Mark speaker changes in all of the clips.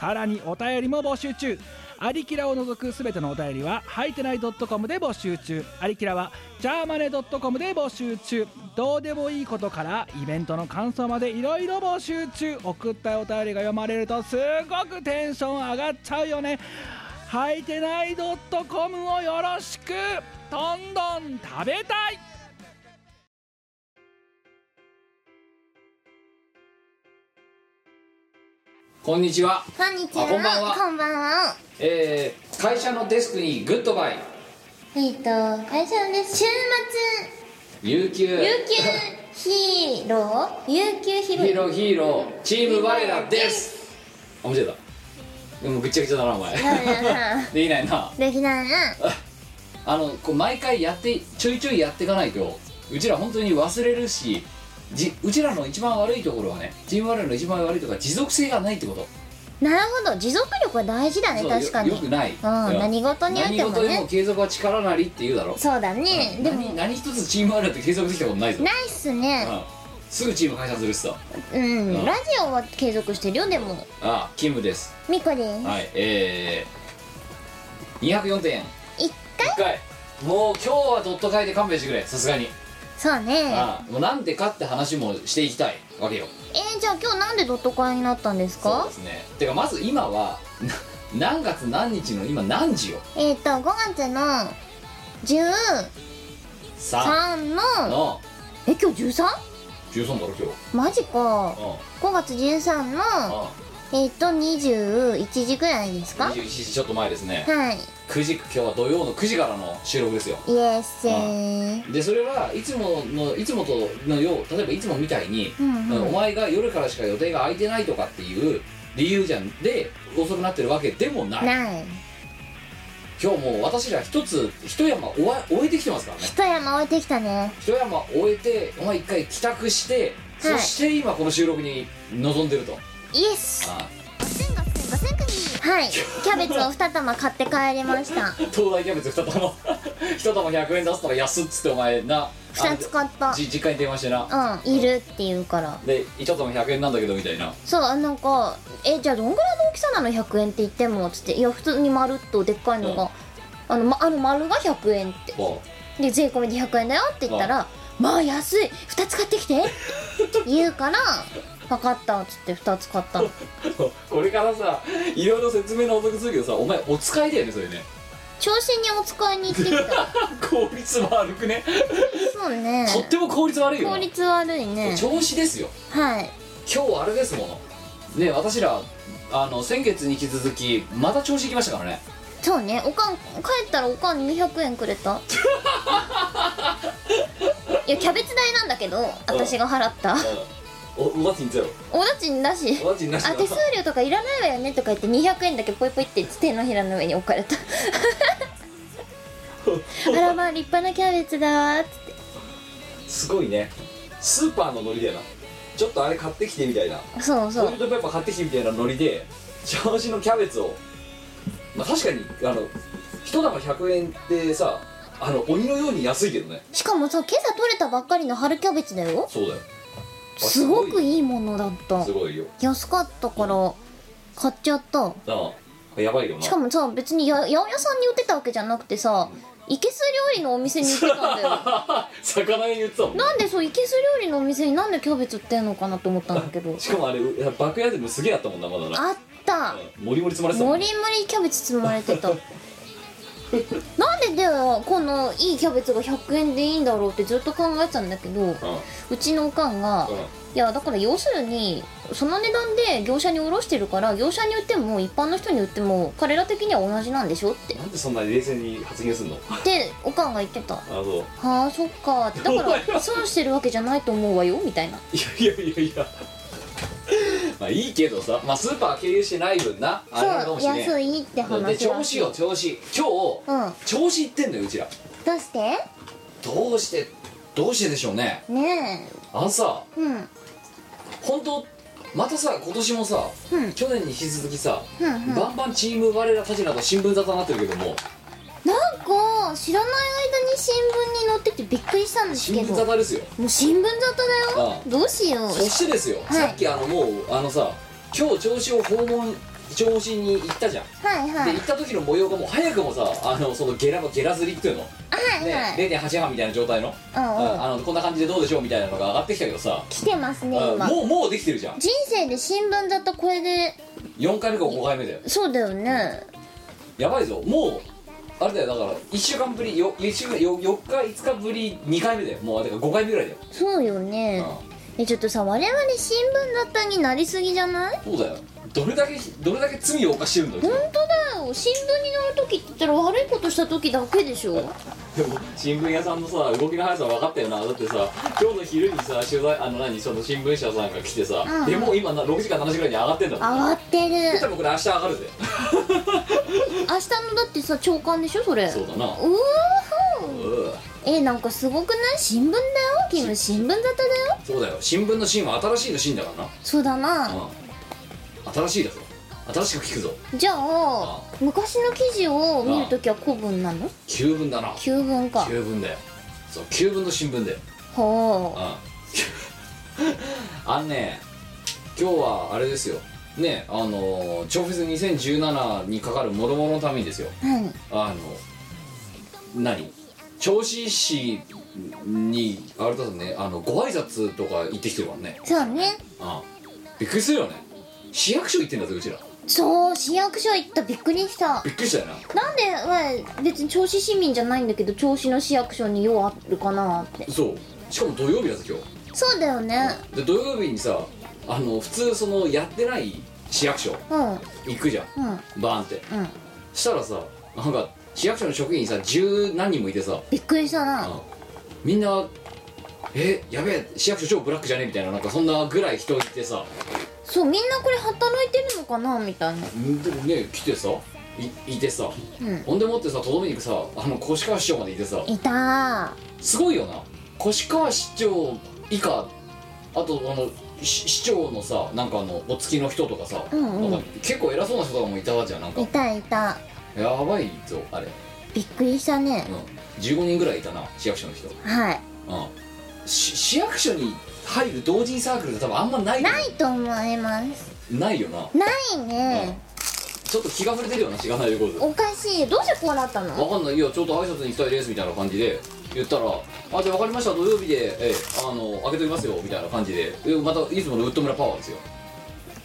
Speaker 1: さらにお便りも募集中アリキラを除くすべてのお便りは、はいてない .com で募集中。アリキラは、ジャーマネ .com で募集中。どうでもいいことから、イベントの感想までいろいろ募集中。送ったお便りが読まれると、すごくテンション上がっちゃうよね。はいてない .com をよろしくどんどん食べたい
Speaker 2: こんにちは、
Speaker 3: こんにちは
Speaker 2: あこんばんは
Speaker 3: こんばんは
Speaker 2: えー会社のデスクにグッドバイ
Speaker 3: えっ、と会社のね週末
Speaker 2: 有給
Speaker 3: 有給ヒーロー有給ヒ
Speaker 2: ヒーローヒーローチーム我らですあ面白いだでもぐっちゃぐちゃだなお前
Speaker 3: だな
Speaker 2: できないな
Speaker 3: できないな
Speaker 2: あのこう毎回やってちょいちょいやっていかないとうちら本当に忘れるしじうちらの一番悪いところはねチーム我らの一番悪いところは持続性がないってこと
Speaker 3: なるほど持続力は大事だね
Speaker 2: そう
Speaker 3: 確かに
Speaker 2: よよくない、
Speaker 3: うん何事にあってもね
Speaker 2: 何事にも継続は力なりって言うだろ
Speaker 3: そうだね、でも
Speaker 2: 何何一つチーム我らって継続できたことないぞ
Speaker 3: ないっすね
Speaker 2: うんすぐチーム解散するしさ
Speaker 3: うん、
Speaker 2: うん
Speaker 3: ラジオは継続してるよでも
Speaker 2: あキムです
Speaker 3: みこです、
Speaker 2: はいえー、204点
Speaker 3: 一回
Speaker 2: 1回もう今日はドット会で勘弁してくれさすがに、
Speaker 3: そうね
Speaker 2: ああもうなんでかって話もしていきたいわけよ
Speaker 3: えー、じゃあ今日なんでドット会になったんです
Speaker 2: そう
Speaker 3: か
Speaker 2: ですねてかまず今はな何月何日の今何時よ
Speaker 3: えっ、と5月の
Speaker 2: 3
Speaker 3: 13の
Speaker 2: の
Speaker 3: え今日 13?
Speaker 2: 13だろ今日
Speaker 3: マジか
Speaker 2: うん
Speaker 3: 5月13のえっ、と21時ぐらいですか
Speaker 2: うん21時ちょっと前ですね
Speaker 3: はい
Speaker 2: 9時今日は土曜の9時からの収録ですよ
Speaker 3: イエスー
Speaker 2: でそれはいつものいつもとのよう例えばいつもみたいに、
Speaker 3: うんうん
Speaker 2: お前が夜からしか予定が空いてないとかっていう理由じゃんで遅くなってるわけでもない
Speaker 3: ない
Speaker 2: 今日もう私ら一つ一山終わ終えてきてますからね
Speaker 3: 一山置いてきたね
Speaker 2: 一山終えてお前一回帰宅して、
Speaker 3: はい
Speaker 2: そして今この収録に臨んでると
Speaker 3: イエス
Speaker 2: あ
Speaker 3: はいキャベツを2玉買って帰りました
Speaker 2: あ東大キャベツ2玉 一玉100円出すたら安っつってお前な
Speaker 3: 2つ買った
Speaker 2: じ実家に電話してな、
Speaker 3: うんいるって言うから
Speaker 2: で一玉100円なんだけどみたいな
Speaker 3: そうあなんか「えじゃあどんぐらいの大きさなの100円って言っても」つって「いや普通にまるっとでっかいのが、
Speaker 2: うん
Speaker 3: あのま、あの丸が100円」って
Speaker 2: こう
Speaker 3: で税込みで100円だよって言ったら「まあ安い2つ買ってきて」って言うから「分かった」っつって2つ買ったの
Speaker 2: これからさいろいろ説明のお得するけどさお前お使いだよねそれね
Speaker 3: 調子にお使いに行ってきた
Speaker 2: 効率悪くね
Speaker 3: そうね
Speaker 2: とっても効率悪いよ
Speaker 3: 効
Speaker 2: な
Speaker 3: 率悪いね
Speaker 2: 調子ですよ
Speaker 3: はい
Speaker 2: 今日あれですものね私らあの先月に引き続きまた調子いきましたからね
Speaker 3: そうねおかん帰ったらおかんに200円くれ たいやキャベツ代なんだけど私が払った
Speaker 2: おマジンゼロ
Speaker 3: おだちんだし
Speaker 2: マジンな
Speaker 3: あ手数料とかいらないわよねとか言って200円だけポイポイって手のひらの上に置か れたあらまあ立派なキャベツだわっつって
Speaker 2: すごいねスーパーのノリだよなちょっとあれ買ってきてみたいな
Speaker 3: そうそ
Speaker 2: トイ
Speaker 3: う
Speaker 2: レットペーパー買ってきてみたいなノリで調子のキャベツをまあ確かにあの一玉100円ってさあの鬼のように安いけどね
Speaker 3: しかもさ今朝取れたばっかりの春キャベツだよ
Speaker 2: そうだよあ
Speaker 3: すごくいいものだった
Speaker 2: すごいよ
Speaker 3: 安かったから買っちゃった
Speaker 2: ああやばいよな
Speaker 3: しかもさ別にや八百屋さんに売ってたわけじゃなくてさいけす料理のお店に売ってたんだ よ
Speaker 2: 魚屋に言ってたもん
Speaker 3: なんでそういけす料理のお店になんでキャベツ売ってんのかなと思ったんだけ ど
Speaker 2: しかもあれういや爆屋でもすげえあったもんなまだな
Speaker 3: あった
Speaker 2: もりもり積まれてたも
Speaker 3: も
Speaker 2: ん
Speaker 3: りもりキャベツ積まれてたなんでではこのいいキャベツが100円でいいんだろうってずっと考えてたんだけど
Speaker 2: うんうん
Speaker 3: うちのおかんが、いやだから要するにその値段で業者に卸してるから業者に売っても一般の人に売っても彼ら的には同じなんでしょって
Speaker 2: なんでそんなに冷静に発言すんのあ
Speaker 3: でおかんが言ってたは
Speaker 2: そう
Speaker 3: あそっかってだから損してるわけじゃないと思うわよみたいない
Speaker 2: やいやいやいやまあいいけどさまあスーパー経由してない分なあれか
Speaker 3: そ
Speaker 2: も
Speaker 3: う
Speaker 2: しれん
Speaker 3: 安いって
Speaker 2: で
Speaker 3: 話
Speaker 2: 調
Speaker 3: らし
Speaker 2: 子
Speaker 3: い
Speaker 2: よ調子今日
Speaker 3: うん
Speaker 2: 調子いってんだようちら
Speaker 3: どうして
Speaker 2: どうしてどうしてでしょうね
Speaker 3: ね
Speaker 2: あのさ
Speaker 3: えうん
Speaker 2: 本当またさ今年もさ
Speaker 3: うん
Speaker 2: 去年に引き続きさ、
Speaker 3: うんうん
Speaker 2: バンバンチーム我らたちなんか新聞沙汰になってるけども
Speaker 3: なんか知らない間に新聞に載っててびっくりしたんです
Speaker 2: 新
Speaker 3: け
Speaker 2: 聞
Speaker 3: ど
Speaker 2: 沙汰ですよ
Speaker 3: もう新聞沙汰だよ
Speaker 2: ああ
Speaker 3: どうしよう
Speaker 2: そしてですよ、
Speaker 3: はい
Speaker 2: さっきあのもうあのさ今日調子を訪問調子に行ったじゃん、
Speaker 3: はいはい
Speaker 2: で行った時の模様がもう早くもさあのそのゲラゲラ釣りっていうの、
Speaker 3: はいは
Speaker 2: ね
Speaker 3: い、
Speaker 2: 0.8半みたいな状態の、
Speaker 3: うんうん
Speaker 2: あのこんな感じでどうでしょうみたいなのが上がってきたけどさ、
Speaker 3: 来てますね
Speaker 2: うん
Speaker 3: 今
Speaker 2: もうもうできてるじゃん
Speaker 3: 人生で新聞沙汰これで
Speaker 2: 4回目か5回目だよ
Speaker 3: そうだよね
Speaker 2: やばいぞもうあれだよだから1週間ぶりよ1週間よ4日5日ぶり2回目だよもうあれか5回目ぐらいだよ、
Speaker 3: そうよねえちょっとさ我々新聞沙汰になりすぎじゃない
Speaker 2: うんそうだよどれだけどれだけ罪を犯してるんだよ
Speaker 3: 本当だよ新聞に載る時って言ったら悪いことした時だけでしょ
Speaker 2: でも新聞屋さんのさ動きの速さ分かったよなだってさ今日の昼にさ取材あの何その新聞社さんが来てさ、
Speaker 3: うん
Speaker 2: でもう今な6時間7時ぐらいに上がってんだもん
Speaker 3: 上がって
Speaker 2: で多
Speaker 3: る
Speaker 2: 分これ明日上がるぜ
Speaker 3: 明日のだってさ朝刊でしょそれ
Speaker 2: そうだな
Speaker 3: うおー
Speaker 2: うん
Speaker 3: えなんかすごくない新聞だよキム新聞沙汰だよ
Speaker 2: そうだよ新聞のシーンは新しいのシーンだから
Speaker 3: そうだな
Speaker 2: な、うん、新しいだぞ新しく聞くぞ
Speaker 3: じゃ
Speaker 2: あ
Speaker 3: あ昔の記事を見るときは古文なの
Speaker 2: 9分だな
Speaker 3: 旧文か
Speaker 2: 9分だよそう9分の新聞だよ
Speaker 3: ほ
Speaker 2: うん あのね今日はあれですよねあの「超フェス2017」にかかる諸々のためにですよ
Speaker 3: う何
Speaker 2: あの何銚子市にあれだとねあのご挨拶とか行ってきてるからね
Speaker 3: そうね
Speaker 2: あびっくりするよね市役所行ってんだぜうちら
Speaker 3: そう市役所行ったびっくりした
Speaker 2: びっくりしたよな
Speaker 3: なんで、まあ、別に銚子市民じゃないんだけど銚子の市役所に用あるかなって
Speaker 2: そうしかも土曜日だぜ今
Speaker 3: そうだよね
Speaker 2: 日で土曜日にさあの普通そのやってない市役所
Speaker 3: うんうん
Speaker 2: 行くじゃん
Speaker 3: うん
Speaker 2: バーンってしたらさなんか市役所の職員さ十何人もいてさ
Speaker 3: びっくりしたな
Speaker 2: みんな「えやべえ市役所超ブラックじゃね?」みたいななんかそんなぐらい人いてさ
Speaker 3: そうみんなこれ働いてるのかなみたいなん
Speaker 2: でもね来てさいいてさ
Speaker 3: うん
Speaker 2: ほんでもってさとどめにさあの越川市長までいてさ
Speaker 3: いたー
Speaker 2: すごいよな越川市長以下あとあのし市長のさなんかあのお付きの人とかさ、
Speaker 3: うんうん
Speaker 2: なんか結構偉そうな人とかもいたじゃんなんか
Speaker 3: いたいた
Speaker 2: やばいぞあれ、う
Speaker 3: びっくりしたね
Speaker 2: ん、15人ぐらいいたな市役所の人
Speaker 3: はい
Speaker 2: うん、し市役所に入る同人サークルって多分あんまない
Speaker 3: ないと思います
Speaker 2: ないよな、
Speaker 3: ないね、
Speaker 2: ちょっと気が触れてるような知らないレコード
Speaker 3: おかしいどうしてこうなったの
Speaker 2: わかんないいやちょっと挨拶に行きたいですみたいな感じで言ったら「あじゃあ分かりました土曜日で、ええ、あの開けときますよ」みたいな感じででまたいつものウッド村パワーですよ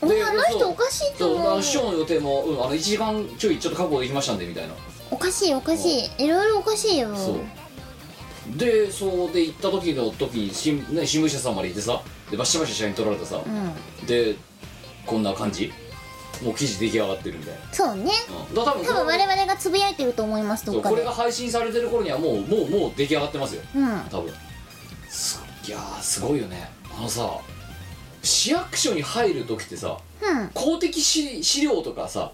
Speaker 3: お前
Speaker 2: で
Speaker 3: あの人おかしい
Speaker 2: そ
Speaker 3: と
Speaker 2: うあ
Speaker 3: 思
Speaker 2: の
Speaker 3: う
Speaker 2: 市長の予定も、うん、あの1時間ちょいちょっと確保できましたんでみたいな、
Speaker 3: おかしいおかしいいろいろおかしいよ
Speaker 2: そうでそうで行った時の時に新,、ね、新聞社さんまでいてさでバシバシ社に取られてさ、
Speaker 3: うん
Speaker 2: でこんな感じもう記事出来上がってるみたいな
Speaker 3: そうね
Speaker 2: うんだから多分
Speaker 3: 多分我々がつぶやいてると思います
Speaker 2: そ
Speaker 3: ど
Speaker 2: う
Speaker 3: っか
Speaker 2: これ
Speaker 3: で
Speaker 2: が配信されてる頃にはもうもうもう出来上がってますよ
Speaker 3: うん
Speaker 2: 多分すいやーすごいよねあのさ市役所に入る時ってさ
Speaker 3: うん
Speaker 2: 公的資資料とかさ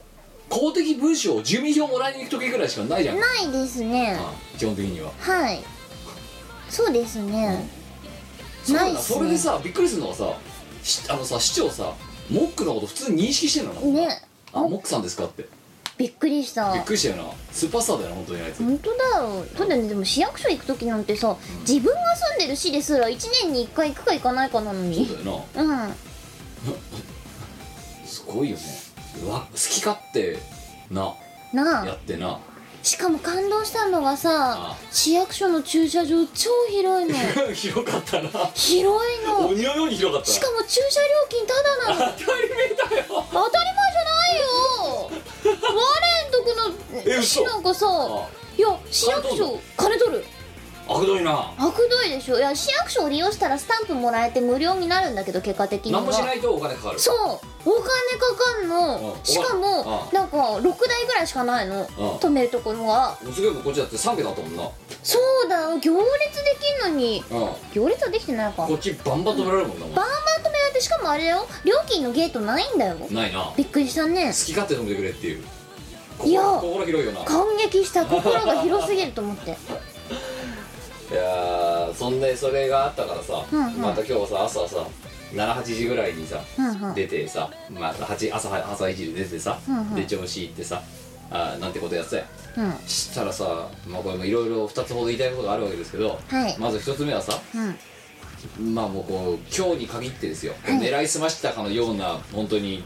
Speaker 2: 公的文書を住民票もらいに行く時ぐらいしかないじゃん、うん
Speaker 3: ないですね
Speaker 2: 基本的には
Speaker 3: はいそうですね
Speaker 2: そう
Speaker 3: ない
Speaker 2: だ
Speaker 3: っ
Speaker 2: な
Speaker 3: すね
Speaker 2: それでさびっくりするのはさしあのさ市長さモックのこと普通に認識してんのな
Speaker 3: ね
Speaker 2: あモックさんですかって
Speaker 3: びっくりした
Speaker 2: びっくりしたよなスーパースターだよな本当にあいつ
Speaker 3: 本当だよそうだよねでも市役所行く時なんてさ自分が住んでる市ですら1年に1回行くか行かないかなの
Speaker 2: そう
Speaker 3: に
Speaker 2: だよ
Speaker 3: う
Speaker 2: な
Speaker 3: ん
Speaker 2: すごいよねうわ好き勝手な
Speaker 3: なあ
Speaker 2: やってな
Speaker 3: しかも感動したのがさ
Speaker 2: あ
Speaker 3: 市役所の駐車場超広い の
Speaker 2: 広かったな
Speaker 3: 広いの
Speaker 2: 鬼のように広かったな
Speaker 3: しかも駐車料金タダなの
Speaker 2: 当たり前だよ
Speaker 3: 当たり前じゃないよ我んとこ
Speaker 2: え
Speaker 3: の
Speaker 2: 嘘
Speaker 3: 市なんかさ
Speaker 2: あ
Speaker 3: いや市役所金取る
Speaker 2: あくどいな
Speaker 3: 悪どいでしょいや市役所を利用したらスタンプもらえて無料になるんだけど結果的には
Speaker 2: 何もしないとお金かかる
Speaker 3: そうお金かかんの
Speaker 2: うん
Speaker 3: しか
Speaker 2: あ
Speaker 3: も
Speaker 2: あ
Speaker 3: なんか6台ぐらいしかないの
Speaker 2: あ
Speaker 3: 止めるところは
Speaker 2: もうすげえこっちだって3桁だったもんな
Speaker 3: そうだよ行列できんのに
Speaker 2: うん
Speaker 3: 行列はできてないかバン
Speaker 2: こっちバンバン止められるもんなもん
Speaker 3: バン止められてでしかもあれだよ料金のゲートないんだよ
Speaker 2: ないな好
Speaker 3: びっくりしたね
Speaker 2: き勝手飲んでくれっていう
Speaker 3: いや
Speaker 2: 心心広いよな
Speaker 3: 感激した心が広すぎると思って
Speaker 2: いやーそんでそれがあったからさ、
Speaker 3: うんうん
Speaker 2: また今日さ朝さ78時ぐらいにさ
Speaker 3: うんうん
Speaker 2: 出てさ、まあ、8朝は朝1時で出てさ、
Speaker 3: うんうん
Speaker 2: で調子行ってさあーなんてことやってたよ
Speaker 3: うん
Speaker 2: したらさ、まあ、これもいろいろ2つほど言いたいことがあるわけですけど、
Speaker 3: はい
Speaker 2: まず1つ目はさ
Speaker 3: うん
Speaker 2: まあもうこう今日に限ってですよ、
Speaker 3: はい
Speaker 2: 狙いすましたかのような本当に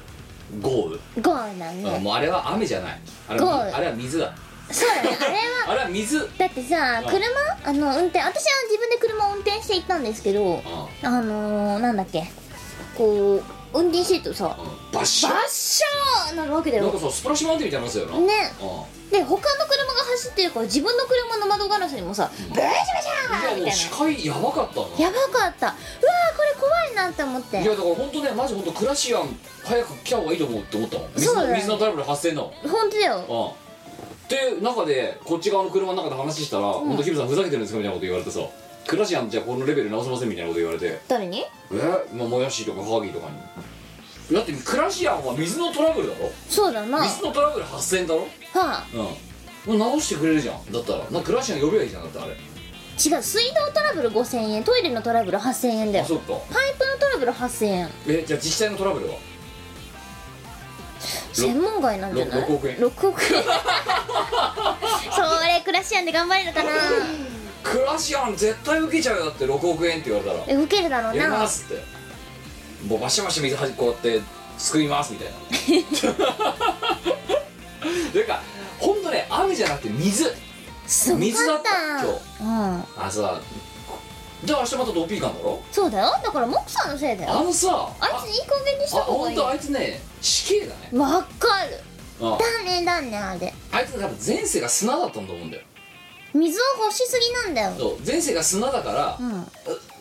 Speaker 2: 豪雨、
Speaker 3: ゴールだね
Speaker 2: もうあれは雨じゃないあれは
Speaker 3: 豪雨
Speaker 2: あれは水だ
Speaker 3: そうだねあれは
Speaker 2: あれは水、うん、
Speaker 3: だってさ
Speaker 2: うん
Speaker 3: 車あの運転私は自分で車を運転して行ったんですけどあのー、なんだっけこう運転してるとさ
Speaker 2: バッシ
Speaker 3: バ
Speaker 2: ャ
Speaker 3: ッシャーなるわけだ
Speaker 2: なん
Speaker 3: よ
Speaker 2: かさスプラッシュマウンテンみたいなのあるんですよな、
Speaker 3: ね
Speaker 2: うん
Speaker 3: で他の車が走ってるから自分の車の窓ガラスにもさブシャブシャー
Speaker 2: いや
Speaker 3: み
Speaker 2: もう
Speaker 3: たい
Speaker 2: 視
Speaker 3: な
Speaker 2: 界やばかったな
Speaker 3: やばかったうわーこれ怖いなって思って
Speaker 2: いやだから本当ねマジ本当クラシアン早く来た方がいいと思うって思ったもん水
Speaker 3: そうだ
Speaker 2: の,、
Speaker 3: よね
Speaker 2: 水のトラブル発生の
Speaker 3: 本当だよ
Speaker 2: うんっていう中でこっち側の車の中で話したら、ほん、本当キムさんふざけてるんですかみたいなこと言われてさクラシアンじゃこのレベル直せませんみたいなこと言われて
Speaker 3: 誰に
Speaker 2: えまあ、もやしとかハーギーとかにだってクラシアンは水のトラブルだろ
Speaker 3: そうだなは
Speaker 2: 水のトラブル発生だろ
Speaker 3: あ
Speaker 2: うんもう直してくれるじゃんだったらなんかクラシアン呼べばいいじゃんだってあれ
Speaker 3: 違う水道トラブル5000円トイレのトラブル8000円だ
Speaker 2: あ
Speaker 3: よ
Speaker 2: そっか
Speaker 3: パイプのトラブル8000円
Speaker 2: えじゃあ自治体のトラブルは
Speaker 3: 専門外なんじゃない
Speaker 2: ろろく億円
Speaker 3: 6億円それクラシアンで頑張れ るかな
Speaker 2: クラシアン絶対受けちゃうよだって6億円って言われたら
Speaker 3: え受けるだろう
Speaker 2: やりま
Speaker 3: な
Speaker 2: すってもうバシバシ水はじこうやってすくいますみたいな というかほんとね雨じゃなくて水
Speaker 3: すごか
Speaker 2: 水だっ
Speaker 3: ったたうん
Speaker 2: あさじゃあ明日またドッピーカンだろ
Speaker 3: そうだよだからモクさんのせいだ
Speaker 2: あ
Speaker 3: よ
Speaker 2: のさ
Speaker 3: あいついい加減にした
Speaker 2: あ
Speaker 3: 方が
Speaker 2: 本
Speaker 3: いい
Speaker 2: 当あいつね死刑だね
Speaker 3: わかる
Speaker 2: あ
Speaker 3: だねだねあれ
Speaker 2: あいつ多分前世が砂だったんだと思うんだよ
Speaker 3: 水を欲しすぎなんだよ
Speaker 2: そう前世が砂だから
Speaker 3: う、ん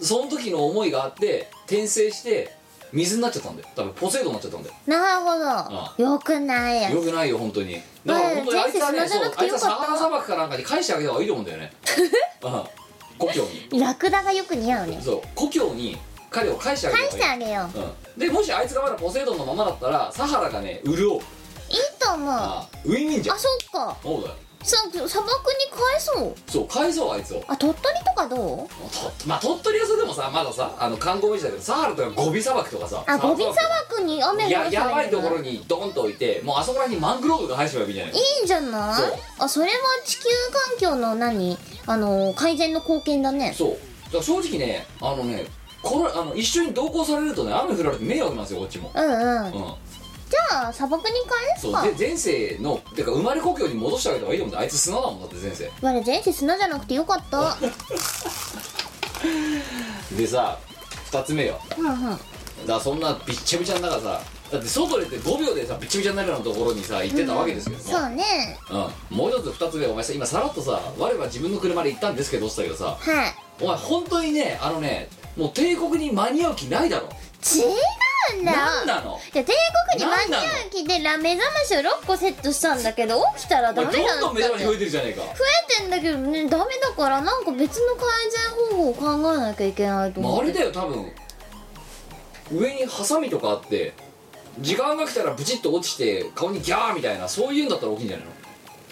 Speaker 2: その時の思いがあって転生して水になっちゃったんだよ多分ポセイドンになっちゃったんだよ
Speaker 3: なるほどよくないや
Speaker 2: よくないよ本当にだから本当にあいつは
Speaker 3: 前
Speaker 2: ね
Speaker 3: 世砂じ
Speaker 2: そ
Speaker 3: ゃな
Speaker 2: う
Speaker 3: く
Speaker 2: あ
Speaker 3: て
Speaker 2: いつ
Speaker 3: よか
Speaker 2: は
Speaker 3: った
Speaker 2: サハラ砂漠かなんかに返してあげた方がいいと思うんだよ ねうん故郷に
Speaker 3: ラクダがよく似合うね
Speaker 2: そう故郷に彼を返してあげた
Speaker 3: 返
Speaker 2: 方
Speaker 3: して
Speaker 2: がい
Speaker 3: あげよう
Speaker 2: い、うん、でもしあいつがまだポセイドンのままだったらサハラがね潤う
Speaker 3: いいと思うあ
Speaker 2: あウィンウィンじゃん
Speaker 3: そっか
Speaker 2: そうだよ
Speaker 3: さ砂漠に返そう
Speaker 2: そう返そうあいつを
Speaker 3: あ鳥取とかどう
Speaker 2: もうとまあ鳥取はそれでもさまださあの観光名所だけどサハラとかゴビ砂漠とかさ
Speaker 3: あゴビ砂
Speaker 2: とか
Speaker 3: 漠に雨が
Speaker 2: や
Speaker 3: 降る
Speaker 2: やばいところにドンと置いてもうあそこら辺にマングローブが生えてればいいんじゃない
Speaker 3: いいんじゃない
Speaker 2: そう
Speaker 3: あそれは地球環境の何あの改善の貢献だね
Speaker 2: そうだから正直ねあのねこれあの一緒に同行されるとね雨降られて迷惑なんですよこっちも
Speaker 3: うんうん、
Speaker 2: うん
Speaker 3: じゃあ砂漠に返
Speaker 2: そ
Speaker 3: す
Speaker 2: う
Speaker 3: か
Speaker 2: で前世のてか生まれ故郷に戻してあげた方がいいと思うんだよあいつ砂だもんだって前世
Speaker 3: 我前世砂じゃなくてよかった
Speaker 2: でさ2つ目よ
Speaker 3: うんうん
Speaker 2: だからそんなびっちゃびちゃの中さだって外出て5秒でさびっちゃびちゃになるようなところにさ行ってたわけですけども、
Speaker 3: そうね
Speaker 2: うん、もう一つ二つ目お前さ今さらっとさ我は自分の車で行ったんですけどって言ったけどさ
Speaker 3: はい
Speaker 2: お前本当にねあのねもう帝国に間に合う気ないだ
Speaker 3: 違
Speaker 2: ろ
Speaker 3: うんだよ
Speaker 2: なんなの
Speaker 3: いや帝国に間に合う気でラ目覚ましを6個セットしたんだけど起きたら
Speaker 2: お
Speaker 3: ダ
Speaker 2: 前
Speaker 3: メなん
Speaker 2: どん
Speaker 3: だ
Speaker 2: ど
Speaker 3: っ
Speaker 2: ん
Speaker 3: て
Speaker 2: 目覚まし増えてるじゃねえか
Speaker 3: 増えてんだけどねダメだからなんか別の改善方法を考えなきゃいけないと
Speaker 2: ま
Speaker 3: 思っ
Speaker 2: あ、あ
Speaker 3: て
Speaker 2: れだよ多分上にハサミとかあって時間が来たらブチッと落ちて顔にギャーみたいなそういうんだったら大きいんじゃないの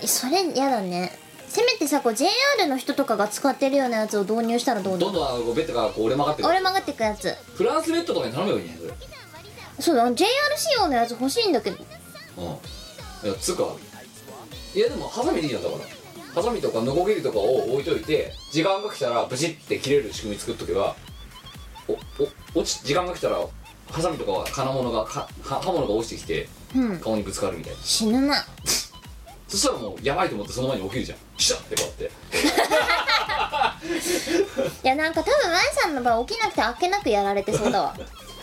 Speaker 3: えそれやだねせめてさこう JR の人とかが使ってるようなやつを導入したらどうだ
Speaker 2: どんどんあのこうベッドがこう折れ曲がってる
Speaker 3: 俺曲がってくやつ
Speaker 2: フランスベッドとかに頼めばいいんじゃない
Speaker 3: そうだ JR 仕様のやつ欲しいんだけど
Speaker 2: それうんいやつうかいやでもハサミでいいじゃんだからハサミとかノコギリとかを置いといて時間が来たらブチッて切れる仕組み作っとけばおお落ち時間が来たらハサミとかは金物がかは刃物が落ちてきて
Speaker 3: うん
Speaker 2: 顔にぶつかるみたいな
Speaker 3: 死ぬな
Speaker 2: そしたらもうやばいと思ってその前に起きるじゃんシャッてこうやって
Speaker 3: いやなんか多分ワンさんの場合起きなくてあっけなくやられてそうだ わ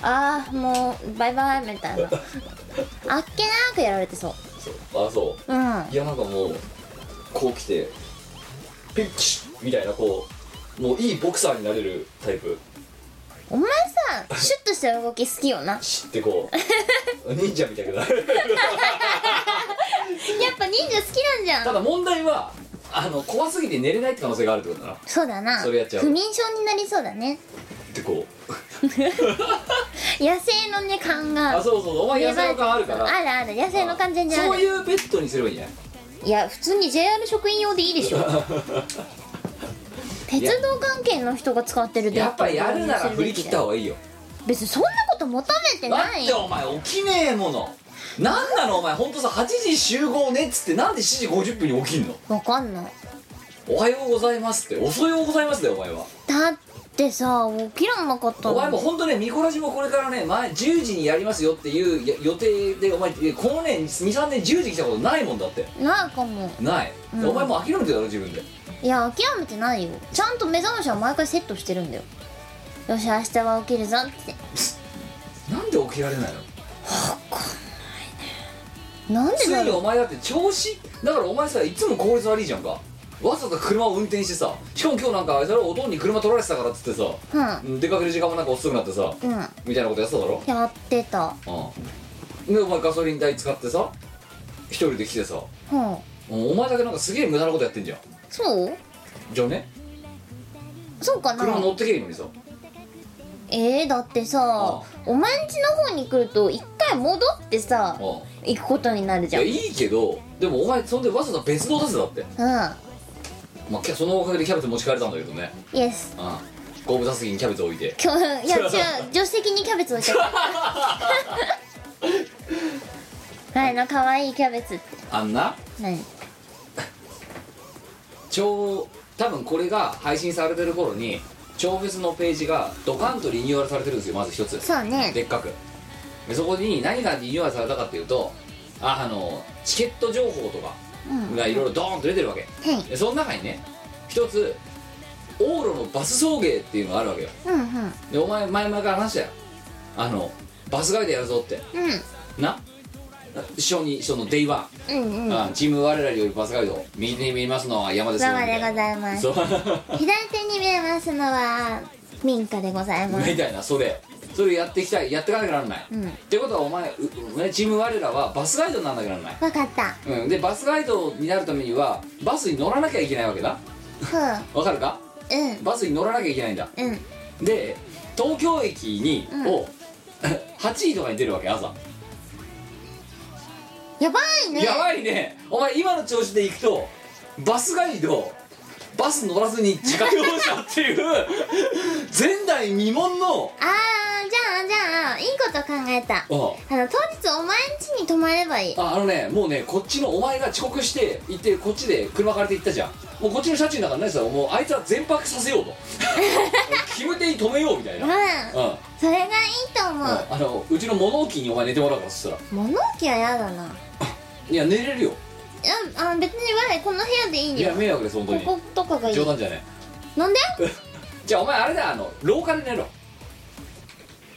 Speaker 3: ああもうバイバイみたいなあっけなくやられてそ
Speaker 2: そうあそう
Speaker 3: ううん
Speaker 2: いやなんかもうこう来てピッチッみたいなこうもういいボクサーになれるタイプ
Speaker 3: お前さシュッとした動き好きよなやっ
Speaker 2: シッてこ う忍者みたいな
Speaker 3: ぱ忍者好きなんじゃん
Speaker 2: ただ問題はあの怖すぎて寝れないって可能性があるってことだな
Speaker 3: そうだな
Speaker 2: それやっちゃ う
Speaker 3: 不眠症になりそうだね
Speaker 2: ってこう
Speaker 3: 野生のね感が
Speaker 2: あそうそうお前野生の感あるから
Speaker 3: あるある野生の感全然ある
Speaker 2: そういうペットにすればいいんじゃない
Speaker 3: いや普通に JR 職員用でいいでしょ 鉄道関係の人が使ってる電
Speaker 2: やっぱやるなら振り切った方がいいよ
Speaker 3: 別にそんなこと求めて
Speaker 2: だ
Speaker 3: ない
Speaker 2: ってお前起きねえものなんなのお前ほんとさ8時集合ねっつってなんで7時50分に起きんの
Speaker 3: わかんない
Speaker 2: おはようございますっておそようございますだよお前は
Speaker 3: だってさ起きらんなかった
Speaker 2: お前
Speaker 3: の
Speaker 2: も本当ねミコラジもこれからね前10時にやりますよっていうや予定でお前このね23年10時来たことないもんだって
Speaker 3: ないかも
Speaker 2: ない、
Speaker 3: うん
Speaker 2: お前もう諦めてたろ自分で
Speaker 3: いや諦めてないよちゃんと目覚ましは毎回セットしてるんだよよし明日は起きるぞって
Speaker 2: なんで起きられないの
Speaker 3: なんで
Speaker 2: つ
Speaker 3: だ
Speaker 2: いに
Speaker 3: ろ
Speaker 2: お前だって調子だからお前さいつも効率悪いじゃんかわざと車を運転してさしかも今日なんかそれおとんに車取られてたからっつってさ
Speaker 3: ううん
Speaker 2: 出かける時間もなんか遅くなってさ
Speaker 3: うん
Speaker 2: みたいなことやってただろ
Speaker 3: やってた
Speaker 2: うんでお前ガソリン代使ってさ一人で来てさ
Speaker 3: うん
Speaker 2: お前だけなんかすげえ無駄なことやってんじゃん
Speaker 3: そう
Speaker 2: じゃあね
Speaker 3: そうかな
Speaker 2: 車乗ってけりゃいいのにさ
Speaker 3: えー、だってさお前んちの方に来ると一回戻ってさ
Speaker 2: うん
Speaker 3: 行くことになる
Speaker 2: い
Speaker 3: じゃ
Speaker 2: や
Speaker 3: ん
Speaker 2: いいけどでもお前そんでわざと別の出すだって
Speaker 3: う
Speaker 2: まあキャそのおかげでキャベツ持ち帰れたんだけどね
Speaker 3: んイエス
Speaker 2: うん後部座席にキャベツ置いて
Speaker 3: 今日いや違う助手席にキャベツ置いちゃ ったはいな可愛いキャベツって
Speaker 2: あんな
Speaker 3: 何
Speaker 2: 超多分これが配信されてる頃に超フェスのページがドカンとリニューアルされてるんですよまず一つ
Speaker 3: そうね
Speaker 2: でっかくでそこに何がリニューアルされたかっていうとああのチケット情報とか
Speaker 3: うん
Speaker 2: がいろいろドーンと出てるわけ
Speaker 3: はい
Speaker 2: でその中にね一つ往路のバス送迎っていうのがあるわけよ
Speaker 3: うんうん
Speaker 2: でお前前々から話したよあのバスガイドやるぞってな一緒にそのデイワ
Speaker 3: うんうんう
Speaker 2: ン、
Speaker 3: ん
Speaker 2: うんチーム我らよりバスガイド右手に見えますのは山ですよ
Speaker 3: 生でございます
Speaker 2: そう
Speaker 3: 左手に見えますのは民家でございま
Speaker 2: み
Speaker 3: す
Speaker 2: たいなそれそれやっていきたいやっていかなきゃならない、
Speaker 3: うん
Speaker 2: ってことはお前うねチーム我らはバスガイドにならなきゃならない
Speaker 3: わかった
Speaker 2: うん、でバスガイドになるためにはバスに乗らなきゃいけないわけだ
Speaker 3: ふ
Speaker 2: わかるか
Speaker 3: ううん
Speaker 2: バスに乗らなきゃいけないんだ
Speaker 3: うん
Speaker 2: で東京駅に、
Speaker 3: うん
Speaker 2: を 8時とかに出るわけ朝、
Speaker 3: やばいね
Speaker 2: やばいねお前今の調子で行くとバスガイドバス乗らずに自家用車っていう前代未聞の
Speaker 3: あーじゃあじゃあいいこと考えたあ
Speaker 2: あ
Speaker 3: の当日お前ん家に泊まればいい
Speaker 2: ああのねもうねこっちのお前が遅刻して行ってこっちで車借りて行ったじゃんもうこっちの車中だからねさもうあいつは全泊させようと キムテに止めようみたいな
Speaker 3: うん
Speaker 2: うんあ
Speaker 3: それがいいと思う
Speaker 2: あのうちの物置にお前寝てもらうからそしたら
Speaker 3: 物置は嫌だない
Speaker 2: や寝れるよ
Speaker 3: やあ別に我この部屋でいい
Speaker 2: いや
Speaker 3: よ
Speaker 2: 迷惑です本当
Speaker 3: こ
Speaker 2: に
Speaker 3: ことかがいい
Speaker 2: 冗談じゃね
Speaker 3: なんで
Speaker 2: えじゃあお前あれだあの廊下で寝ろ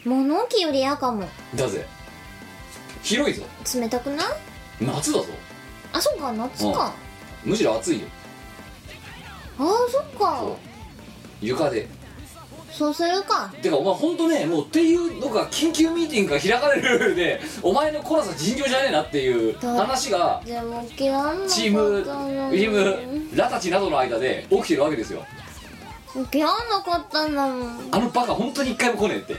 Speaker 3: 物置より嫌かも
Speaker 2: だぜ広いぞ
Speaker 3: 冷たくない
Speaker 2: 夏だぞ
Speaker 3: あそうか夏か
Speaker 2: むしろ暑いよ
Speaker 3: あーそっか
Speaker 2: そう床で
Speaker 3: そうするか
Speaker 2: てかお前本当ねもうっていうのが緊急ミーティングが開かれるで お前の怖さ尋常じゃねえなっていう話が
Speaker 3: でも嫌いな
Speaker 2: チームチ
Speaker 3: ム
Speaker 2: ームラたちなどの間で起きてるわけですよ
Speaker 3: 嫌わなかったんだもん
Speaker 2: あのバカ本当に一回も来ね えって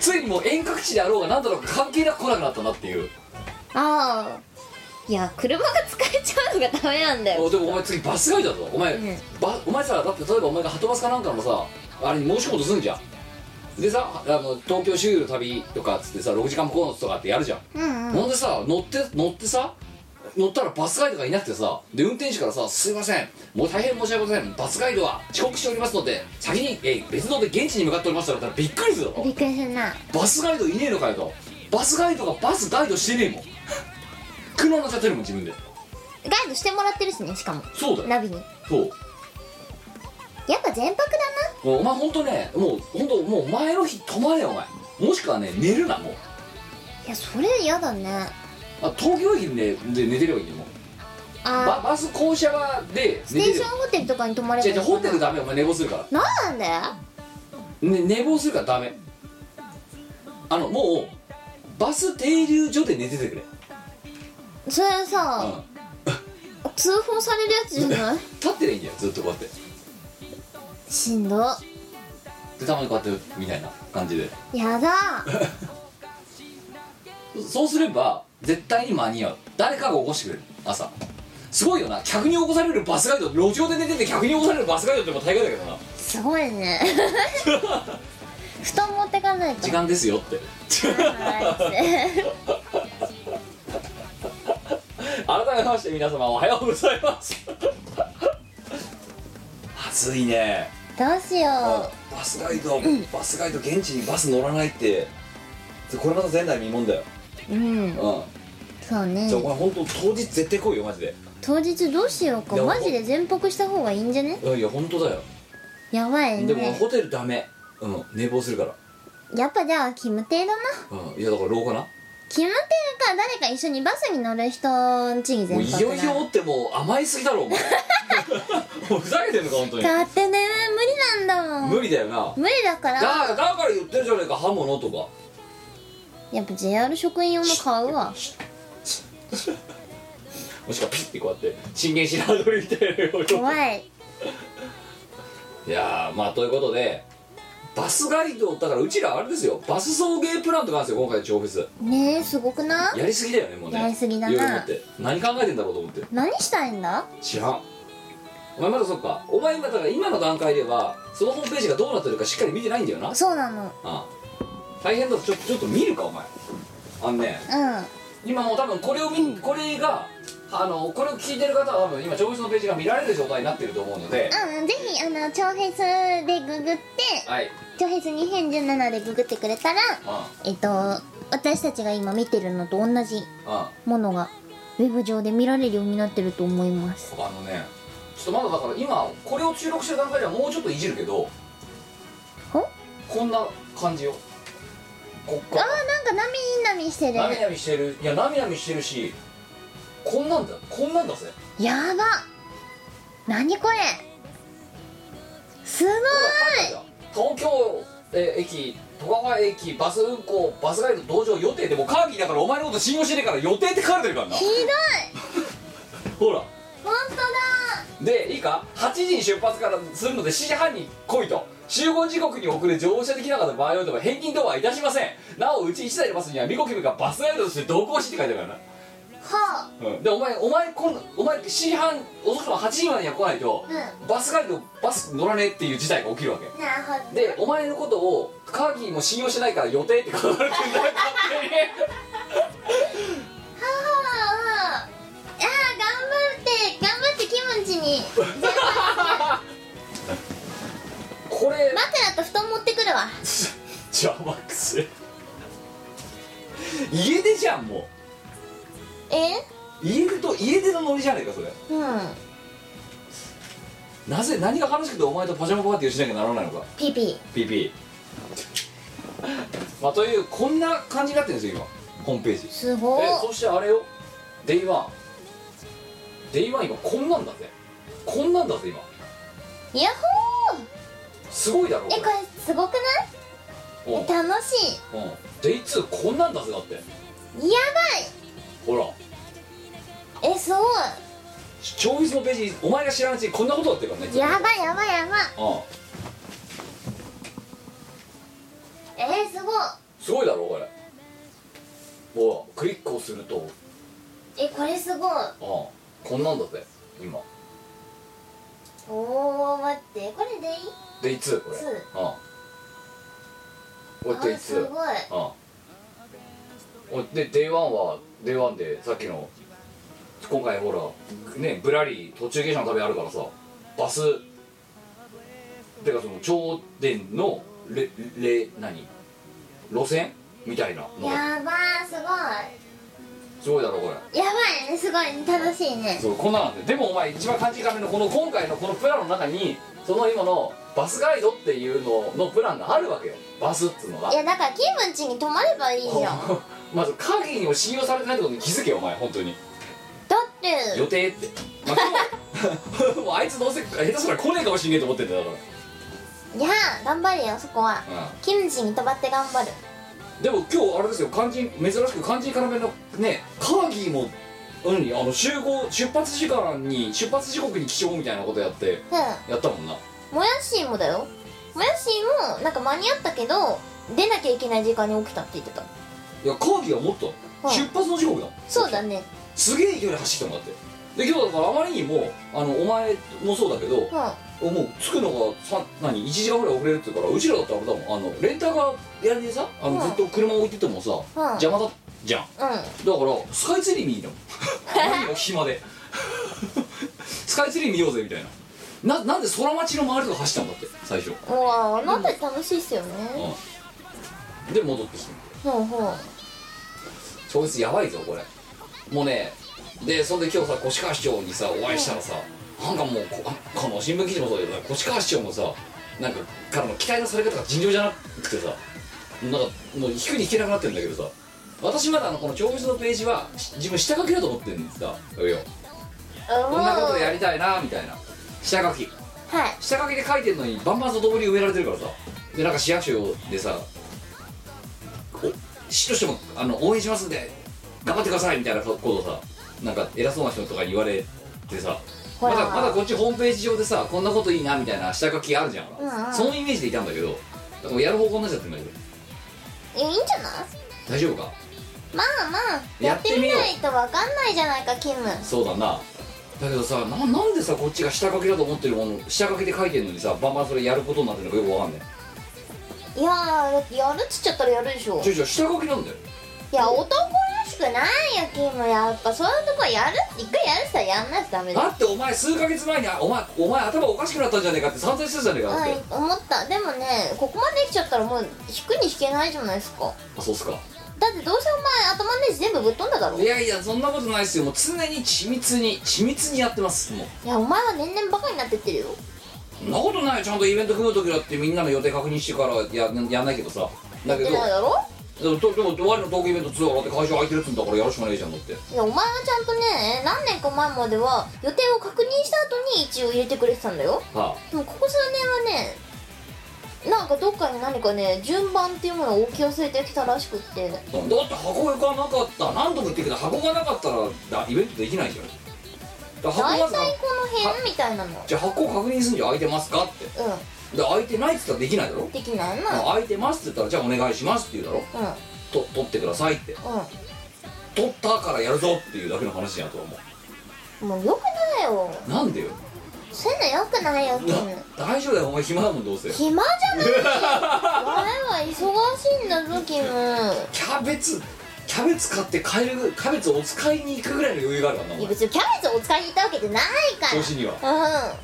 Speaker 2: ついにもう遠隔地であろうが何だろうが関係なく来なくなったなっていう
Speaker 3: ああいや車が使えちゃうのがダメなんだよ
Speaker 2: おでもお前次バスガイドだぞお前、
Speaker 3: うん
Speaker 2: バお前さだって例えばお前がハトバスかなんかのさあれに申し込むとすんじゃんでさあの東京周遊の旅とかっつってさ6時間もコースとかってやるじゃん、
Speaker 3: うんうん
Speaker 2: ほんでさ乗って乗ってさ乗ったらバスガイドがいなくてさで運転手からさ「すいませんもう大変申し訳ございませんバスガイドは遅刻しておりますので先に、えー別ので現地に向かっておりました」だったらびっくりする
Speaker 3: び
Speaker 2: ぞ
Speaker 3: っくりするな
Speaker 2: バスガイドいねえのかよとバスガイドがバスガイドしてねえもん 苦悩なっちゃってるもん自分で
Speaker 3: ガイドしてもらってるしねしかも
Speaker 2: そうだよ
Speaker 3: ナビに
Speaker 2: そう
Speaker 3: やっぱ全泊
Speaker 2: もうお前本当ねもう本当もう前の日泊まれよお前もしくはね寝るなも
Speaker 3: だ
Speaker 2: う
Speaker 3: ないやそれ嫌だね
Speaker 2: あ東京駅でで寝てればいいんだよもうバ
Speaker 3: あ
Speaker 2: バス降車場で
Speaker 3: ス
Speaker 2: 寝
Speaker 3: テ
Speaker 2: て
Speaker 3: ー
Speaker 2: る
Speaker 3: シ
Speaker 2: よ
Speaker 3: ョンホテルとかに泊まれば
Speaker 2: じ
Speaker 3: い
Speaker 2: ゃ
Speaker 3: い
Speaker 2: じゃ
Speaker 3: の
Speaker 2: ホ
Speaker 3: か
Speaker 2: テルダメよお前寝坊するか
Speaker 3: なんなんだよ
Speaker 2: ら、ね、寝坊するからダメあのもうバス停留所で寝ててくれ、
Speaker 3: それ
Speaker 2: う
Speaker 3: さ
Speaker 2: ん、
Speaker 3: 通報されるやつじゃない
Speaker 2: 立ってりゃいいんだよずっとこうやって
Speaker 3: しんど
Speaker 2: でたまにこうやってみたいな感じで
Speaker 3: やだ
Speaker 2: そうすれば絶対に間に合う誰かが起こしてくれる朝すごいよな客に起こされるバスガイド路上で寝てて客に起こされるバスガイドってもう大概だけどな
Speaker 3: すごい ね布団持ってかないと
Speaker 2: 時間ですよって改めまして皆様おはようございます まずいね
Speaker 3: どうしよ
Speaker 2: バスガイド、バスガイド現地にバス乗らないってこれまた前代未聞だよ
Speaker 3: ううん
Speaker 2: うん
Speaker 3: そうね
Speaker 2: じゃあお前本当当日絶対来いよマジで
Speaker 3: 当日どうしよう
Speaker 2: い
Speaker 3: か
Speaker 2: や
Speaker 3: マジで全泊した方がいいんじゃね
Speaker 2: いやいや本当だよ
Speaker 3: やばい
Speaker 2: でも
Speaker 3: ね
Speaker 2: ホテルダメうん寝坊するから
Speaker 3: やっぱじゃあキムテイだな
Speaker 2: うんいやだから廊下な
Speaker 3: キムテイか誰か一緒にバスに乗る人んちに
Speaker 2: もう
Speaker 3: 全
Speaker 2: い
Speaker 3: 泊
Speaker 2: よいよってもう甘いすぎだろお前もうふざけてんのか本当に
Speaker 3: だだってね無理なんだもん
Speaker 2: 無理だよな
Speaker 3: 無理だから
Speaker 2: だだから言ってるじゃないか刃物とか
Speaker 3: やっぱ JR 職員用の買うわ
Speaker 2: もしくはピッてこうやってチンゲンシラードリみたいなように
Speaker 3: 怖い
Speaker 2: いやーまあということでバスガイドだからうちらあれですよバス送迎プランとかあるんですよ今回の超フェス
Speaker 3: ねえすごくな
Speaker 2: やりすぎだよねもうね
Speaker 3: やりすぎだない
Speaker 2: ろいろ思って何考えてんだろうと思って
Speaker 3: 何したいんだ
Speaker 2: 知らんお前まだそっかお前今だから今の段階ではそのホームページがどうなってるかしっかり見てないんだよなあ
Speaker 3: そうなの
Speaker 2: あ大変だぞちょちょっと見るかお前あのね
Speaker 3: う
Speaker 2: 今もう多分これを見これがあのこれを聞いてる方は多分今調子のページが見られる状態になってると思うので、
Speaker 3: んうんぜひあの長編でググって
Speaker 2: はい、うん、
Speaker 3: 長編2017でググってくれたらえっと私たちが今見てるのと同じ
Speaker 2: あ
Speaker 3: ものがウェブ上で見られるようになってると思います
Speaker 2: あのねちょっとまだだから今これを収録してる段階ではもうちょっといじるけど
Speaker 3: ほ
Speaker 2: こんな感じよこっ
Speaker 3: あー
Speaker 2: から
Speaker 3: なんかなみなみしてる
Speaker 2: なみなみしてるいやなみなみしてるしこんなんだこんなんだぜ
Speaker 3: やば何これすごい
Speaker 2: 東京えー駅戸川駅バス運行バスガイド同乗予定でもうカーギーだからお前のこと信用してねえから予定って書かれてるからな
Speaker 3: ひどい
Speaker 2: ほら
Speaker 3: 本当だ
Speaker 2: でいいか8時に出発からするので7時半に来いと集合時刻に遅れ乗車できなかった場合はでも返金等はいたしませんなおうち1台のバスにはミコキムがバスガイドとして同行しって書いてあるか
Speaker 3: は
Speaker 2: らな、でお前お前こんお前7時半遅くとも8時までには来ないと、
Speaker 3: う
Speaker 2: バスガイドバス乗らねえっていう事態が起きるわけ
Speaker 3: あなるほ
Speaker 2: でお前のことをカーギーも信用してないから予定って書かれてるんだよ
Speaker 3: は
Speaker 2: 勝
Speaker 3: ああー頑張って頑張って気持ちに
Speaker 2: 手にこれ
Speaker 3: 枕と布団持ってくるわ
Speaker 2: 邪魔くせ家出じゃんも
Speaker 3: え
Speaker 2: う家出と家出のノリじゃねえかそれ
Speaker 3: うん
Speaker 2: なぜ何が楽しくてお前とパジャマパーティーをしなきゃならないのか
Speaker 3: ピーピー
Speaker 2: PP まあというこんな感じになってるんですよ今ホームページ
Speaker 3: すごい
Speaker 2: えそしてあれよ Day1Day1 今こんなんだぜこんなんだぜ今
Speaker 3: ヤッホー
Speaker 2: すごいだろ
Speaker 3: えこれすごく
Speaker 2: れうん
Speaker 3: ない楽しい
Speaker 2: うん、デイ2こんなんだぜだって
Speaker 3: や
Speaker 2: ほら
Speaker 3: ばいえすごい
Speaker 2: 超越のページお前が知らないうちにこんなことだってるからね
Speaker 3: やばいやばいやばい
Speaker 2: うん
Speaker 3: えー、すごい
Speaker 2: すごいだろこれほらクリックをするとうん
Speaker 3: えこれすごい
Speaker 2: こんなんだぜ今
Speaker 3: おー待ってこれでいい
Speaker 2: デイ2これ
Speaker 3: 2
Speaker 2: うんこれデイ
Speaker 3: あす
Speaker 2: 2
Speaker 3: ごい
Speaker 2: うんおでデイ1はデイ1でさっきの今回ほらねぶらり途中下車の旅あるからさバスてかその頂点のれれ何路線みたいなのが
Speaker 3: やばーすごい
Speaker 2: すごいだろこれ
Speaker 3: やばいねすごいね楽しいね
Speaker 2: そうこんななんででもお前一番感じかめのこの今回のこのプランの中にその今のバスガイドっていうののプランがあるわけよバスっつうのが
Speaker 3: いやだからキムチに泊まればいいじゃんだ
Speaker 2: まずカーギーにも信用されてないってことに気づけよお前本当に
Speaker 3: って
Speaker 2: 予定って、まあ今日 もうあいつどうせ下手すら来ねえかもしんねえと思ってんだよだか
Speaker 3: いやー頑張れよそこは
Speaker 2: ら、うん
Speaker 3: キムチに泊まって頑張る
Speaker 2: でも今日あれですよ肝心珍しく肝心要のねカーギーも何あの集合出発時間に出発時刻に起床みたいなことやって
Speaker 3: う
Speaker 2: やったもんなん
Speaker 3: もやしいもだよもやしもなんか間に合ったけど出なきゃいけない時間に起きたって言ってた
Speaker 2: いや講義はもっと、
Speaker 3: はい
Speaker 2: 出発の時刻だ
Speaker 3: そうだね
Speaker 2: すげえ勢いで走ってもらってで今日だからあまりにもあのお前もそうだけど、
Speaker 3: は
Speaker 2: もう着くのがさ何1時間ぐらい遅れるって言うからうちらだったらあれだもんあのレンタカーやりでさあの、
Speaker 3: うん
Speaker 2: ずっと車置いててもさ、
Speaker 3: うん
Speaker 2: 邪魔だじゃんだか
Speaker 3: いうん
Speaker 2: らスカイツリー見に行ったもん何も暇で スカイツリー見ようぜみたいなななんで空町の周りとか走ったんだって最初、
Speaker 3: うわあの辺り楽しいっすよね
Speaker 2: うん、で戻ってきて
Speaker 3: ほうほう
Speaker 2: 超絶やばいぞこれもうねでそんで今日さ越川市長にさお会いしたらさなんかもうこあこの新聞記事もそうだけど越川市長もさなんかからの期待のされ方が尋常じゃなくてさなんかもう引くに引けなくなってるんだけどさ私まだあのこの長物のページはし自分下書きだと思ってるんですだよ
Speaker 3: あ
Speaker 2: こんなことや
Speaker 3: は
Speaker 2: りたいなみたいな下書き
Speaker 3: い
Speaker 2: 下書きで書いてるのにバンバン外堀に埋められてるからさでなんか市役所でさお市としてもあの応援しますんで頑張ってくださいみたいなことをさなんか偉そうな人とかに言われてさ
Speaker 3: ほ
Speaker 2: ま
Speaker 3: ら
Speaker 2: だまだこっちホームページ上でさこんなこといいなみたいな下書きあるじゃん、
Speaker 3: うんうん
Speaker 2: そのイメージでいたんだけどだからもうやる方向になっちゃってんだけど
Speaker 3: いやいいんじゃない
Speaker 2: 大丈夫か
Speaker 3: まあまあ
Speaker 2: や
Speaker 3: や
Speaker 2: っ
Speaker 3: ってて
Speaker 2: み
Speaker 3: み
Speaker 2: よう
Speaker 3: ないとわかんないじゃないかキム
Speaker 2: そうだなだけどさななんでさこっちが下書きだと思ってるもの下書きで書いてるのにさバンバンそれやることになってるのかよくわかんない
Speaker 3: いやーだってやるっつっちゃったらやるでしょ
Speaker 2: ちょいちょい下書きなんだよ
Speaker 3: いや男らしくないよキムやっぱそういうとこはやる一回やるっつったらやんないとダメだ
Speaker 2: だ
Speaker 3: よ
Speaker 2: ってお前数ヶ月前にあお前お前頭おかしくなったんじゃねえかって散々してたじゃねえかだっ
Speaker 3: は
Speaker 2: て、
Speaker 3: い思ったでもねここまで来ちゃったらもう引くに引けないじゃないですか
Speaker 2: あそうっすか
Speaker 3: だってどうせお前頭のネジ全部ぶっ飛んだだろ
Speaker 2: い
Speaker 3: い
Speaker 2: やいやそんなことないっすよもう常に緻密に緻密にやってますもう
Speaker 3: やお前は年々バカになってってるよ
Speaker 2: そんなことないよちゃんとイベント組む時だってみんなの予定確認してからややんないけどさだけ
Speaker 3: 言
Speaker 2: ど
Speaker 3: ってないだろ
Speaker 2: でもとでも終わりのトークイベント通話だって会場空いてるっつうんだからやるしかねえじゃんだって
Speaker 3: いやお前はちゃんとね何年か前までは予定を確認した後に一応入れてくれてたんだよ
Speaker 2: は
Speaker 3: でもここ数年はねなんかどっかに何かね順番っていうものを置き忘れてきたらしくって
Speaker 2: あ、だって箱がなかった何度も言ってるけど箱がなかったらだイベントできないじゃんだから箱
Speaker 3: 大
Speaker 2: ま
Speaker 3: 体
Speaker 2: ずな
Speaker 3: この辺みたいなの
Speaker 2: じゃあ箱を確認するんじゃ空いてますかって
Speaker 3: う
Speaker 2: で空いてないっつったらできないだろ
Speaker 3: んできないな
Speaker 2: 空いてますって言ったらじゃあお願いしますって言うだろ
Speaker 3: うんうん
Speaker 2: と取ってくださいって取ったからやるぞっていうだけの話やとは思
Speaker 3: もうよくないよ
Speaker 2: うなんでよ
Speaker 3: そういうのよくないよキム
Speaker 2: 大丈夫だよお前暇だもんどうせ
Speaker 3: 暇じゃないよ我は忙しいんだぞキム
Speaker 2: キャベツキャベツ買って帰るキャベツお使いに行くぐらいの余裕があるからないお
Speaker 3: や
Speaker 2: 前
Speaker 3: 別にキャベツをお使いに行ったわけじゃないか
Speaker 2: 調子には
Speaker 3: らうん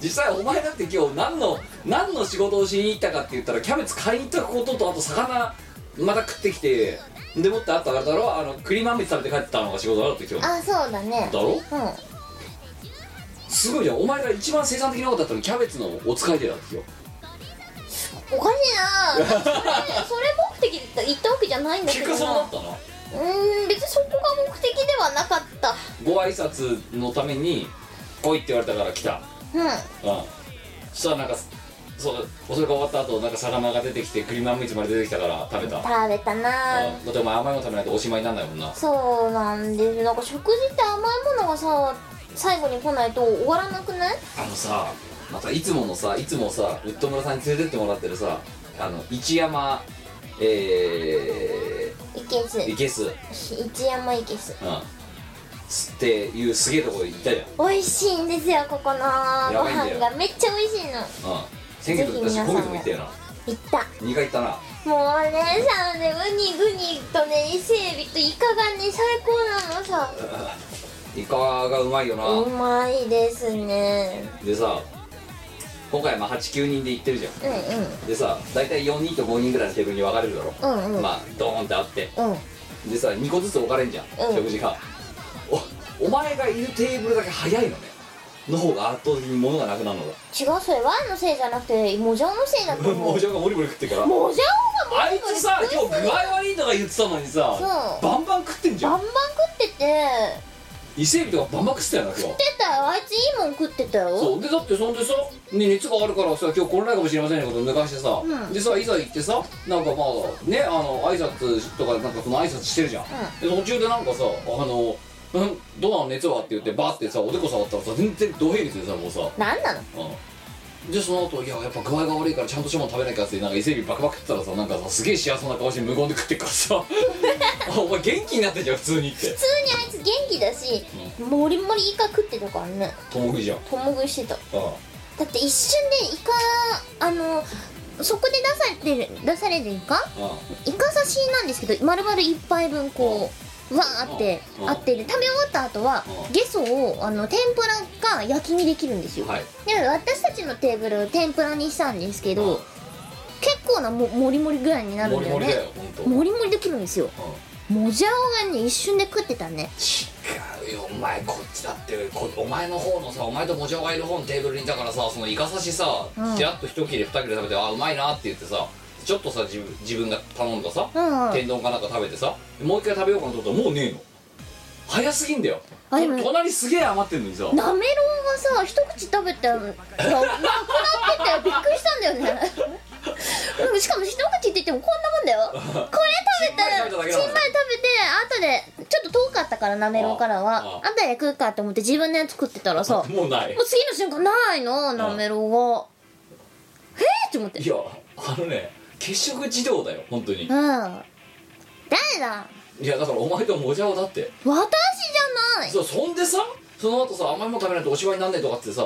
Speaker 2: 実際お前だって今日何の何の仕事をしに行ったかって言ったらキャベツ買いに行ったこととあと魚また食ってきてでもってあとあれだろあの栗まんべつ食べて帰ってたのが仕事だろって今日
Speaker 3: あそうだね
Speaker 2: だろ
Speaker 3: うん
Speaker 2: すごいじゃんお前が一番生産的なことだったのキャベツのお使いでだって今日
Speaker 3: おかしいな ぁそれそれ目的で言ったわけじゃないんだけ
Speaker 2: 結
Speaker 3: どな
Speaker 2: 果そうなったな
Speaker 3: うーん別にそこが目的ではなかった
Speaker 2: ご挨拶のために来いって言われたから来た
Speaker 3: うん
Speaker 2: うんそしたらなんかそうおそれが終わった後なんか魚が出てきて栗まんみつまで出てきたから食べた、うん、だ
Speaker 3: 食べたなぁ
Speaker 2: ってお前甘いもの食べないとおしまいになんないもんな
Speaker 3: そうなんですなんか食事って甘いものがさ最後に来ないと終わらなくない
Speaker 2: あのさまたいつものさいつもさウッド村さんに連れてってもらってるさあの一山え
Speaker 3: いけす
Speaker 2: ー、いけす、うん、
Speaker 3: 一山いけす
Speaker 2: すっていうすげえとこ行ったじゃん
Speaker 3: 美味しいんですよここのご
Speaker 2: やばいんだよ
Speaker 3: 飯がめっちゃ美味しいの
Speaker 2: うん先月も行った
Speaker 3: ぜひ皆
Speaker 2: し今
Speaker 3: さん
Speaker 2: 月も行ったよな
Speaker 3: 行った
Speaker 2: 2回行ったな
Speaker 3: もうねさねウニグニとね伊勢エビとイカがね最高なのさ
Speaker 2: イカがうまいよな、
Speaker 3: うまいですね
Speaker 2: でさ今回まあ89人で行ってるじゃん
Speaker 3: うん
Speaker 2: でさ大体4人と5人ぐらいのテーブルに分かれるだろ、
Speaker 3: うんうんうん
Speaker 2: まあドーンってあって
Speaker 3: うん
Speaker 2: でさ2個ずつ置かれんじゃん、
Speaker 3: うん
Speaker 2: 食事がおお前がいるテーブルだけ早いのねの方が圧倒的に物がなくなるのだ
Speaker 3: 違うそれワンのせいじゃなくてモジャオのせいだ と思う
Speaker 2: も
Speaker 3: モ
Speaker 2: う
Speaker 3: ジャ
Speaker 2: じゃがモリモリ食ってるから
Speaker 3: オが
Speaker 2: あいつさ今日具合悪いとか言ってたのにさ
Speaker 3: そう
Speaker 2: バンバン食ってんじ
Speaker 3: バン
Speaker 2: ゃ
Speaker 3: バ
Speaker 2: ん
Speaker 3: ン食ってて
Speaker 2: 伊勢海老とかバンバン食ってたよな今日
Speaker 3: 食ってたよあいついいもん食ってたよ
Speaker 2: そうでだってそんでさ、ね、熱があるからさ今日来れないかもしれませんねこと抜かしてさ、
Speaker 3: うん
Speaker 2: でさいざ行ってさなんかまあねあの挨拶とかなんかその挨拶してるじゃん、で途中でなんかさあのうん「どうなの熱は?」って言ってバーってさおでこ触ったらさ全然同並列でさもうさ、
Speaker 3: なんなの
Speaker 2: うん、でその後いややっぱ具合が悪いからちゃんとしたもの食べなきゃってなんか伊勢海老バクバク食ったらさなんかさすげえ幸せな顔して無言で食ってっからさ あお前元気になってんじゃん普通にって
Speaker 3: 普通にあいつ元気だし、もりもりイカ食ってたからね
Speaker 2: 共食いじゃん
Speaker 3: 共食いしてた
Speaker 2: あ
Speaker 3: だって一瞬でイカあのそこで出されてる出されるイカ
Speaker 2: ああ
Speaker 3: イカ刺しなんですけど丸々一杯分こうわーって
Speaker 2: うん
Speaker 3: あってで食べ終わった後は
Speaker 2: うん
Speaker 3: ゲソをあの天ぷらか焼きにできるんですよ、
Speaker 2: あはい
Speaker 3: で私たちのテーブル天ぷらにしたんですけ
Speaker 2: うん
Speaker 3: ど結構なももりもりぐらいになる
Speaker 2: モ
Speaker 3: んだ
Speaker 2: リ
Speaker 3: よ
Speaker 2: モリだよ
Speaker 3: ね
Speaker 2: 本当。
Speaker 3: もりもりできるんですよもじゃおがね一瞬で食ってたね
Speaker 2: 違うよお前こっちだってこお前の方のさお前ともじゃおがいる方のテーブルにいたからさそのイカ刺しさ
Speaker 3: うん
Speaker 2: ちらっと一切れ二切れ食べてあうまいなって言ってさちょっとさ自分自分が頼んださ、
Speaker 3: うんうん
Speaker 2: 天丼かなんか食べてさもう一回食べようかなと思ったらもうねえの早すぎんだよ
Speaker 3: あでも
Speaker 2: と隣すげえ余ってんのにさ
Speaker 3: なめろうがさ一口食べてななくなっててびっくりしたんだよねうんしかも一口って言ってもこんなもんだよこれ食べたら
Speaker 2: ちんまい食べただけ
Speaker 3: ち
Speaker 2: なん
Speaker 3: まい食べ
Speaker 2: の
Speaker 3: て後でちょっと遠かったからなめろうからは
Speaker 2: あ
Speaker 3: 後で食うかって思って自分のやつ食ってたらさもう
Speaker 2: もうない
Speaker 3: 次の瞬間ないのなめろうがえっって思って
Speaker 2: いやあのね血色児童だよ本当に
Speaker 3: うん誰だ
Speaker 2: いやだからお前ともじゃおだって
Speaker 3: 私じゃない
Speaker 2: そうそんでさその後さ甘いもん食べないとお芝居になんねえとかってさ、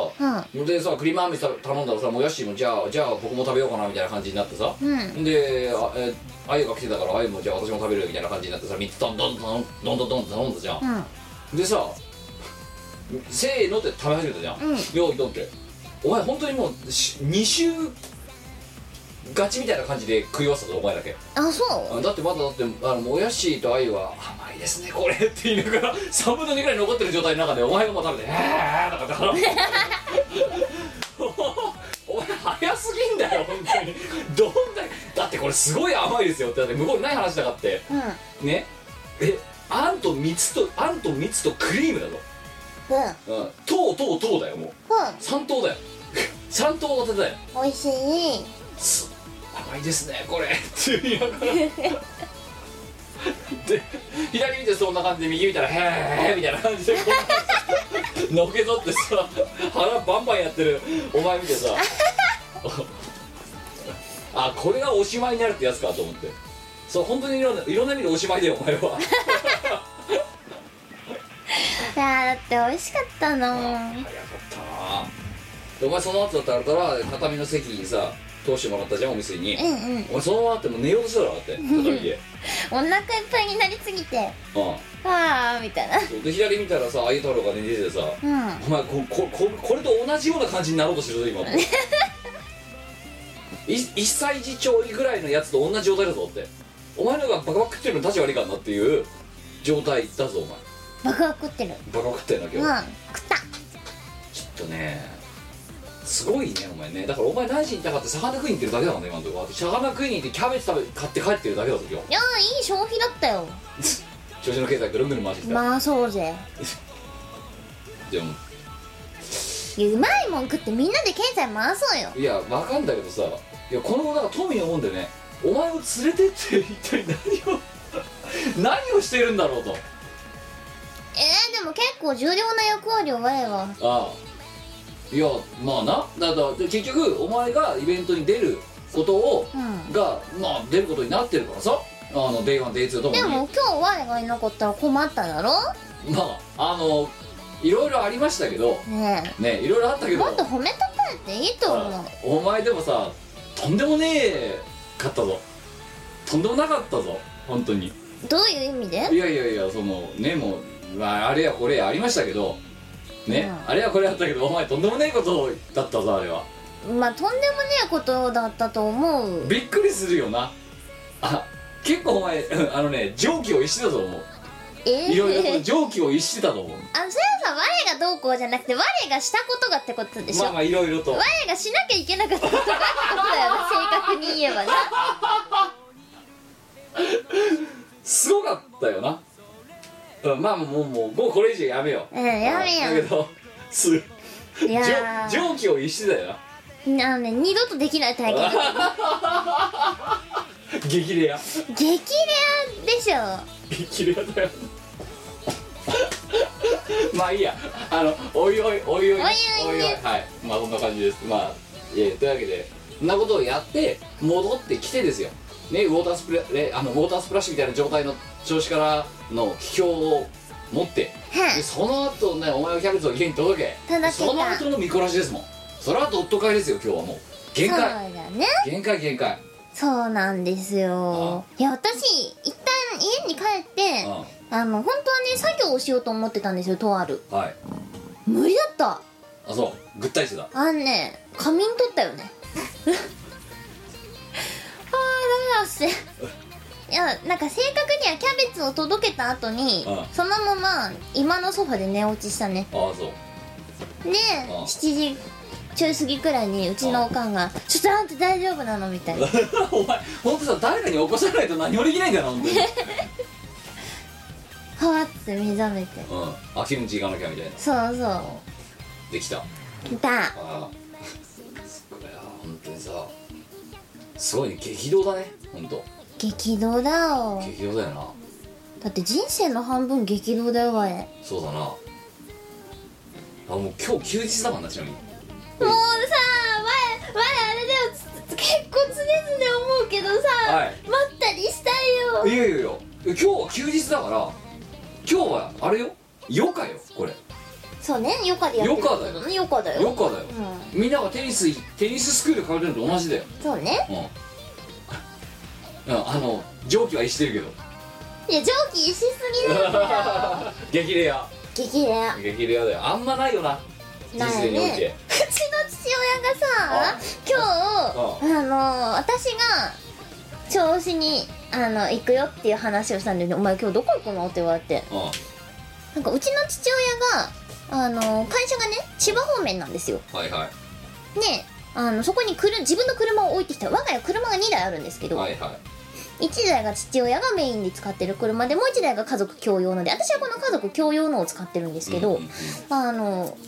Speaker 2: でさ栗まんみつ頼んだらさもやしもじゃあじゃあ僕も食べようかなみたいな感じになってさ、
Speaker 3: う
Speaker 2: であえあゆが来てたからあゆもじゃあ私も食べるよみたいな感じになってさ3つどんどんどんどんどんどんって頼んだじゃん、
Speaker 3: うん
Speaker 2: でさせーのって食べ始めたじゃん、
Speaker 3: うん
Speaker 2: よーいどんってお前本当にもうし2週ガチみたいな感じで食い終わってたぞお前だけ
Speaker 3: あそう
Speaker 2: だってまだだってあのもやしとあゆは甘いですねこれって言いながら3分の2ぐらい残ってる状態の中でお前がもう食べて「えー」とかだから お前早すぎんだよ本当にどんだけだってこれすごい甘いですよってだって向こうにない話だからって
Speaker 3: うん
Speaker 2: ねえあんと蜜とあんと蜜とクリームだぞ
Speaker 3: うん
Speaker 2: うん糖糖糖だよもう3糖だよ3糖立てだよ
Speaker 3: うん美味しい
Speaker 2: す甘いですねこれって言いながらで左見てそんな感じで右見たら「へえ」みたいな感じでこうのけぞってさ腹バンバンやってるお前見てさあこれがおしまいになるってやつかと思ってそう本当にいろんないろんな意味でおしまいだよお前は
Speaker 3: いやーだって美味しかったなもん
Speaker 2: 早かったなでお前その後だったら畳の席にさ通してもらったじゃんお店に
Speaker 3: うんうん
Speaker 2: お前そのままあってもう寝ようとしてたらって畳で
Speaker 3: お腹いっぱいになりすぎて
Speaker 2: うん
Speaker 3: ああみたいな
Speaker 2: で左見たらさあゆ太郎が寝ててさ
Speaker 3: うん
Speaker 2: お前ここここれと同じような感じになろうとしてるぞ今もうい一歳児ちょいぐらいのやつと同じ状態だぞってお前の方がバカバカ食ってるの立ち悪いからなっていう状態だぞお
Speaker 3: バカ食ってる
Speaker 2: 前バカバカ食ってるな
Speaker 3: うん
Speaker 2: 今日、
Speaker 3: 食った
Speaker 2: ちょっとねすごいねお前ねだからお前何時にいたかって魚食いに行ってるだけだもんね今のところ魚食いに行ってキャベツ食べ買って帰ってるだけだぞ今日
Speaker 3: いやーいい消費だったよ
Speaker 2: 調子の経済ぐるんぐるん回してきた、
Speaker 3: まあそうぜ
Speaker 2: でも
Speaker 3: いやうまいもん食ってみんなで経済回そうよ
Speaker 2: いやわかんだけどさいやこの子だから富のもんでねお前を連れてって一体何を 何をしてるんだろうと
Speaker 3: えー、でも結構重要な役割を我は
Speaker 2: ああいやまあなだからで結局お前がイベントに出ることを
Speaker 3: うん
Speaker 2: がまあ出ることになってるからさあの Day1Day2 ともに
Speaker 3: でも今日我がいなかったら困っただろ
Speaker 2: まああのいろいろありましたけど
Speaker 3: ね
Speaker 2: ねいろいろあったけ
Speaker 3: え
Speaker 2: ど
Speaker 3: もっと褒めたたえていいと思う
Speaker 2: お前でもさとんでもねえかったぞとんでもなかったぞ本当に
Speaker 3: どういう意味で
Speaker 2: いやいやいやそのねもうまああれやこれやありましたけどね、
Speaker 3: う
Speaker 2: あれやこれやあったけどお前とんでもねえことだったぞあれは
Speaker 3: まあとんでもねえことだったと思う
Speaker 2: びっくりするよなあ結構お前 うんあのね常軌を逸してたと思う
Speaker 3: え
Speaker 2: いろいろと
Speaker 3: ー、
Speaker 2: 常軌を逸してたと思う
Speaker 3: あそれはさ我がどうこうじゃなくて我がしたことがってことでしょ、
Speaker 2: まあまあいろいろと
Speaker 3: 我がしなきゃいけなかったことがってことだよな正確に言えばな
Speaker 2: すごかったよな、うん、まあもうもうもうこれ以上やめよ う
Speaker 3: うんやめよう
Speaker 2: だけどす
Speaker 3: いや
Speaker 2: 常
Speaker 3: ー
Speaker 2: 常軌を逸してたよな
Speaker 3: あのね二度とできない体験
Speaker 2: 激レア
Speaker 3: 激レアでしょ
Speaker 2: 激レアだよ まあいいやあのおいおいおいお
Speaker 3: お
Speaker 2: い
Speaker 3: いおいね
Speaker 2: はいまあそんな感じですまあえーというわけでそんなことをやって戻ってきてですよねウォータースプラえあのウォータースプラッシュみたいな状態の調子からの気境を持ってでその後ねお前はキャベツを家に届け
Speaker 3: 届けた
Speaker 2: その後の見こらしですもんそれはドット会ですよ今日はもう限
Speaker 3: そう
Speaker 2: 界
Speaker 3: だね
Speaker 2: 限界限界
Speaker 3: そうなんですよいや私一旦家に帰って
Speaker 2: う
Speaker 3: あの本当はね作業をしようと思ってたんですよとある
Speaker 2: んはい
Speaker 3: 無理だった
Speaker 2: あそうぐったりしてた
Speaker 3: あのね仮眠取ったよ ねああダメだっすいやなんか正確にはキャベツを届けた後に
Speaker 2: ああ
Speaker 3: そのまま今のソファで寝落ちしたね
Speaker 2: ああそう
Speaker 3: で
Speaker 2: ああ
Speaker 3: 7時ちょい過ぎくらいにうちのおかんが「ちょっとあんた大丈夫なの?」みたいな
Speaker 2: お前本当さ誰かに起こさないと何もできないんだな本当に
Speaker 3: はわって目覚めて
Speaker 2: うんあキムチ行かなきゃみたいな
Speaker 3: そうそ
Speaker 2: できたあ
Speaker 3: うだ
Speaker 2: あすごいな本当にさすごいね激動だね本当
Speaker 3: 激動だよ
Speaker 2: 激動だよな
Speaker 3: だって人生の半分激動だよ我もう
Speaker 2: そうだなあもう今日休日だもんなちなみに
Speaker 3: さ我我あれだよつ結構常々思うけどさ、
Speaker 2: はい
Speaker 3: まったりしたいよ
Speaker 2: いやいやいや今日は休日だから今日はあれよ余暇よこれ
Speaker 3: そうね余暇でやってる
Speaker 2: 余暇だよ
Speaker 3: そうね余暇だよ
Speaker 2: 余暇だよ
Speaker 3: う
Speaker 2: みんながテニステニススクール通ってるのと同じだよ
Speaker 3: んそうね
Speaker 2: うんうんあの蒸気は逸してるけど
Speaker 3: いや蒸気しすぎなんだよ
Speaker 2: 激レア
Speaker 3: 激レア
Speaker 2: 激レアだよあんまないよな人
Speaker 3: ないね
Speaker 2: 生において
Speaker 3: うちの父親がさ
Speaker 2: あ
Speaker 3: 今日あの私が調子にあの行くよっていう話をしたんだよね「お前今日どこ行くの?」って言われて
Speaker 2: うんは
Speaker 3: なんかうちの父親があの会社がね千葉方面なんですよ
Speaker 2: いはい
Speaker 3: であのそこにくる自分の車を置いてきた我が家車が2台あるんですけど、
Speaker 2: はいはい
Speaker 3: 1台が父親がメインで使ってる車でもう1台が家族共用ので私はこの家族共用のを使ってるんですけど、
Speaker 2: うんうん
Speaker 3: あの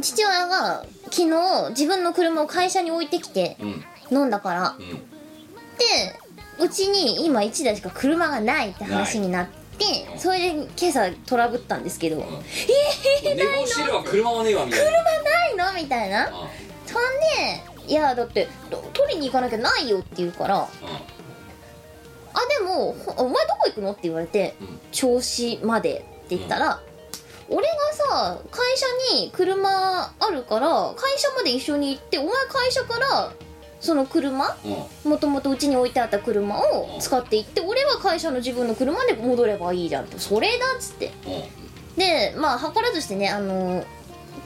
Speaker 3: 父親が昨日自分の車を会社に置いてきて
Speaker 2: うんうん
Speaker 3: 飲んだから
Speaker 2: うん
Speaker 3: でうちに今1台しか車がないって話になってそれで今朝トラブったんですけど「
Speaker 2: ん
Speaker 3: えー、
Speaker 2: 寝坊してれば車もねえわみたいな
Speaker 3: ないの?」みたいな
Speaker 2: うん
Speaker 3: そんで「いやだってと取りに行かなきゃないよ」って言うから「
Speaker 2: う
Speaker 3: あでもほお前どこ行くの?」って言われて
Speaker 2: んうん
Speaker 3: 「調子まで」って言ったら「俺がさ会社に車あるから会社まで一緒に行ってお前会社からその車
Speaker 2: うん
Speaker 3: もともとうちに置いてあった車を使って行って俺は会社の自分の車で戻ればいいじゃんってそれだっつって
Speaker 2: うん
Speaker 3: でまあ計らずしてねあの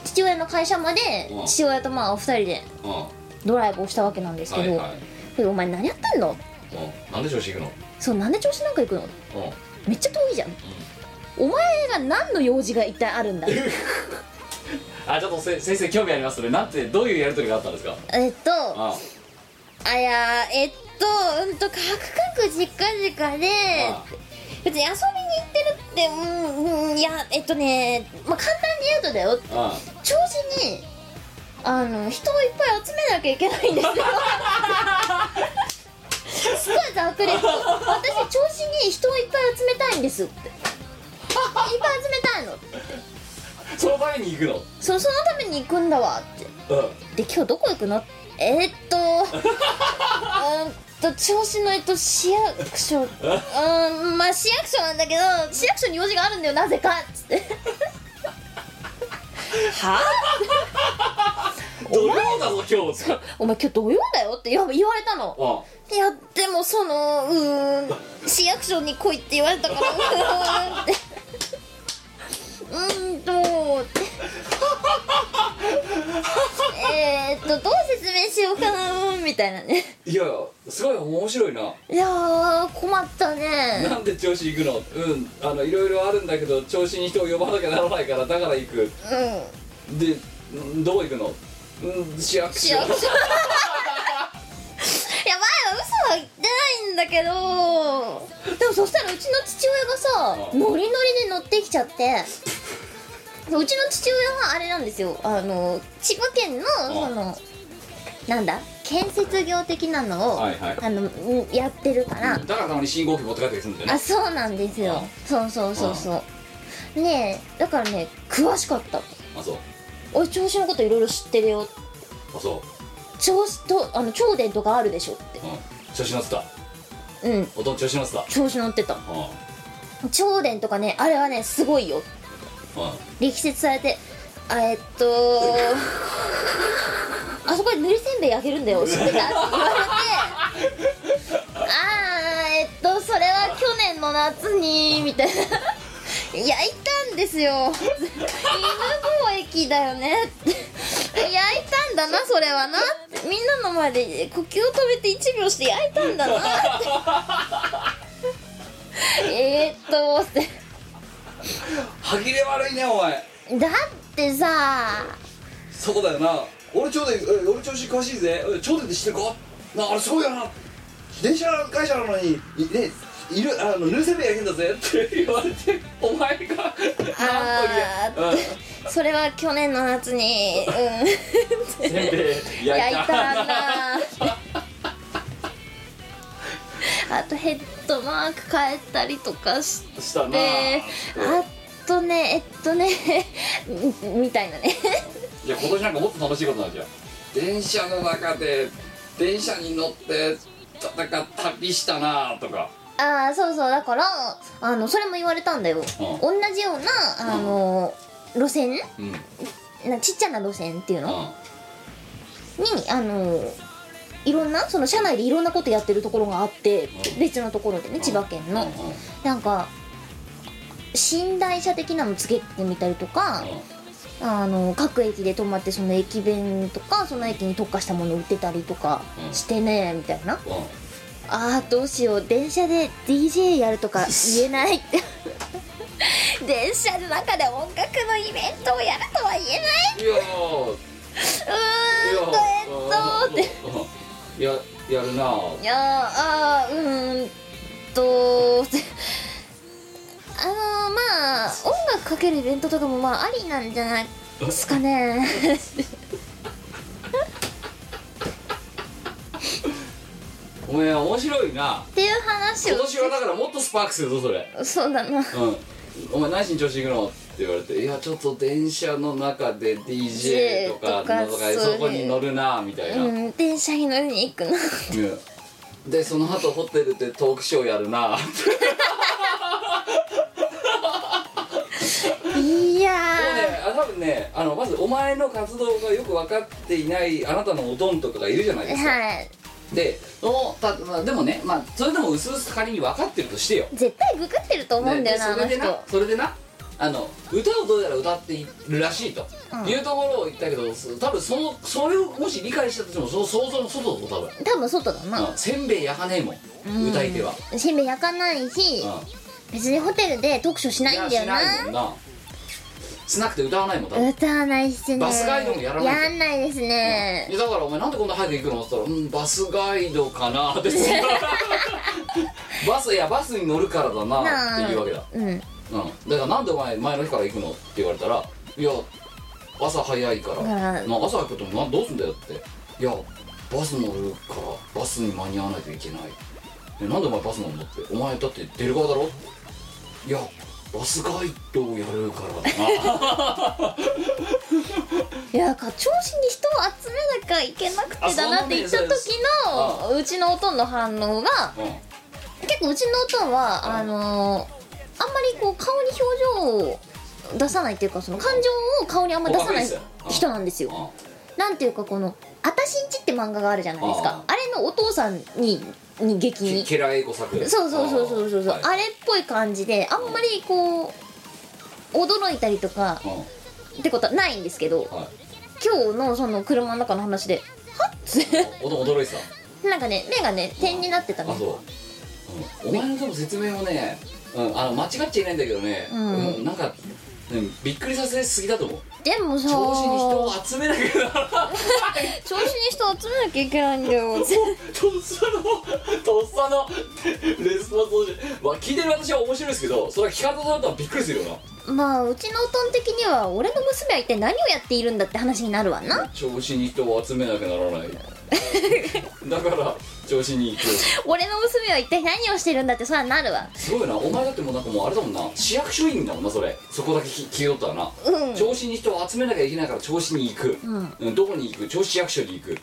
Speaker 3: 父親の会社まで
Speaker 2: うん
Speaker 3: 父親とまあお二人で
Speaker 2: うんは
Speaker 3: ドライブをしたわけなんですけ
Speaker 2: い
Speaker 3: ど
Speaker 2: は
Speaker 3: 「
Speaker 2: い
Speaker 3: お前何やってんの?
Speaker 2: うんなんで調子いくの」
Speaker 3: そうなんで調子なんか行くの
Speaker 2: うんうん
Speaker 3: めっちゃ遠いじゃんお前が何の用事が一体あるんだ
Speaker 2: あちょっとせ先生興味ありますそれなんてどういうやりとりがあったんですか
Speaker 3: えっと
Speaker 2: あ
Speaker 3: あやーえっとうんとカクカクじかじかで
Speaker 2: あ
Speaker 3: 別に遊びに行ってるってうんうんいやえっとねまあ簡単に言うとだよ
Speaker 2: あ
Speaker 3: 調子にあの人をいっぱい集めなきゃいけないんですよすごいざっくり言うと私調子に人をいっぱい集めたいんですっていっぱい集めたいの
Speaker 2: そのために行くの
Speaker 3: そそのために行くんだわって
Speaker 2: うん
Speaker 3: で今日どこ行くのえー、っとうーんと調子のえっと市役所うーんまあ市役所なんだけど市役所に用事があるんだよなぜかっつってはあ
Speaker 2: 土曜だぞ今日
Speaker 3: お前今日土曜だよって言わ言われたの
Speaker 2: あ
Speaker 3: いやでもそのうーん市役所に来いって言われたからうーんってうーんとってえーっとどう説明しようかなみたいなね
Speaker 2: いやすごい面白いない
Speaker 3: やー困ったね
Speaker 2: なんで調子行くのうんあのいろいろあるんだけど調子に人を呼ばなきゃならないからだから行く
Speaker 3: うん
Speaker 2: でんどこ行くのうん市役
Speaker 3: 市
Speaker 2: 所
Speaker 3: 役所いや前は嘘は言ってないんだけどでもそしたらうちの父親がさ
Speaker 2: あ
Speaker 3: ノリノリで乗ってきちゃってそううちの父親はあれなんですよあの千葉県のそのなんだ建設業的なのを、
Speaker 2: はいはい
Speaker 3: あのんやってるから、
Speaker 2: だからたまに信号機持って帰ってくるんだよ
Speaker 3: あ
Speaker 2: ね
Speaker 3: そうなんですよそうそうそうそうねえだからね詳しかった
Speaker 2: あそう
Speaker 3: 俺調子のこといろいろ知ってるよ
Speaker 2: あそ
Speaker 3: 調子とあの超電とかあるでしょって
Speaker 2: うん調子乗ってた
Speaker 3: うん
Speaker 2: 音調子乗ってた
Speaker 3: 調子乗ってた
Speaker 2: うん
Speaker 3: 超電とかねあれはねすごいよ
Speaker 2: うん
Speaker 3: 力説されてあえっと あそこで塗りせんべいあげるんだよ知ってたって言われてああえっとそれは去年の夏にみたいな焼いたんですよ犬貿易だよねって焼いたんだなそれはなってみんなの前で呼吸を止めて1秒して焼いたんだなってえーっとって
Speaker 2: 歯切れ悪いねお前
Speaker 3: だってさ
Speaker 2: そうだよな俺ちょうどいいえ俺調子詳しいぜえちょうどいいって知ってるかなあれすごいよな電車会社なのにいねいるあのぬせべやけんだぜって言われてお前がなんと
Speaker 3: あー
Speaker 2: うん
Speaker 3: それは去年の夏にうん
Speaker 2: せんべ
Speaker 3: 焼
Speaker 2: い焼
Speaker 3: い
Speaker 2: い
Speaker 3: た
Speaker 2: た
Speaker 3: なあとヘッドマーク変えたりとかし
Speaker 2: したな
Speaker 3: てあとねえっとね みみたいなね
Speaker 2: いや今年なんかもっと楽しいことなんじゃん電車の中で電車に乗ってなんか旅したなとか
Speaker 3: ああそうそうだからあのそれも言われたんだよ同じようなあの路線
Speaker 2: うんうん
Speaker 3: なちっちゃな路線っていうのにあのいろんなその社内でいろんなことやってるところがあって
Speaker 2: うん
Speaker 3: 別のところでね千葉県
Speaker 2: う
Speaker 3: の
Speaker 2: んうん
Speaker 3: なんか寝台車的なのつけてみたりとかあの各駅で泊まってその駅弁とかその駅に特化したもの売ってたりとか
Speaker 2: うん
Speaker 3: してねみたいな
Speaker 2: うんうん
Speaker 3: あーどうしよう電車で DJ やるとか言え ないって電車の中で音楽のイベントをやるとは言えない
Speaker 2: いやー
Speaker 3: うーんとえっとって
Speaker 2: いややるなぁ
Speaker 3: いやーあーうーんと あのー、まあ音楽かけるイベントとかもまあありなんじゃないですか ね
Speaker 2: おめえ面白いな
Speaker 3: っていう話
Speaker 2: 今
Speaker 3: を
Speaker 2: 年はだからもっとスパークするぞそれ
Speaker 3: そうだな
Speaker 2: うんお前何しに調子行くのって言われて「いやちょっと電車の中で DJ とか
Speaker 3: DJ とか
Speaker 2: のとか
Speaker 3: そうね
Speaker 2: そこに乗るな」みたいな、
Speaker 3: う
Speaker 2: ね
Speaker 3: ん電車に乗りに行くの
Speaker 2: でその後ホテルでトークショーや るなって
Speaker 3: いや
Speaker 2: もうねあ多分ねあのまずお前の活動がよく分かっていないあなたのおとんとかがいるじゃない
Speaker 3: ー
Speaker 2: ですか、
Speaker 3: はい
Speaker 2: でそのたまあでもね、まあ、それでも薄々仮に分かってるとしてよ
Speaker 3: 絶対ググってると思うんだよな、
Speaker 2: ねで
Speaker 3: あの
Speaker 2: そ
Speaker 3: 人
Speaker 2: れでなそれでなあの歌をどうやら歌っているらしいと、
Speaker 3: うん
Speaker 2: いうところを言ったけどそ多分そのそれをもし理解したとしてもその想像の外だと多分、
Speaker 3: 多分外だな、
Speaker 2: うんせんべい焼かねえもん、歌い手は、
Speaker 3: しんべ焼かない
Speaker 2: うん
Speaker 3: し、別にホテルで特書しないんだよ
Speaker 2: いやしないもんなスナックで歌わないもん多分、
Speaker 3: 歌わないですね
Speaker 2: バスガイドもやらないと
Speaker 3: やんないですね、
Speaker 2: いやだからお前なんでこんな早く行くのって言ったら「うんバスガイドかな」ってバスいやバスに乗るからだなっていうわけだ
Speaker 3: うん
Speaker 2: うん、だからなんでお前前の日から行くのって言われたら「いや朝早いから、
Speaker 3: うん
Speaker 2: な朝行くとなどうすんだよ」って「いやバス乗るからバスに間に合わないといけない」え「なんでお前バス乗るの?」って「お前だって出る側だろ?」いやバスガイドをやるからだな
Speaker 3: いやなんか調子に人を集めなきゃいけなくて
Speaker 2: あそう
Speaker 3: だ
Speaker 2: な
Speaker 3: なんっ
Speaker 2: だ
Speaker 3: て
Speaker 2: よ
Speaker 3: 言った時のうちのおとんの反応が
Speaker 2: う
Speaker 3: 結構うちのおとん
Speaker 2: うん
Speaker 3: はあのーあんまりこう顔に表情を出さないっていうかその感情を顔にあんま出さない
Speaker 2: お若いですようん
Speaker 3: 人なんですよ
Speaker 2: んうん
Speaker 3: なんていうかこの「あたしんち」って漫画があるじゃないです
Speaker 2: あ
Speaker 3: かあれのお父さんにに激
Speaker 2: け
Speaker 3: に
Speaker 2: ケラ英語作
Speaker 3: そうそうそうそうそうそう、
Speaker 2: はい
Speaker 3: あれっぽい感じであんまりこう驚いたりとか
Speaker 2: うん
Speaker 3: ってことはないんですけど、
Speaker 2: はい
Speaker 3: 今日のその車の中の話 ではっつって
Speaker 2: おお驚いてた
Speaker 3: なんかね目がね点になってた
Speaker 2: あ
Speaker 3: ね
Speaker 2: そう、うんお前の多分説明もね、うん、あの間違っちゃいないんだけどね、
Speaker 3: うん
Speaker 2: うんなんか、うん、びっくりさせすぎだと思う
Speaker 3: でもさ
Speaker 2: 調子に人を集めなきゃなら ない
Speaker 3: 調子に人集めなきゃいけないんだよ
Speaker 2: とっさのとっさのレスポンスをしまあ聞いてる私は面白いですけどそれは聞かれただったらびっくりするよ
Speaker 3: まあうちのおとん的には俺の娘は一体何をやっているんだって話になるわな
Speaker 2: な調子に人を集めなきゃならないだから調子に行く
Speaker 3: 俺の娘は一体何をしてるんだってそれはなるわ
Speaker 2: すごいなお前だってもうなんかもうあれだもんな市役所員だもんなそれそこだけ聞聞いとったらな、
Speaker 3: うん
Speaker 2: 調子に人を集めなきゃいけないから調子に行く、
Speaker 3: ん
Speaker 2: うんどこに行く調子市役所に行く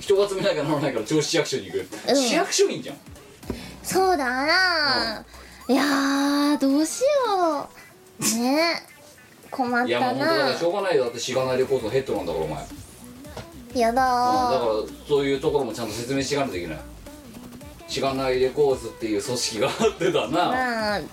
Speaker 2: 人が集めないからならないから調子市役所に行く、
Speaker 3: うん
Speaker 2: 市役所員じゃん
Speaker 3: そうだな、いやーどうしようね困っ
Speaker 2: いやまあ
Speaker 3: た
Speaker 2: 本当だか
Speaker 3: な
Speaker 2: らしょうがないよだってしがないレコードのヘッドなんだからお前、
Speaker 3: やだー
Speaker 2: うんだからそういうところもちゃんと説明していかないといけないしがないレコーズっていう組織があってだな、
Speaker 3: まあで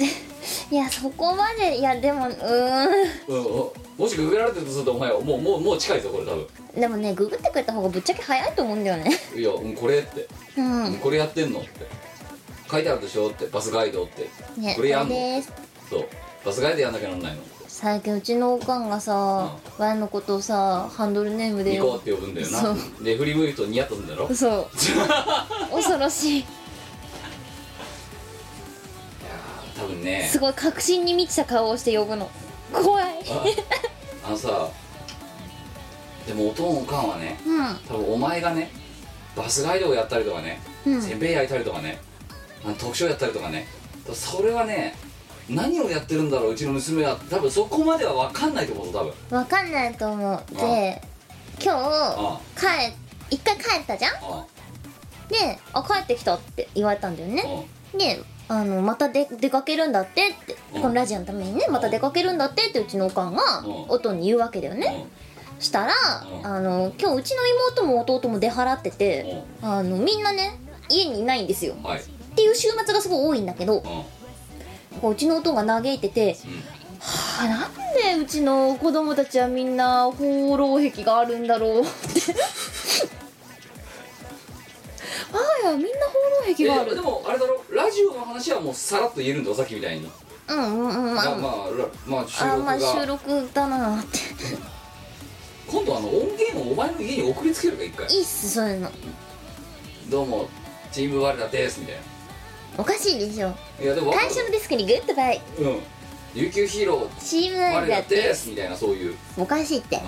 Speaker 3: いやそこまでいやでもうー
Speaker 2: うんうんもしググられてるとするとお前はもうもうもう近いぞこれ多分
Speaker 3: んでもねググってくれた方がぶっちゃけ早いと思うんだよ ね
Speaker 2: いや、うん、これって、
Speaker 3: うん
Speaker 2: うんこれやってんのって書いてあるでしょってバスガイドって
Speaker 3: ね
Speaker 2: これやんの
Speaker 3: です
Speaker 2: そうバスガイドやんなきゃなんないの
Speaker 3: 最近うちのおかんがさワイのことをさハンドルネームで
Speaker 2: ニコっ
Speaker 3: よ
Speaker 2: て呼ぶんだよ
Speaker 3: そ
Speaker 2: な
Speaker 3: う
Speaker 2: で振り向くとニヤッとするんだろ
Speaker 3: そう恐ろしい
Speaker 2: 多分ね
Speaker 3: すごい確信に満ちた顔をして呼ぶの怖い
Speaker 2: ああのさでもおとんおかんはね
Speaker 3: う
Speaker 2: 多分お前がねバスガイドをやったりとかね、
Speaker 3: んうん
Speaker 2: せんべい焼いたりとかねあの特徴やったりとかねそれはね何をやってるんだろううちの娘は多分そこまでは分かんないと思うぞ多分
Speaker 3: わかんないと思うで今
Speaker 2: あ
Speaker 3: 日帰一回帰ったじゃん
Speaker 2: あ
Speaker 3: で「あ帰ってきた」って言われたんだよ
Speaker 2: あ
Speaker 3: ねであのまた出出かけるんだってって
Speaker 2: うん
Speaker 3: このラジオのためにねまた出かけるんだってってうちのおかんが
Speaker 2: うん
Speaker 3: 音に言うわけだよねしたら
Speaker 2: うん
Speaker 3: あの今日うちの妹も弟も出払って
Speaker 2: うん
Speaker 3: てあのみんなね家にいないんですよ
Speaker 2: うんはい
Speaker 3: っていう週末がすごい多いんだけど
Speaker 2: うんうん
Speaker 3: こううちの音が嘆いててあなんでうちの子供たちはみんな放浪癖があるんだろうって ああやみんな放浪癖があ
Speaker 2: えで
Speaker 3: る
Speaker 2: もあれだろラジオの話はもうさらっと言えるんだろさっきみたいに
Speaker 3: うんうんうんま
Speaker 2: まあ
Speaker 3: あ
Speaker 2: まあらまあ収
Speaker 3: あ
Speaker 2: 録
Speaker 3: まあ収
Speaker 2: が
Speaker 3: 録だなって
Speaker 2: 今度あの音源をお前の家に送りつけるか一回
Speaker 3: いいっすそういうの
Speaker 2: どうもチーム我らですみたいな
Speaker 3: おかしいでしょ
Speaker 2: いやでもわか
Speaker 3: 会
Speaker 2: る
Speaker 3: 社のデスクにグッドバイ
Speaker 2: うん琉球ヒーロー
Speaker 3: チーム
Speaker 2: 我
Speaker 3: ワイ
Speaker 2: ら
Speaker 3: だって
Speaker 2: ですみたいなそういう
Speaker 3: おかしいって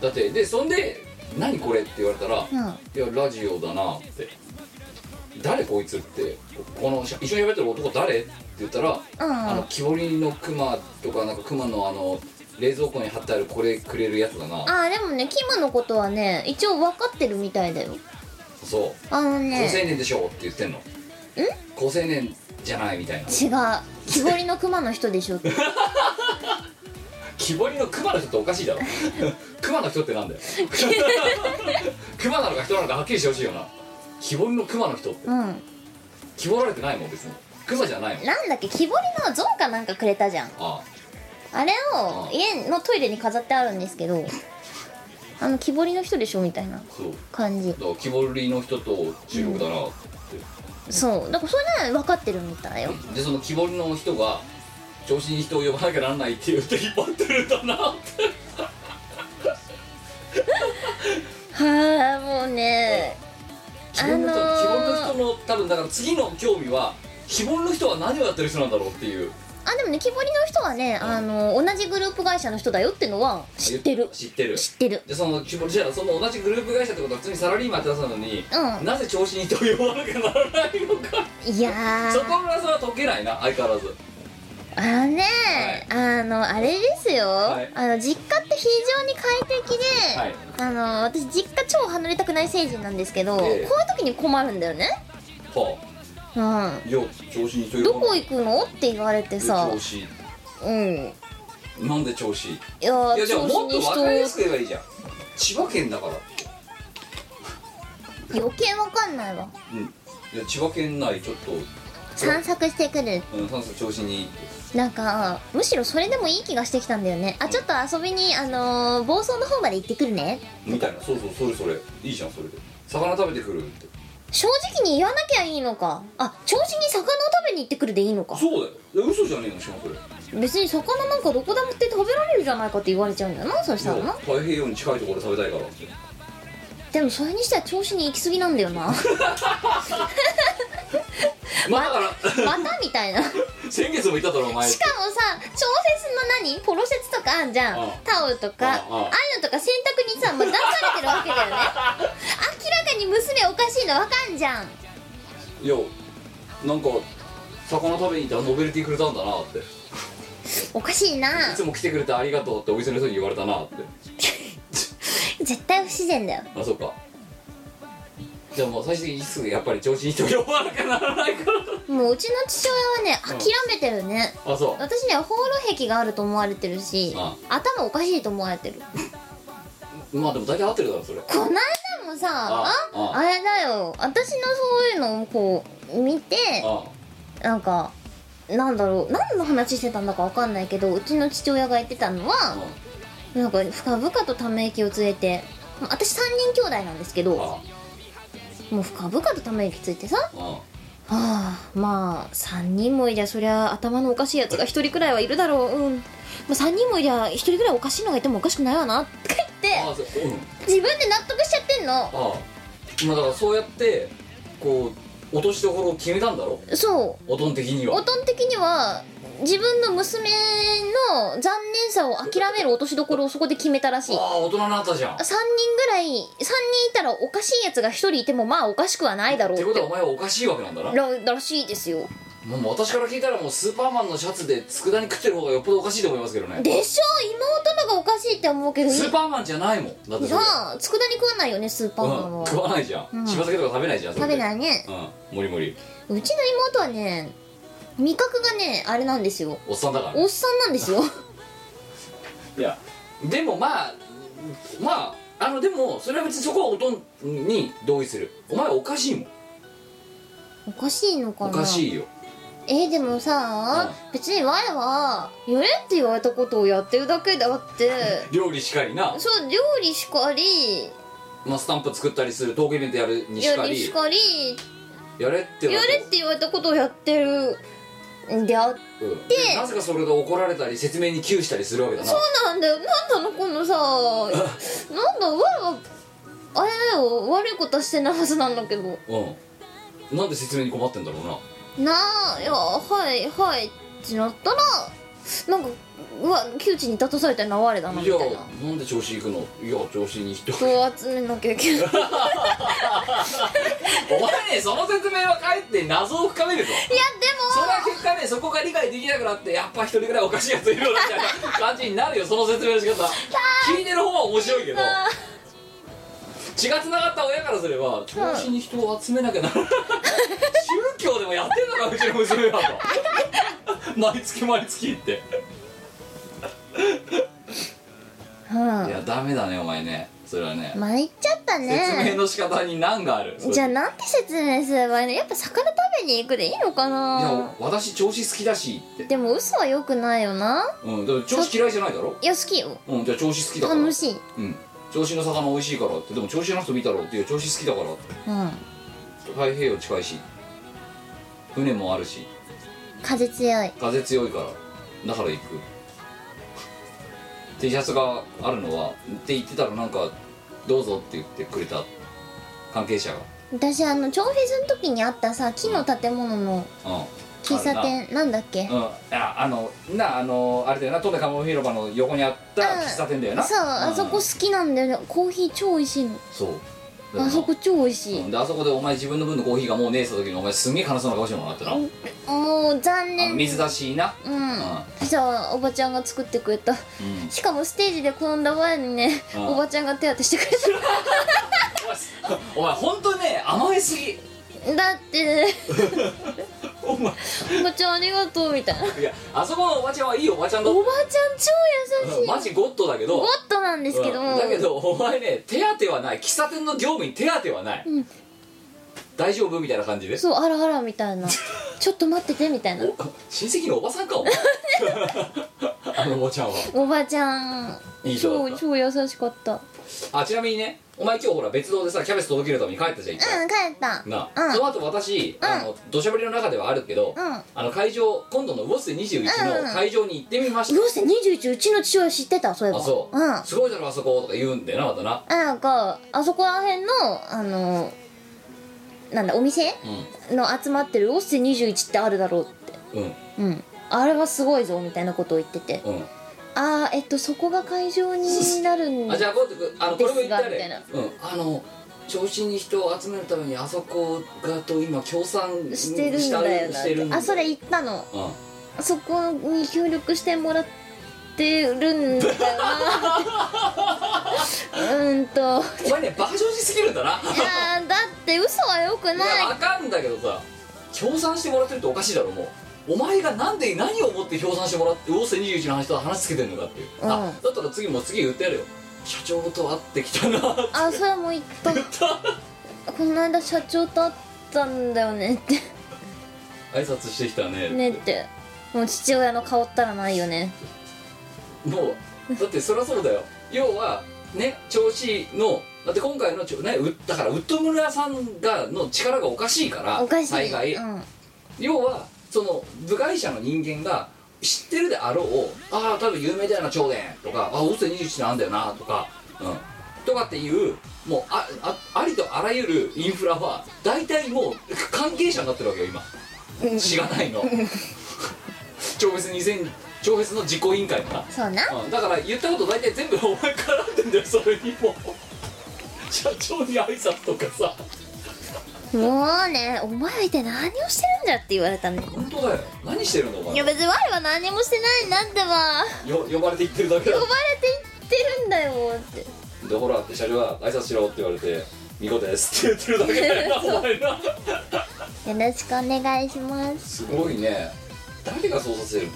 Speaker 2: だってでそんで「何これ?」って言われたら「
Speaker 3: うん
Speaker 2: いやラジオだな」って「誰こいつ」ってこの一緒に喋ってる男誰って言ったら
Speaker 3: う
Speaker 2: あの
Speaker 3: ん
Speaker 2: 木彫りのクマとかなんかクマのあの冷蔵庫に貼ってあるこれくれるやつだな
Speaker 3: ああでもねキムのことはね一応分かってるみたいだよ
Speaker 2: そう
Speaker 3: あの
Speaker 2: 高青
Speaker 3: ね
Speaker 2: 年でしょって言ってんの高青年じゃないみたいな
Speaker 3: 違う木彫りの熊の人でしょっ て
Speaker 2: 木彫りの熊の人っておかしいだ ろ熊の人って なんだよ熊なのか人なのかはっきりしてほしいよな木彫りの熊の人って
Speaker 3: うん
Speaker 2: 木彫られてないもん別に熊じゃないもん
Speaker 3: なんだっけ木彫りの像かなんかくれたじゃん
Speaker 2: あ
Speaker 3: あれを家のトイレに飾ってあるんですけどあの木彫りの人でしょみたいな
Speaker 2: あそう
Speaker 3: 感じ
Speaker 2: だから木彫りの人と収録だな、
Speaker 3: そうだからそれね分かってるみたいよ
Speaker 2: でその木彫りの人が調子に人を呼ばなきゃなんないって言って引っ張ってるんだなって
Speaker 3: はあもうね
Speaker 2: 木彫りの人、
Speaker 3: あのー
Speaker 2: 木彫りの人の多分だから次の興味は木彫りの人は何をやってる人なんだろうっていう
Speaker 3: あでもね木彫りの人はねあの同じグループ会社の人だよってのは知ってる
Speaker 2: 知ってる
Speaker 3: 知ってる
Speaker 2: でその木彫りじゃあその同じグループ会社ってことは普通にサラリーマンやってたのに、
Speaker 3: うん
Speaker 2: なぜ調子に人を呼ばなきゃならないのか
Speaker 3: いや
Speaker 2: そこ
Speaker 3: ー
Speaker 2: の謎は解けないな相変わらず
Speaker 3: あのね、あのあれですよ、
Speaker 2: はい
Speaker 3: あの実家って非常に快適で、
Speaker 2: はい
Speaker 3: あの私実家超離れたくない成人なんですけど、
Speaker 2: ええ
Speaker 3: こういう時に困るんだよね
Speaker 2: は
Speaker 3: うん
Speaker 2: あいや調子に人
Speaker 3: ど
Speaker 2: 呼ば
Speaker 3: こ
Speaker 2: なき
Speaker 3: 行くのって言われて
Speaker 2: ゃ
Speaker 3: さ
Speaker 2: 調子
Speaker 3: うんい
Speaker 2: なんで調子いい
Speaker 3: や
Speaker 2: いやでも
Speaker 3: 調子
Speaker 2: もっと
Speaker 3: に
Speaker 2: 分
Speaker 3: 人
Speaker 2: かりやすく言えばいいじゃん千葉県だから
Speaker 3: 余計わかんないわ
Speaker 2: うんいや千葉県内ちょっと
Speaker 3: 散策してくる
Speaker 2: うんさんさん調子にいいって
Speaker 3: なんかむしろそれでもいい気がしてきたんだよねあちょっと遊びにあのー房総の方まで行ってくるね
Speaker 2: みたいなそうそうそれそれいいじゃんそれで魚食べてくるって
Speaker 3: 正直に言わなきゃいいのかあ調子に魚を食べに行ってくるでいいのか
Speaker 2: そうだよいや嘘じゃねえのしかもそれ
Speaker 3: 別に魚なんかどこでもって食べられるじゃないかって言われちゃうんだよなそしたら
Speaker 2: いや
Speaker 3: な
Speaker 2: 太平洋に近いところで食べたいからって
Speaker 3: でもそれにしては調子に行き過ぎなんだ よな
Speaker 2: まあだから
Speaker 3: またみたいな
Speaker 2: 先月も言っただろお前
Speaker 3: しかもさ調節の何ポロシャツとかあんじゃん
Speaker 2: うん
Speaker 3: タオルとかあ
Speaker 2: うんうん
Speaker 3: あいうのとか洗濯にさ、まあ、出されてるわけだよね 明らかに娘おかしいのわかんじゃん
Speaker 2: いやなんか魚食べに行ったらノベルティくれたんだなってい
Speaker 3: おかしいな
Speaker 2: つも来てくれてありがとうってお店の人に言われたなって
Speaker 3: 絶対不自然だよ
Speaker 2: あそっかじゃあもう最終的にすぐやっぱり調子に人呼ばなきゃならないから
Speaker 3: もううちの父親はね
Speaker 2: ん
Speaker 3: 諦めてるね、
Speaker 2: あそう
Speaker 3: 私には放浪癖があると思われてるし、
Speaker 2: あ
Speaker 3: 頭おかしいと思われてる
Speaker 2: まあでも大体合ってるだろそれ
Speaker 3: こないだもさあ
Speaker 2: ああ
Speaker 3: れだよ私のそういうのをこう見て
Speaker 2: あ
Speaker 3: なんかなんだろう何の話してたんだかわかんないけどうちの父親が言ってたのは
Speaker 2: あ
Speaker 3: なんか深々とため息をついてまあ私3人兄弟なんですけど
Speaker 2: あ
Speaker 3: もう深々とため息ついてさは
Speaker 2: あ
Speaker 3: あまあ3人もいりゃそりゃ頭のおかしいやつが1人くらいはいるだろううん、まあ、3人もいりゃ1人くらいおかしいのがいてもおかしくないわなって言
Speaker 2: あ
Speaker 3: っ
Speaker 2: あそううん
Speaker 3: て自分で納得しちゃってんの
Speaker 2: ああまあだからそうやってこう落としどころを決めたんだろ
Speaker 3: そう
Speaker 2: おとん的に
Speaker 3: お
Speaker 2: は
Speaker 3: とん的には自分の娘の残念さを諦める落としどころをそこで決めたらしい
Speaker 2: あ
Speaker 3: 3
Speaker 2: あ大人になったじゃんっ
Speaker 3: 人ぐらい3人いたらおかしいやつが1人いてもまあおかしくはないだろう
Speaker 2: て
Speaker 3: っ
Speaker 2: ことはお
Speaker 3: て
Speaker 2: 前はおかしいわけなんだな
Speaker 3: ららしいですよ
Speaker 2: もう私から聞いたらもうスーパーマンのシャツで佃煮食ってる方がよっぽどおかしいと思いますけどね
Speaker 3: でしょ妹のがおかしいって思うけど
Speaker 2: スーパーマンじゃないもんだってそれ
Speaker 3: なあ佃煮食わないよねスーパーマン
Speaker 2: うん、
Speaker 3: は
Speaker 2: 食わないじゃん、
Speaker 3: うん
Speaker 2: 柴漬けとか食べないじゃん
Speaker 3: 食べないいね
Speaker 2: うんもりもり
Speaker 3: うちの妹はね味覚がねあれなんですよ
Speaker 2: おっさんだから
Speaker 3: おっさんなんですよ
Speaker 2: いやでもまあまああのでもそれは別にそこはおとんに同意するお前はおかしいもん
Speaker 3: おかしいのか
Speaker 2: お
Speaker 3: な
Speaker 2: かしいよ
Speaker 3: えーでもさ、別に我はやれって言われたことをやってるだけであって
Speaker 2: 料理しかりな、
Speaker 3: そう料理しかり
Speaker 2: まあ、スタンプ作ったりする陶芸イベントやるにし
Speaker 3: 料
Speaker 2: か
Speaker 3: 理
Speaker 2: り
Speaker 3: しかり
Speaker 2: やれって
Speaker 3: やれって言われたことをやってるんであ
Speaker 2: て、うんでなぜかそれで怒られたり説明に窮したりするわけだな
Speaker 3: そうなんだよなんなのこの さなんだ我はあれだよ悪いことはしてないはずなんだけど
Speaker 2: うんなんで説明に困ってんだろうな
Speaker 3: なあいやはいはいってなったらなんかうわ窮地に立たされたら哀れだなみ
Speaker 2: いや
Speaker 3: たいな
Speaker 2: なんで調子いくのいや調子に人
Speaker 3: 人を集めなきゃい けない
Speaker 2: お前ねその説明はかえって謎を深めるぞ
Speaker 3: いや
Speaker 2: それは結果ねそこが理解できなくなってやっぱ一人ぐらいおかしいやついるよなみたいな 感じになるよその説明の仕方聞いてる方は面白いけど血がつながった親からすれば調子に人を集めなきゃならない宗教でもやってんのかうちの娘はと毎月毎月って
Speaker 3: でもうん
Speaker 2: いやダメだねお前ねそれはね
Speaker 3: 参っちゃった
Speaker 2: 説明
Speaker 3: ね
Speaker 2: の仕方に難があるそれ
Speaker 3: じゃあなんて説明すればいいのやっぱ魚食べに行くでいいのか
Speaker 2: い
Speaker 3: な
Speaker 2: や私調子好きだしって
Speaker 3: でも嘘は良くないよな
Speaker 2: うんでも調子嫌いじゃないだろ
Speaker 3: いや好きよ
Speaker 2: うんじゃあ調子好きだから
Speaker 3: 楽しい
Speaker 2: うん調子の魚美味しいからってでも調子の人見たろっていう調子好きだからって
Speaker 3: うん
Speaker 2: 太平洋近いし船もあるし
Speaker 3: 風強い
Speaker 2: 風強いからだから行く T シャツがあるのはって言ってたらなんかどうぞって言ってくれた関係者が
Speaker 3: 私あの超フェスの時にあったさ木の建物の
Speaker 2: うん
Speaker 3: 喫茶店なんだっけ
Speaker 2: あれなうんああのなあのあれだよなトネカモ広場の横にあった
Speaker 3: うん
Speaker 2: 喫茶店だよな
Speaker 3: そうあそこ好
Speaker 2: うん
Speaker 3: きなんだよねコーヒー超美味しいの
Speaker 2: そうだよな
Speaker 3: あそこ超美味しい
Speaker 2: うんであそこでお前自分の分のコーヒーがもうねえした時にお前すんげえ悲しそうな顔してもらったな
Speaker 3: もう残
Speaker 2: あの
Speaker 3: 念
Speaker 2: 水出しな
Speaker 3: うんさあおばちゃんが作ってくれた
Speaker 2: うん
Speaker 3: しかもステージで転んだ前にね
Speaker 2: うん
Speaker 3: おばちゃんが手当てしてくれた
Speaker 2: お前本当にね甘えすぎ
Speaker 3: だって
Speaker 2: お前
Speaker 3: おばちゃんありがとうみたいなおば
Speaker 2: いやあそこのおばちゃんはいいおばちゃんだっ
Speaker 3: ちゃん超優しい
Speaker 2: マジゴッドだけど
Speaker 3: ゴッドなんですけど
Speaker 2: う
Speaker 3: も
Speaker 2: んだけどお前ね手当はない喫茶店の業務に手当はない、
Speaker 3: うん
Speaker 2: 大丈夫みたいな感じで
Speaker 3: そうあらあらみたい なちょっと待っててみたいな
Speaker 2: お親戚のおばさ んかお前あのおばちゃんは
Speaker 3: おばちゃん
Speaker 2: いい人
Speaker 3: 超
Speaker 2: だっ
Speaker 3: 超優しかったうん
Speaker 2: たあちなみにねお前今日ほら別動でさキャベツ届けるために帰ったじゃん一回、
Speaker 3: 帰った
Speaker 2: な、
Speaker 3: うん
Speaker 2: その後私、
Speaker 3: うん
Speaker 2: あの土砂降りの中ではあるけど、
Speaker 3: うん
Speaker 2: あの会場今度の魚瀬21の会場に行ってみました、
Speaker 3: ロス21うちの父親知ってたそういえば
Speaker 2: あそう、
Speaker 3: うん
Speaker 2: すごいだろあそことか言うんだよなまたな
Speaker 3: なんかあそこら辺のあのなんだお店
Speaker 2: う
Speaker 3: の集まってるロス21ってあるだろうって
Speaker 2: んうん
Speaker 3: うんあれはすごいぞみたいなことを言ってて
Speaker 2: うん
Speaker 3: ああえっとそこが会場になるんだ
Speaker 2: あじゃあこうやってあのこれも言ってや
Speaker 3: ですがみたい
Speaker 2: れ
Speaker 3: な
Speaker 2: うんあの調子に人を集めるためにあそこがと今協賛
Speaker 3: してるんだよな
Speaker 2: してるんだよ
Speaker 3: あそれ言ったの
Speaker 2: うん
Speaker 3: そこに協力してもらってるんだよなうーんと
Speaker 2: お前ね馬上手すぎるんだな
Speaker 3: あーだっって嘘はよくない
Speaker 2: いやわかんだけどさ協賛してもらってるっておかしいだろもうお前がなんで何を思って協賛してもらって「魚瀬21」の話と話つけてんのかっていう、
Speaker 3: ん
Speaker 2: あだったら次もう次言ってやるよ社長と会ってきたなって
Speaker 3: あそれも言った
Speaker 2: 言った
Speaker 3: この間社長と会ったんだよねって
Speaker 2: 挨拶してきたね
Speaker 3: ねってもう父親の顔ったらないよね
Speaker 2: もうだってそりゃそうだよ要はね調子のだって今回のちょ、ね、うだからウッド村さんがの力がおかしいから
Speaker 3: おかし
Speaker 2: 大概
Speaker 3: い、うん、
Speaker 2: 要はその部外者の人間が知ってるであろうああ多分有名だよな超伝とかああ大瀬21なんだよなとかうんとかっていうもうああありとあらゆるインフラは大体もう関係者になってるわけよ今しがないの 超別2000超別の実行委員会もな
Speaker 3: そうな
Speaker 2: うんだから言ったこと大体全部お前絡んでんだよそれにも 社長に挨拶とかさ
Speaker 3: もうねお前は一体何をしてるんだって言われたね
Speaker 2: 本当だよ何してるのお前
Speaker 3: いや別にワイは何もしてないんだってば
Speaker 2: よ呼ばれて行ってるだけだ
Speaker 3: 呼ばれていってるんだよって
Speaker 2: でほらって車両は挨拶しろって言われて「みこです」って言ってるだけだよなお前な
Speaker 3: よろしくお願いします
Speaker 2: すごいね誰がそうさせる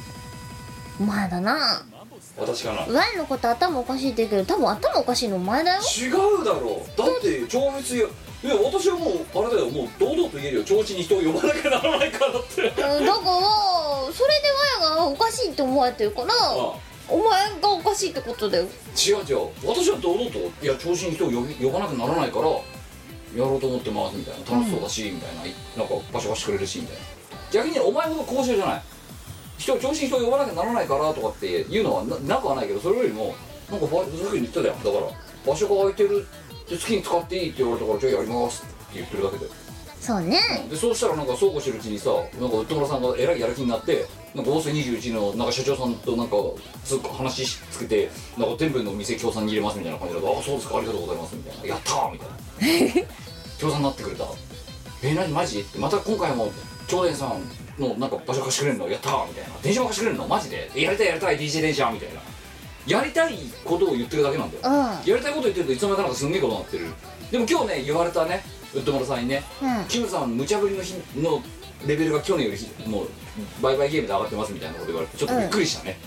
Speaker 3: お前だな
Speaker 2: 私かな
Speaker 3: ワイのこと頭おかしいって言うけど多分頭おかしいのお前だよ
Speaker 2: 違うだろうだって超別よいや私はもうあれだよもう堂々と言えるよ調子に人を呼ばなきゃならないからって
Speaker 3: だからそれでワイがおかしいって思われてるから
Speaker 2: ああ
Speaker 3: お前がおかしいってことだよ
Speaker 2: 違う違う私は堂々といや調子に人を呼び呼ばなくならないからやろうと思ってますみたいな楽しそうだし、みたいないなんかバシャバシャくれるしみたいな逆にお前ほど交渉じゃない人調子に人を呼ばなきゃならないからとかっていうのはななくはないけどそれよりもなんかバイトすぐに言ったじゃんだから場所が空いてるで好きに使っていいって言われたからじゃあやりますって言ってるだけで
Speaker 3: そうね
Speaker 2: でそうしたらなんかそうこうしてるうちにさなんかウッド村さんがえらいやる気になってなんか大瀬21のなんか社長さんとなんかつ話しつけてなんか全部のお店協賛に入れますみたいな感じで「ああそうですかありがとうございます」みたいな「やったー!」みたいな 「協賛になってくれた」「えー、何マジ?」また今回も長伝さんのなんか場所貸してくれるのやったー!」みたいな「電車も貸してくれるのマジでえやりたいやりたい DJ 電車」みたいなやりたいことを言ってるだけなんだよ
Speaker 3: う
Speaker 2: やりたいこと言ってるといつの間にかなんかすんげえことになってるでも今日ね言われたねウッド村さんにね、
Speaker 3: うん
Speaker 2: キムさん無茶ぶりの日のレベルが去年よりひもう売買ゲームで上がってますみたいなこと言われてちょっとびっくりしたね、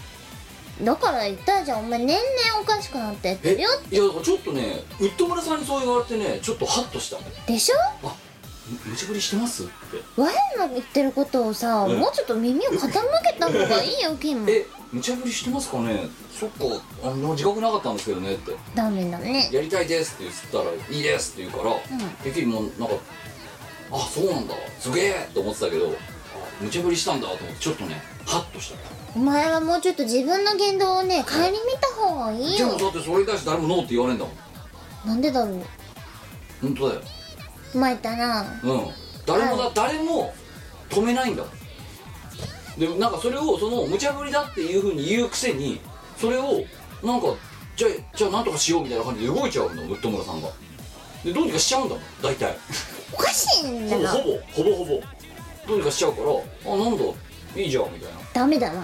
Speaker 3: んだから言ったじゃんお前年々おかしくなってって
Speaker 2: えい
Speaker 3: る
Speaker 2: や
Speaker 3: よ
Speaker 2: だからちょっとねウッド村さんにそう言われてねちょっとハッとしたね
Speaker 3: でしょ
Speaker 2: む無茶ぶりしてますって
Speaker 3: ワイの言ってることをさ、
Speaker 2: うん
Speaker 3: もうちょっと耳を傾けた方がいいよキム
Speaker 2: え無茶ぶりしてますかねそっかあの自覚なかったんですけどねって
Speaker 3: ダメだね
Speaker 2: やりたいですって言ったら「いいです」って言うから、
Speaker 3: ん
Speaker 2: てっきりもうなんか「あそうなんだすげえ!」と思ってたけどあ無茶ぶりしたんだと思ってちょっとねハッとしたね
Speaker 3: お前はもうちょっと自分の言動をね顧みた方がいい
Speaker 2: でも
Speaker 3: よ
Speaker 2: だってそれに対して誰もノーって言わねえんだもん
Speaker 3: なんでだろう
Speaker 2: 本当だよ
Speaker 3: お前だな
Speaker 2: うん誰もだ、
Speaker 3: は
Speaker 2: 誰も止めないんだもんでもなんかそれをその無茶ぶりだっていうふうに言うくせにそれをなんかじゃあじゃあなんとかしようみたいな感じで動いちゃうんだもんウッド村さんがでどうにかしちゃうんだもん大体
Speaker 3: おかしいんだ
Speaker 2: ほぼ
Speaker 3: な
Speaker 2: ほぼほぼほぼどうにかしちゃうからあなんだいいじゃんみたいな
Speaker 3: ダメだな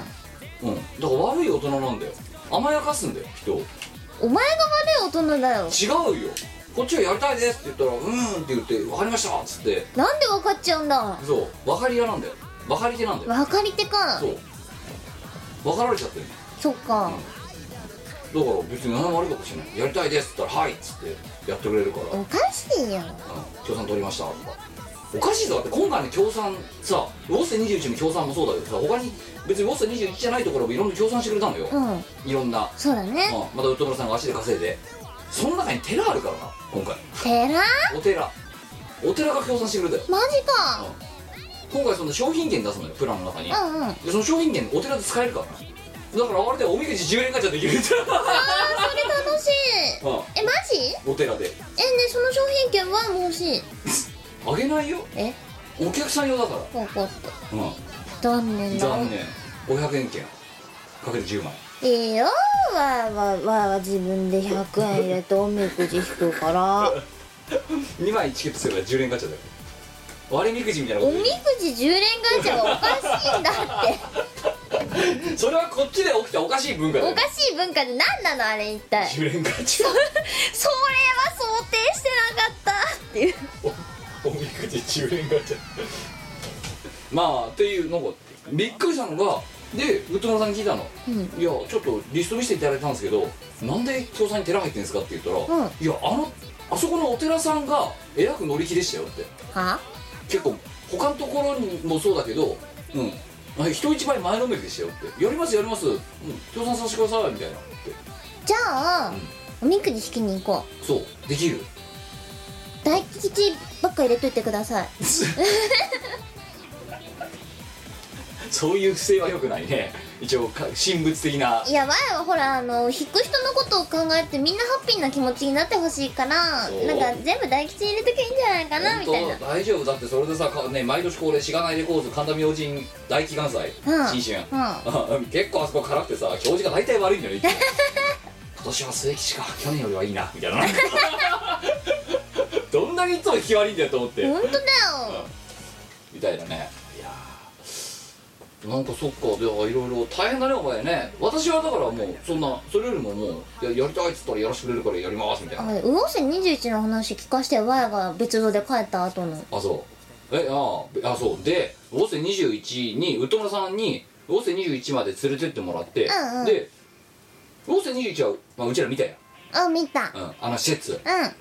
Speaker 2: うんだから悪い大人なんだよ甘やかすんだよ人を
Speaker 3: お前が悪い大人だよ
Speaker 2: 違うよこっちはやりたいですって言ったら「うーん」って言って「分かりました」っつって
Speaker 3: なんで分かっちゃうんだ
Speaker 2: そう分かり屋なんだよ分かり手なんだよ
Speaker 3: 分かり手か
Speaker 2: そう分かられちゃってる
Speaker 3: そっか
Speaker 2: だから別に何も悪いことしないやりたいですって言ったら「はい」っつってやってくれるから
Speaker 3: おかしいよ
Speaker 2: 協賛取りましたとかおかしいぞだって今回の協賛さウォッセ21の協賛もそうだけどさ他に別にウォッセ21じゃないところもいろんな協賛してくれたのよ、
Speaker 3: うん
Speaker 2: いろんな、
Speaker 3: そうだ
Speaker 2: う
Speaker 3: ね
Speaker 2: んまたウッド村さんが足で稼いでその中に寺あるからな今回
Speaker 3: 寺
Speaker 2: お寺お寺が協賛してくれたよ
Speaker 3: マジか
Speaker 2: 今回その商品券出すのよプランの中に、
Speaker 3: うんうんあ
Speaker 2: でその商品券お寺で使えるからなだからあれでおみくじ10円ガチャできるじ
Speaker 3: ーそれ楽しい
Speaker 2: ゃんうん
Speaker 3: えマジ
Speaker 2: お寺で
Speaker 3: えねその商品券はもう欲しい
Speaker 2: あげないよ
Speaker 3: え
Speaker 2: お客さん用だから
Speaker 3: 分かっ
Speaker 2: う
Speaker 3: た残念
Speaker 2: ん
Speaker 3: だ
Speaker 2: 残念500円券かける10枚
Speaker 3: いいよわーわーわーわー自分で100円入れておみくじ引くから
Speaker 2: 2枚チケットすれば10円ガチャだよ割りみくじみたいなこ
Speaker 3: お
Speaker 2: と
Speaker 3: みくじ10連ガチャはおかしいんだって
Speaker 2: 言うそれはこっちで起きたおかしい文化だ
Speaker 3: お
Speaker 2: よ
Speaker 3: かしい文化で何なのあれ一体
Speaker 2: 10円ガチ
Speaker 3: それ
Speaker 2: ャ
Speaker 3: は想定してなかったっていう
Speaker 2: て10円ガチャまあっていうのがびっくりしたのがでウッドナさんに聞いたの、いやちょっとリスト見せていただいたんですけどなんで伊藤さんに寺入ってんですかって言ったら、
Speaker 3: うん
Speaker 2: いやあのあそこのお寺さんがえらく乗り気でしたよって
Speaker 3: は
Speaker 2: 結構他のところにもそうだけどうんあ人一倍前のめりでしたよって「やりますやりますうん協賛させてください」みたいなって
Speaker 3: じゃあ、おみくじ引きに行こ
Speaker 2: そうできる
Speaker 3: う大吉ばっか入れといてください
Speaker 2: そういう不正はよくないね一応か神仏的ない
Speaker 3: や前はほらあの引く人のことを考えてみんなハッピーな気持ちになってほしいから
Speaker 2: そう
Speaker 3: なんか全部大吉入れときゃいいんじゃないかなみたいな
Speaker 2: 本当大丈夫だってそれでさかね毎年恒例しがないレコーズ神田明神大祈願祭、
Speaker 3: うん
Speaker 2: 新春、
Speaker 3: う
Speaker 2: 結構あそこ辛くてさ表示が大体悪いんだよねいつも 今年は末吉か去年よりはいいなみたいな どんだけいつも引き悪いんだよと思って、
Speaker 3: 本当だよ
Speaker 2: みたいなねいやーなんかそっかではいろいろ大変だねお前ね私はだからもうそんなそれよりももういややりたいっつったらやらしてくれるからやりますみたいな
Speaker 3: あ魚瀬21の話聞かしてよ我が別荘で帰った後の
Speaker 2: あそうえああべあそうで「ウォセ21」に宇都村さんに「ウォセ21」まで連れてってもらって、
Speaker 3: うんうん
Speaker 2: で「ウォセ21は」まあ、うちら見たや
Speaker 3: あ見た
Speaker 2: ん、うん、あの施設
Speaker 3: うん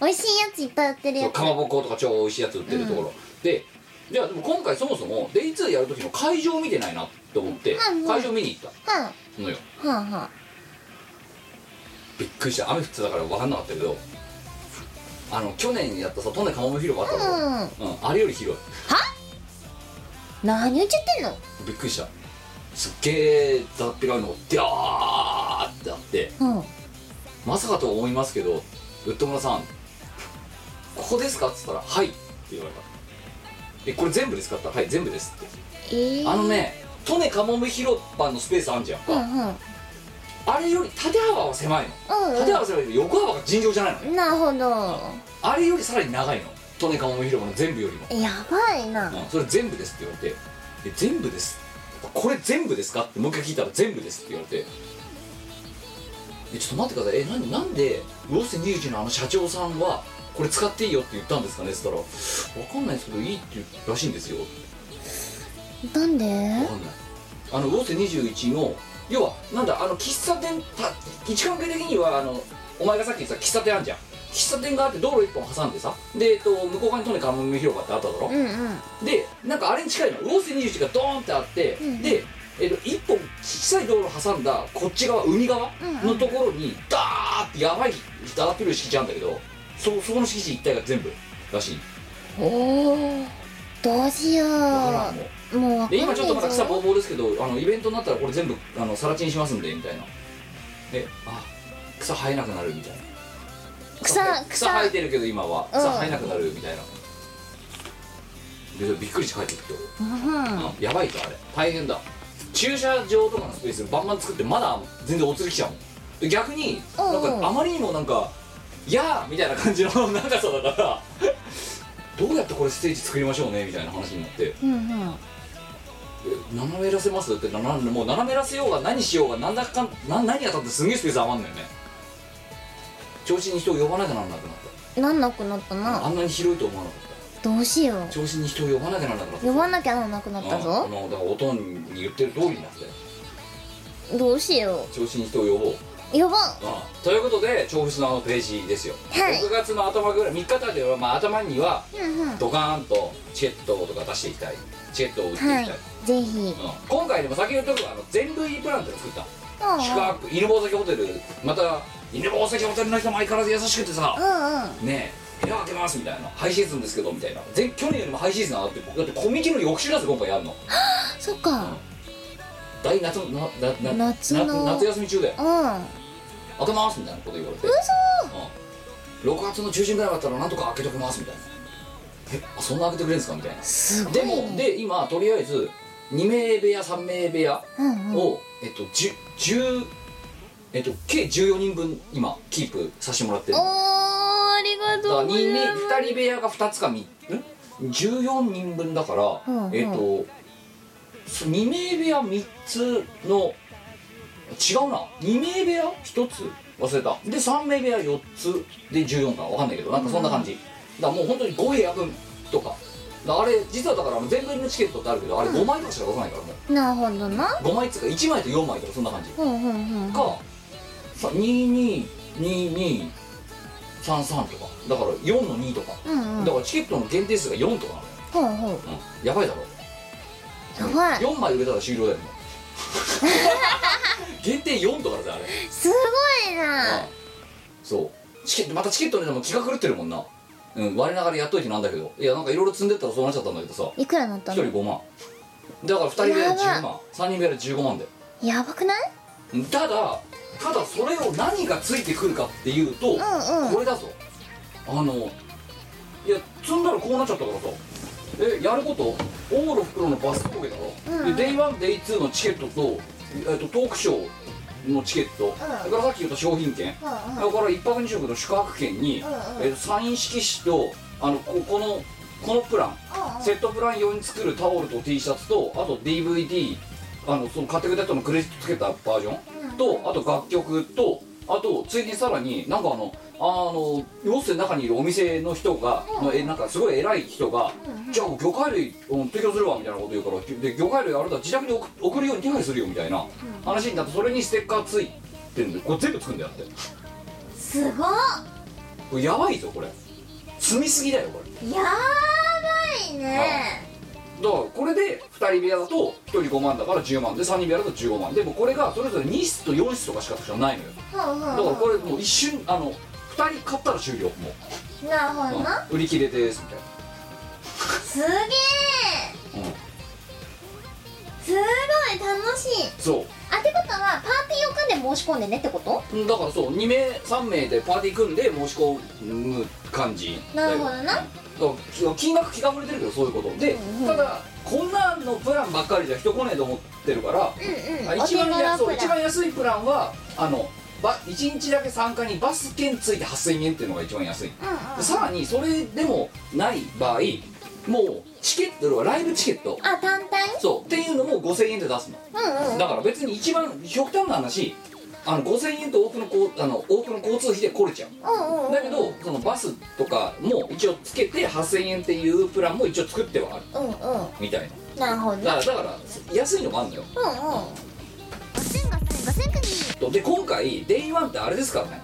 Speaker 3: 美味しいやついっぱい売ってる
Speaker 2: そ
Speaker 3: や
Speaker 2: う
Speaker 3: つ
Speaker 2: かまぼことか超美味しいやつ売ってるところ、でじゃあでも今回そもそも「デイ2」やる時の会場を見てないなって思って、
Speaker 3: うんうん
Speaker 2: 会場見に行っ
Speaker 3: は
Speaker 2: たのよ
Speaker 3: あはあはあ
Speaker 2: びっくりした雨降ってたから分かんなかったけどあの去年やったさ都内かまぼ広場あったところ、
Speaker 3: うん
Speaker 2: うんあれより広い
Speaker 3: 何言っちゃってんの
Speaker 2: びっくりしたすっげえ雑っぴがのデャーってあって
Speaker 3: うん
Speaker 2: まさかとは思いますけどウッド村さんここですかっつったら「はい」って言われた「えこれ全部ですか?」って言ったら「はい全部です」って
Speaker 3: ええ
Speaker 2: あのね利根かもめ広場のスペースあんじゃん
Speaker 3: う
Speaker 2: か、
Speaker 3: んうん
Speaker 2: あれより縦幅は狭いの
Speaker 3: うん
Speaker 2: 縦幅は狭いけど横幅が尋常じゃないのね
Speaker 3: うんなるほど
Speaker 2: あれよりさらに長いの利根かもめ広場の全部よりも
Speaker 3: やばいな
Speaker 2: うんそれ全部ですって言われて「え全部ですこれ全部ですか?」ってもう一回聞いたら「全部です」って言われて「えちょっと待ってくださいえなんなんで魚瀬乳児のあの社長さんはこれ使っていいよって言ったんですかね?」っつったら「わかんないですけどいいって言うらしいんですよ」
Speaker 3: なんで
Speaker 2: わかんないあの魚瀬21の要はなんだあの喫茶店た位置関係的にはあのお前がさっき言ってた喫茶店あんじゃん喫茶店があって道路一本挟んでさで、えっと、向こう側にとねかむ広場ってあっただろ、
Speaker 3: うんうん
Speaker 2: でなんかあれに近いの魚瀬21がドーンってあって、
Speaker 3: うん
Speaker 2: で、えっと、一本小さい道路挟んだこっち側海側
Speaker 3: うんうん
Speaker 2: のところにダーってやばいダーってる敷地あるんだけどそそこの敷地一帯が全部らしい
Speaker 3: おおどうしよう
Speaker 2: だからもう
Speaker 3: もうわかん
Speaker 2: で
Speaker 3: ない
Speaker 2: 今ちょっとまだ草ぼ
Speaker 3: ぞ
Speaker 2: うぼうですけどあのイベントになったらこれ全部あのさら地にしますんでみたいなえあ草生えなくなるみたいな
Speaker 3: 草
Speaker 2: 草
Speaker 3: 草
Speaker 2: 生えてるけど今は
Speaker 3: うん
Speaker 2: 草生えなくなるみたいな、でびっくりして帰ってきて、
Speaker 3: うん
Speaker 2: やばいぞあれ大変だ駐車場とかのスペースバンバン作ってまだ全然お釣りきちゃうもんで逆に
Speaker 3: うん
Speaker 2: な
Speaker 3: うん
Speaker 2: んかあまりにもなんか「やー」みたいな感じの長さだから どうやってこれステージ作りましょうねみたいな話になって
Speaker 3: うんうん
Speaker 2: え斜めらせますってななもう斜めらせようが何しようが何だかんな何やったってすんげえスペース余んのよね調子に人を呼ばなきゃならなくなっ
Speaker 3: なんなくなった
Speaker 2: た、あ
Speaker 3: なん
Speaker 2: なに広いと思わなかっ
Speaker 3: どうしよう
Speaker 2: た調子に人を呼ばなきゃならなくなった
Speaker 3: 呼ばなきゃならなくなった
Speaker 2: う
Speaker 3: ぞ
Speaker 2: んあのだからおとんに言ってる通りになって
Speaker 3: どうしよ
Speaker 2: 調子に人を呼ぼう
Speaker 3: う呼ぼう
Speaker 2: ああということで調布市のあのページですよ、
Speaker 3: はい
Speaker 2: 6月の頭ぐらい3日間では、まあ、頭には
Speaker 3: うんうん
Speaker 2: ドカーンとチケットとか出していきたいチケットを売っていきたい、
Speaker 3: はい
Speaker 2: うん
Speaker 3: ぜひ
Speaker 2: 今回でも先ほどとくあの全類プランっていうの作った
Speaker 3: うん
Speaker 2: 宿泊犬吠埼ホテルまた犬吠埼ホテルの人も相変わらず優しくてさ
Speaker 3: うんうん
Speaker 2: ねえ部屋開けますみたいなハイシーズンですけどみたいな全去年よりもハイシーズン上がってだってコミケの翌週なんですよ今回やるの
Speaker 3: そっか
Speaker 2: 大夏のななな
Speaker 3: 夏の
Speaker 2: 夏休み中だよ
Speaker 3: うん
Speaker 2: 開けますみたいなこと言われてうん、6月の中旬ぐらいだったらなんとか開けときますみたいなえあそんな開けてくれるんですかみたいな
Speaker 3: すごい
Speaker 2: で
Speaker 3: ね
Speaker 2: もで今とりあえず2名部屋3名部屋
Speaker 3: うんうん
Speaker 2: を、えっと10 10えっと計14人分今キープさせてもらってる
Speaker 3: おーありが
Speaker 2: だか
Speaker 3: と
Speaker 2: ら
Speaker 3: う
Speaker 2: 2,
Speaker 3: ございます
Speaker 2: 人部屋が2つかみん14人分だから、
Speaker 3: うんうん
Speaker 2: えっと2名部屋3つの違うな2名部屋1つ忘れたで3名部屋4つで14かわかんないけどなんかそんな感じ、だからもう本当に5部屋分とかだあれ実はだから全部入りのチケットってあるけどあれ5枚とかしか出さないからも
Speaker 3: なるほどな
Speaker 2: う5枚っつうか1枚と4枚とかそんな感じ
Speaker 3: うんうんうん
Speaker 2: かさ222233とかだから4の2とか
Speaker 3: うんうん
Speaker 2: だからチケットの限定数が4とかなのよ、
Speaker 3: ほうほう
Speaker 2: うん、やばいだろ
Speaker 3: やばい
Speaker 2: 4枚売れたら 終了だよもう限定4とかだぜあれ
Speaker 3: すごいな
Speaker 2: そうチケットまたチケットの値段も気が狂ってるもんなうん我ながらやっといてなんだけどいやなんかいろいろ積んでったらそうなっちゃったんだけどさ1
Speaker 3: いくらなった
Speaker 2: 人
Speaker 3: の
Speaker 2: 5万だから2人部屋
Speaker 3: やば
Speaker 2: 10万3人部屋で15万で
Speaker 3: やばくない
Speaker 2: ただただそれを何がついてくるかっていうと、
Speaker 3: うんうん
Speaker 2: これだぞあのいや積んだらこうなっちゃったからさえやること往路袋のバストケだろ、でデイ1デイ2のチケットと,、えっとトークショーのチケット、それからさっき言った商品券、
Speaker 3: うん
Speaker 2: だから一泊二食の宿泊券に、えっとサイン色紙とあのここのこのプラン、セットプラン用に作るタオルと T シャツとあと DVD あのその買ってくれた人のクレジットつけたバージョンとあと楽曲とあとついにさらになんかあのあの要するに中にいるお店の人が、のえなんかすごい偉い人が、じゃあ魚介類を提供するわみたいなこと言うからで魚介類あれだ自宅に送送るように手配するよみたいな話になってそれにステッカーついてるんでこれ全部つくんだよだって
Speaker 3: すごっ
Speaker 2: これやばいぞこれ積みすぎだよこれ
Speaker 3: やばいね
Speaker 2: だからこれで2人部屋だと1人5万だから10万で3人部屋だと15万でもこれがそれぞれ2室と4室とかしか確かないのよ
Speaker 3: ほうほう
Speaker 2: だから
Speaker 3: ほ
Speaker 2: これもう一瞬あの2人買ったら終了も
Speaker 3: うなるほ
Speaker 2: う、
Speaker 3: どな
Speaker 2: うん売り切れですみたい
Speaker 3: すげえ
Speaker 2: な、うん、
Speaker 3: すごい楽しい
Speaker 2: そ
Speaker 3: あってことはパーティーお金申し込んでねってこと
Speaker 2: うだからそう2名3名でパーティー組んで申し込む感じだよ
Speaker 3: なるほどな
Speaker 2: だから金額気が触れてるけどそういうことで、ただこんなのプランばっかりじゃ人来ねえと思ってるから、
Speaker 3: うん
Speaker 2: あ
Speaker 3: うんお
Speaker 2: 一
Speaker 3: 手
Speaker 2: 番
Speaker 3: 頃
Speaker 2: や
Speaker 3: な
Speaker 2: そ
Speaker 3: プ
Speaker 2: う
Speaker 3: ラ
Speaker 2: 一番安いプランはあのば1日だけ参加にバス券ついて8000円っていうのが一番安い、でさらにそれでもない場合もうチケットはライブチケット
Speaker 3: あ単体
Speaker 2: そうっていうのも5000円で出すの、
Speaker 3: うんうん
Speaker 2: だから別に一番極端な話あの5000円と多くのこうあの多くの交通費で来れちゃう
Speaker 3: うんうんうん
Speaker 2: だけどそのバスとかも一応つけて8000円っていうプランも一応作ってはある
Speaker 3: うんうん
Speaker 2: みたい
Speaker 3: なるほど
Speaker 2: なだからだから安いのもあるのよ
Speaker 3: うんうん
Speaker 2: とで今回デイワンってあれですからね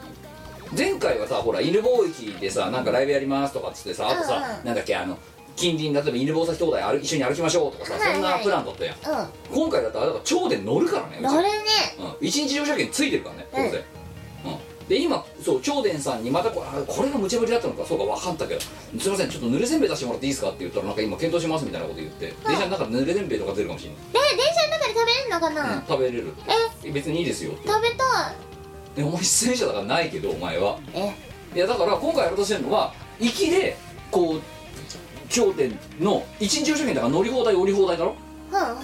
Speaker 2: 前回はさほら犬坊駅でさなんかライブやりますとかっつってさあと
Speaker 3: うん
Speaker 2: さ、
Speaker 3: うん
Speaker 2: なんだっけあの近隣例えば犬坊さん兄弟歩一緒に歩きましょうとかさ、
Speaker 3: はいはい
Speaker 2: そんなプランだったやん
Speaker 3: うん
Speaker 2: 今回だとあれだから超で乗るからねうち
Speaker 3: 乗るね
Speaker 2: うん、一日乗車券ついてるからね当然、うんで今そう超伝さんにまたこれあこれが無茶ぶりだったのかそうか分かったけど「すいませんちょっと濡れせんべい出してもらっていいですか?」って言ったらなんか今検討しますみたいなこと言って、電車の中で濡れせんべいとか出るかもしれ
Speaker 3: で電車の中で食べれるのか
Speaker 2: ない、
Speaker 3: な、
Speaker 2: うん食べれるえ別にいいですよって
Speaker 3: 食べたい
Speaker 2: でお前出演者だからないけどお前は
Speaker 3: え
Speaker 2: いやだから今回やろうとしてるのは行きでこう頂点の一日乗車券だから乗り放題降り放題だろ、
Speaker 3: うんうん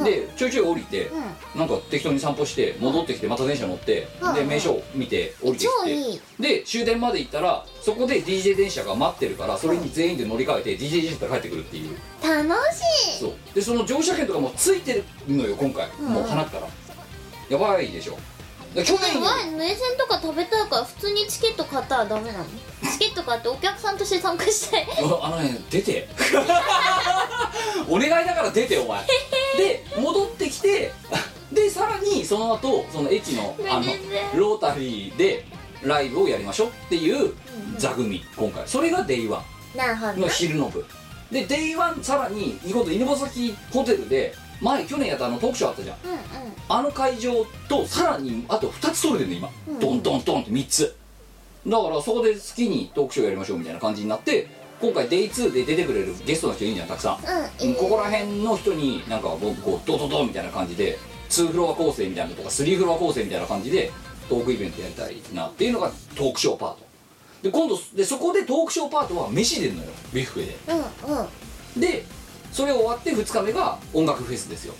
Speaker 2: でちょいちょい降りて、なんか適当に散歩して戻ってきてまた電車乗って、
Speaker 3: うん
Speaker 2: で名所見て降りて
Speaker 3: 超
Speaker 2: き
Speaker 3: い
Speaker 2: て
Speaker 3: い
Speaker 2: で終電まで行ったらそこで DJ 電車が待ってるからそれに全員で乗り換えて DJ 電車から帰ってくるっていう
Speaker 3: 楽しい
Speaker 2: そうでその乗車券とかもついてるのよ今回、もう花からやばいでしょだから去
Speaker 3: ね
Speaker 2: 年
Speaker 3: ワイン名線とか食べたいから普通にチケット買ったらダメなのチケット買ってお客さんとして参加したい
Speaker 2: ああのね出て お願いだから出てお前で戻ってきてでさらにその後その駅のあの
Speaker 3: めでてえ
Speaker 2: ロータリーでライブをやりましょうっていう座組今回それが Day1
Speaker 3: なるほど
Speaker 2: の昼の部で Day1 さらに今度犬吠埼ホテルで前去年やったあのトークショーあったじゃん
Speaker 3: うんうん
Speaker 2: あの会場とさらにあと2つ取れてるね今、ドンドンドンって3つだからそこで好きにトークショーやりましょうみたいな感じになって今回 Day2 で出てくれるゲストの人いるんじゃんたくさん、
Speaker 3: うんいい
Speaker 2: ここら辺の人になんかもうこうドドドンみたいな感じで2フロア構成みたいなのとか3フロア構成みたいな感じでトークイベントやりたいなっていうのがトークショーパートで今度でそこでトークショーパートは飯出るのよビュッフェで
Speaker 3: うんうん
Speaker 2: でそれ終わって2日目が音楽フェスですよ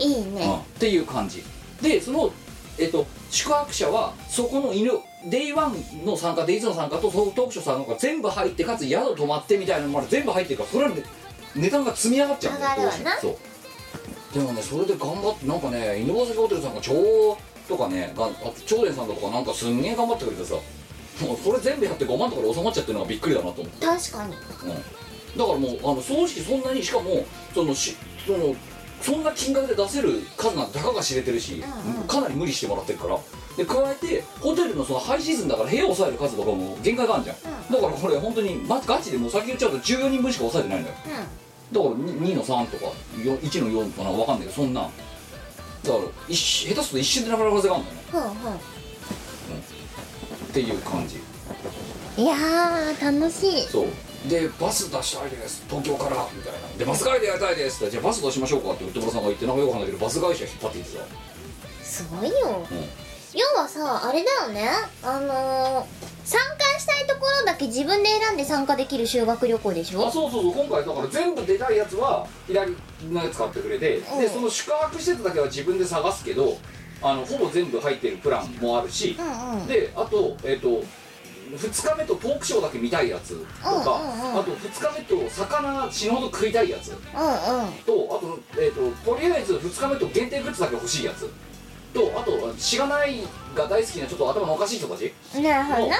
Speaker 3: いい
Speaker 2: うん
Speaker 3: ね
Speaker 2: っていう感じでその、えっと、宿泊者はそこの犬デイワンの参加デイズの参加とソフトークショー参加が全部入ってかつ宿泊まってみたいなのまで全部入ってるからそれはね値段が積み上がっちゃうんだよ
Speaker 3: 上がるわな
Speaker 2: どうしてもそうでもねそれで頑張ってなんかね犬吠ホテルさんが超とかねがあと長伝さんとかなんかすんげえ頑張ってくれてさもうそれ全部やって5万とかで収まっちゃってるのがびっくりだなと思って
Speaker 3: 確かに
Speaker 2: うんだからもうあの正直そんなにしかもそのしそのそんな金額で出せる数なんてたかが知れてるし、
Speaker 4: うんうん
Speaker 2: かなり無理してもらってるからで加えてホテルのそのハイシーズンだから部屋を抑える数とかも限界があるじゃん、だからこれ本当にまガチでもう先言っちゃうと14人分しか抑えてないんだよだから 2, の3とかよ1の4とかなんか分かんないけどそんなだから一下手すると一瞬でなくなる風があるんだよね
Speaker 4: うんうん
Speaker 2: っていう感じ
Speaker 3: いやー楽しい
Speaker 2: そうでバス出したいです東京からみたいなでバス会でやりたいですってじゃあバス出しましょうかってウッドブラさんが言ってなんかよくわかんないけどバス会社引っ張っていってさ
Speaker 3: すごいよ
Speaker 2: うん
Speaker 3: 要はさあれだよねあのー、参加したいところだけ自分で選んで参加できる修学旅行でし
Speaker 2: あ
Speaker 3: ょ
Speaker 2: そうそうそう今回だから全部出たいやつは左のやつ買ってくれて、
Speaker 3: うん
Speaker 2: でその宿泊施設だけは自分で探すけどあのほぼ全部入ってるプランもあるし
Speaker 3: う、んうん
Speaker 2: であとえっ、と2日目とトークショーだけ見たいやつとか、
Speaker 3: うんうんうん
Speaker 2: あと2日目と魚が死ぬほど食いたいやつと
Speaker 3: うんうん
Speaker 2: あと,、えー、ととりあえず2日目と限定グッズだけ欲しいやつとあとしがないが大好きなちょっと頭のおかしい人たち
Speaker 3: なるほどな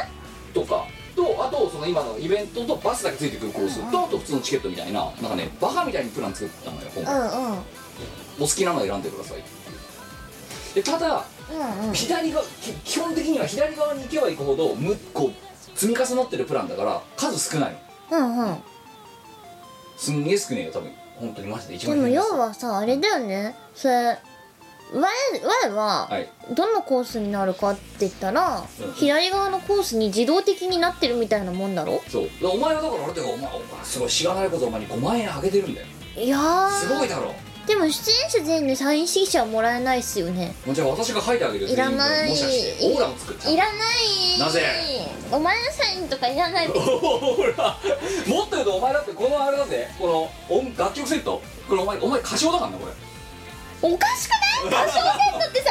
Speaker 2: とかとあとその今のイベントとバスだけついてくるコースとあと普通のチケットみたいななんかねバカみたいにプラン作ったのよ今回
Speaker 3: うんうん
Speaker 2: お好きなの選んでくださいでただ
Speaker 3: うんうん
Speaker 2: 左がき基本的には左側に行けば行くほどむこう積み重なってるプランだから数少ないの
Speaker 3: うんうん
Speaker 2: すんげえ少ねえよ多分本当にマジで一
Speaker 3: で
Speaker 2: 番
Speaker 3: も
Speaker 2: 低い
Speaker 3: 要
Speaker 2: です
Speaker 3: はさあれだよねそれ我々は
Speaker 2: はい
Speaker 3: どのコースになるかって言ったら、
Speaker 2: うん
Speaker 3: 左側のコースに自動的になってるみたいなもんだろ
Speaker 2: そうだからお前はだからあれだよお前お前すごいしがないことお前に5万円あげてるんだよ
Speaker 3: いやー
Speaker 2: すごいだろ
Speaker 3: でも出演者全員でサイン色紙はもらえないっすよね
Speaker 2: もうじゃあ私が書いてあげるよ
Speaker 3: いらない
Speaker 2: 全員分もしかしてオーラも作っちゃう
Speaker 3: いらない
Speaker 2: なぜ
Speaker 3: お前のサインとかいらない
Speaker 2: ほらもっと言うとお前だってこのあれだぜこの音楽曲セットこれお前お前歌唱だからなこれ
Speaker 3: おかしく ない歌唱セットってさそ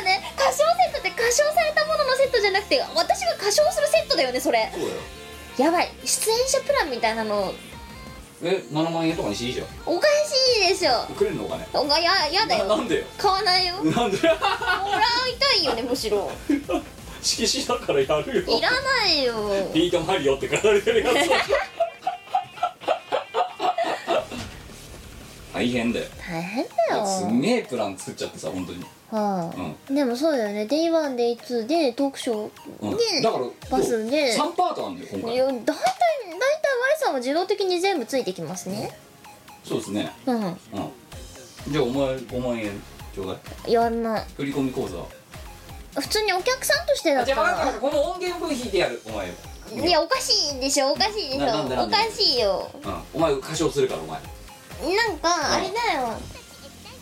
Speaker 3: うだよね歌唱セットって歌唱されたもののセットじゃなくて私が歌唱するセットだよねそれ
Speaker 2: そうだよ
Speaker 3: やばい出演者プランみたいなの
Speaker 2: え7万円とかにしていいじゃん
Speaker 3: おかしいでしょ
Speaker 2: くれるのお金
Speaker 3: おがややだ
Speaker 2: なな
Speaker 3: よ
Speaker 2: んでよ
Speaker 3: 買わないよもらい
Speaker 2: なんで
Speaker 3: たいよねむしろ
Speaker 2: 色紙だからやるよ
Speaker 3: いらないよ
Speaker 2: ピートマリオって書かれてる やつ大変だよ
Speaker 3: 大変だよ
Speaker 2: すんげえプラン作っちゃってさ本当に
Speaker 3: はあ、でもそうだよね Day1 Day2 でトークショ
Speaker 2: う
Speaker 3: ー
Speaker 2: ん
Speaker 3: で、
Speaker 2: だから
Speaker 3: バスで
Speaker 2: 3パートあるんだよ今
Speaker 3: い
Speaker 2: 回
Speaker 3: や大体大体ワレさんは自動的に全部ついてきますね
Speaker 2: そうですね
Speaker 3: うん
Speaker 2: うんじゃあお前5万円ちょうだい
Speaker 3: やんない
Speaker 2: 振り込み口座
Speaker 3: 普通にお客さんとしてだっ
Speaker 2: じ
Speaker 3: た
Speaker 2: ゃあ分かっ
Speaker 3: ら
Speaker 2: たこの音源分弾いてやるお前
Speaker 3: いやおかしいでしょおかしいでしょ
Speaker 2: ななんでな
Speaker 3: お
Speaker 2: んで
Speaker 3: かしいよ
Speaker 2: うんお前歌唱するからお前
Speaker 3: なんかあれだよ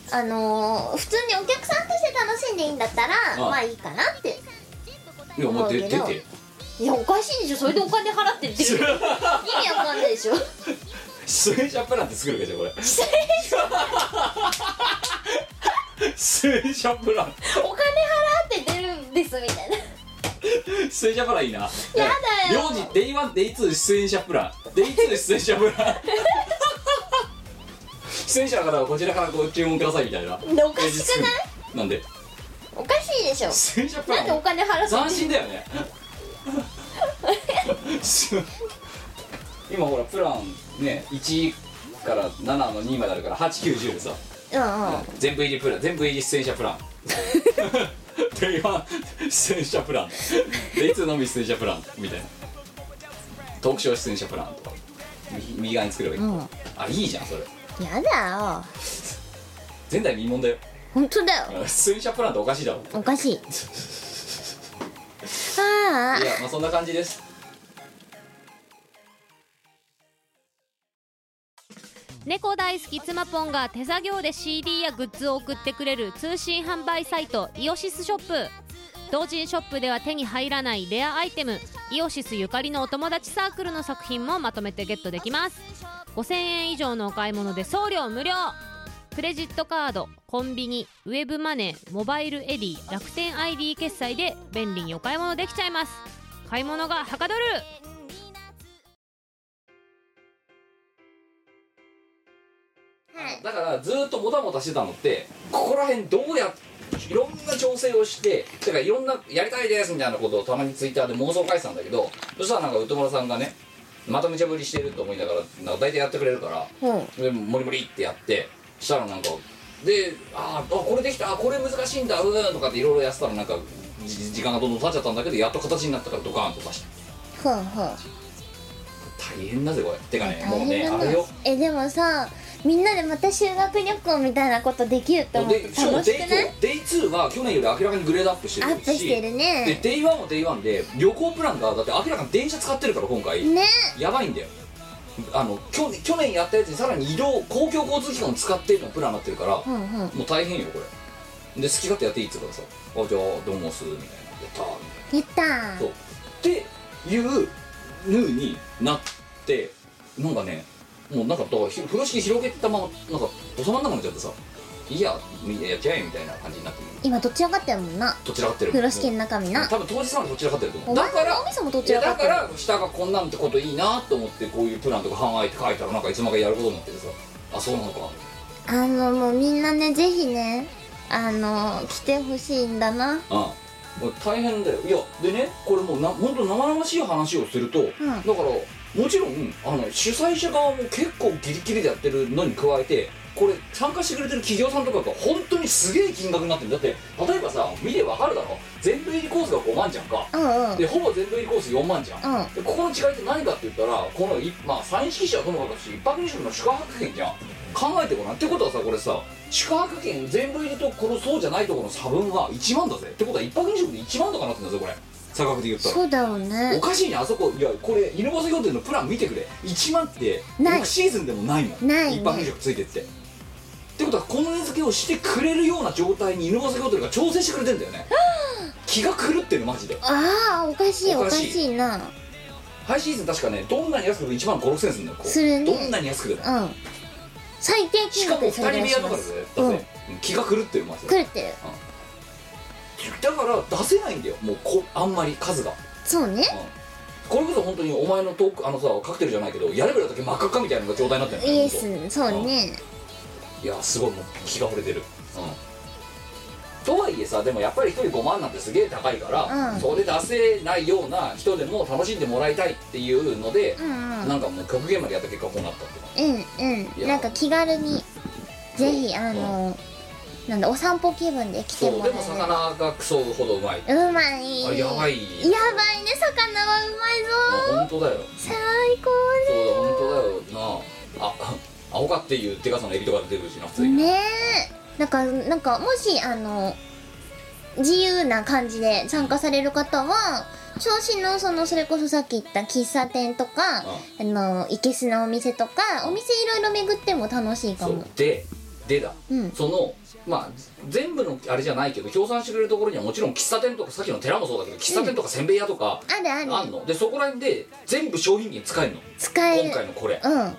Speaker 3: あのー、普通にお客さんとして楽しんでいいんだったら
Speaker 2: うん
Speaker 3: まあいいかなって
Speaker 2: いやお前出
Speaker 3: まあ
Speaker 2: 出
Speaker 3: け
Speaker 2: て
Speaker 3: どいやおかしいでしょそれでお金払ってるって意味 わかんないでしょ
Speaker 2: 出演者プランって作るかじゃあこれ出演者プラン
Speaker 3: お金払って出るんですみたいな
Speaker 2: 出演者プランいいなや
Speaker 3: だよ
Speaker 2: 幼児 Day1 Day2 出演者プラン Day2 出演者 プラン出演者の方はこちらからご注文くださいみたいな
Speaker 3: でおかしくない
Speaker 2: いなんで
Speaker 3: おかしいでしょ
Speaker 2: 出演者プ
Speaker 3: な
Speaker 2: ラ
Speaker 3: んでお
Speaker 2: ン
Speaker 3: 金払って
Speaker 2: 斬新だよね 今ほらプランね1から7の2まであるから890でさ
Speaker 3: うんうん
Speaker 2: 全部入りプラン全部入り出演者プラン定番出演者プランでいつのみ出演者プランみたいなトークショー出演者プランとか右右側に作ればいい、
Speaker 3: うん
Speaker 2: あいいじゃんそれ
Speaker 3: やだよ
Speaker 2: 前代未聞だよ
Speaker 3: 本当だよ
Speaker 2: 出演者プランっておかしいだろ
Speaker 3: おかし いあ
Speaker 2: いやまあそんな感じです
Speaker 5: 猫大好き妻ぽんが手作業で CD やグッズを送ってくれる通信販売サイトイオシスショップ同人ショップでは手に入らないレアアイテムイオシスゆかりのお友達サークルの作品もまとめてゲットできます5000円以上のお買い物で送料無料クレジットカードコンビニウェブマネーモバイルエディ楽天 ID 決済で便利にお買い物できちゃいます買い物がはかどる
Speaker 3: あはい
Speaker 2: だからずーっともたもたしてたのってここら辺どうやいろんな調整をしてだからいろんなやりたいですみたいなことをたまにツイッターで妄想書いてたんだけどそしたらなんか宇都村さんがねまた無茶ぶりしてると思いながらなんか大体やってくれるから
Speaker 4: うん
Speaker 2: でモリモリってやってしたらなんかで「あーあこれできたあこれ難しいんだうーん」とかっていろいろやってたらなんかじ時間がどんどん経っちゃったんだけどやっと形になったからドカーンと刺して
Speaker 4: ふんふん
Speaker 2: 大変だぜこれてかねもう
Speaker 3: 大
Speaker 2: ね
Speaker 3: 変だ
Speaker 2: あ
Speaker 3: な
Speaker 2: れよ
Speaker 3: えでもさみんなでまた修学旅行みたいなことできるって思う
Speaker 2: でし
Speaker 3: と
Speaker 2: かも
Speaker 3: 楽
Speaker 2: デ
Speaker 3: し
Speaker 2: イ
Speaker 3: くない
Speaker 2: デイ2は去年より明らかにグレードアップしてる
Speaker 3: ア
Speaker 2: し
Speaker 3: ップしてる
Speaker 2: で
Speaker 3: ね
Speaker 2: デイ1もデイ1で旅行プランがだって明らかに電車使ってるから今回
Speaker 3: ね
Speaker 2: やばいんだよあの去年去年やったやつにさらに移動公共交通機関を使ってるのプランになってるから、
Speaker 4: うんうん
Speaker 2: もう大変よこれで好き勝手やっていいっつうからさ「あじゃあどうもっす」みたいな「やったー」み
Speaker 3: やったー
Speaker 2: たいなそうっていうヌーになってなんかねもうなんかだからひ風呂敷広げてたままなんか収まんなくなっちゃってさ「いいやみんなやっちゃえ」みたいな感じになって
Speaker 3: 今どっち上がってるもんな
Speaker 2: どちらかってる
Speaker 3: 風呂敷の中身な
Speaker 2: 多分当日までどちらかってると思
Speaker 3: お
Speaker 2: うだ
Speaker 3: 前の
Speaker 2: から
Speaker 3: おみそもどっ
Speaker 2: い
Speaker 3: ち
Speaker 2: や
Speaker 3: 上が
Speaker 2: だ
Speaker 3: って
Speaker 2: か
Speaker 3: る
Speaker 2: ら下がこんなんてこといいなと思ってこういうプランとか考えて書いたらなんかいつまかやることになっててさあそうなのか
Speaker 3: あのもうみんなねぜひねあの来てほしいんだな
Speaker 2: うんもう大変だよいやでねこれもうな本当生々しい話をすると、だからもちろんあの主催者側も結構ギリギリでやってるのに加えてこれ参加してくれてる企業さんとかが本当にすげえ金額になってるだって例えばさ見てわかるだろ全部入りコースが5万じゃんか
Speaker 3: うんうんうん
Speaker 2: でほぼ全部入りコース4万じゃん
Speaker 3: うん
Speaker 2: でここの違いって何かって言ったらこのい、まあ、三式車はともかくとして一泊二食の宿泊券じゃん考えてごらんってことはさこれさ宿泊券全部入れとこのそうじゃないところの差分は1万だぜってことは一泊二食で1万とかなってんだぜこれ差額で言ったら
Speaker 3: そうだよね
Speaker 2: おかしいねあそこいやこれ犬吠埼ホテルのプラン見てくれ1万って
Speaker 3: ない
Speaker 2: 6シーズンでもないもん
Speaker 3: ないね
Speaker 2: 一泊二食ついてってってことはこの値付けをしてくれるような状態に犬吠埼ホテルが調整してくれてんだよね気が狂ってるマジで
Speaker 3: ああおかしい
Speaker 2: お
Speaker 3: お
Speaker 2: か
Speaker 3: か
Speaker 2: しい
Speaker 3: しいな
Speaker 2: ハイシーズン確かねどんなに安くても1万5000円するんだよこう
Speaker 3: するね
Speaker 2: どんなに安くても
Speaker 3: うん最低金
Speaker 2: しか
Speaker 3: 額
Speaker 2: も
Speaker 3: で
Speaker 2: 2
Speaker 3: それ
Speaker 2: 人
Speaker 3: ぐら
Speaker 2: 部
Speaker 3: い
Speaker 2: 屋
Speaker 3: し
Speaker 2: と
Speaker 3: ま
Speaker 2: かですだぜ、気が狂ってるマジで
Speaker 3: 狂ってる
Speaker 2: だから出せないんだよもうこあんまり数が
Speaker 3: そうね
Speaker 2: これこそ本当にお前のトークあのさカクテルじゃないけどやればやるだけ真っ赤っかみたいな状態になってる
Speaker 3: イエスそうね
Speaker 2: いやすごいもう気が惚れてるうんとはいえさでもやっぱり1人5万なんてすげえ高いから、
Speaker 3: うん
Speaker 2: それ出せないような人でも楽しんでもらいたいっていうので
Speaker 3: う、んうん
Speaker 2: なんかもう極限までやった結果こうなったって
Speaker 3: うん
Speaker 2: い
Speaker 3: うん
Speaker 2: や
Speaker 3: なんか気軽にぜひあのなんだお散歩気分で来て
Speaker 2: そう
Speaker 3: も
Speaker 2: でも
Speaker 3: ら
Speaker 2: 魚がクソほどうまい
Speaker 3: えるうまい
Speaker 2: あやばい
Speaker 3: やばいね魚はうまいぞ
Speaker 2: 本当だよ
Speaker 3: 最
Speaker 2: そうだ本当だよなあ あ青かっていうでかさのエビとか出てくるしな普
Speaker 3: 高
Speaker 2: 通に、
Speaker 3: ねえなんかなんかもしあの自由な感じで参加される方は調子のそのそれこそさっき言った喫茶店とかあのいけすのお店とかお店いろいろ巡っても楽しいか
Speaker 2: そ
Speaker 3: も
Speaker 2: うででだ
Speaker 3: うん
Speaker 2: そのまあ全部のあれじゃないけど協賛してくれるところにはもちろん喫茶店とかさっきの寺もそうだけど喫茶店とかせんべい屋とか
Speaker 3: あるある
Speaker 2: あんのでそこら辺で全部商品券使えるの
Speaker 3: 使え
Speaker 2: 今
Speaker 3: る
Speaker 2: 回のこれ、
Speaker 3: うん
Speaker 2: うん、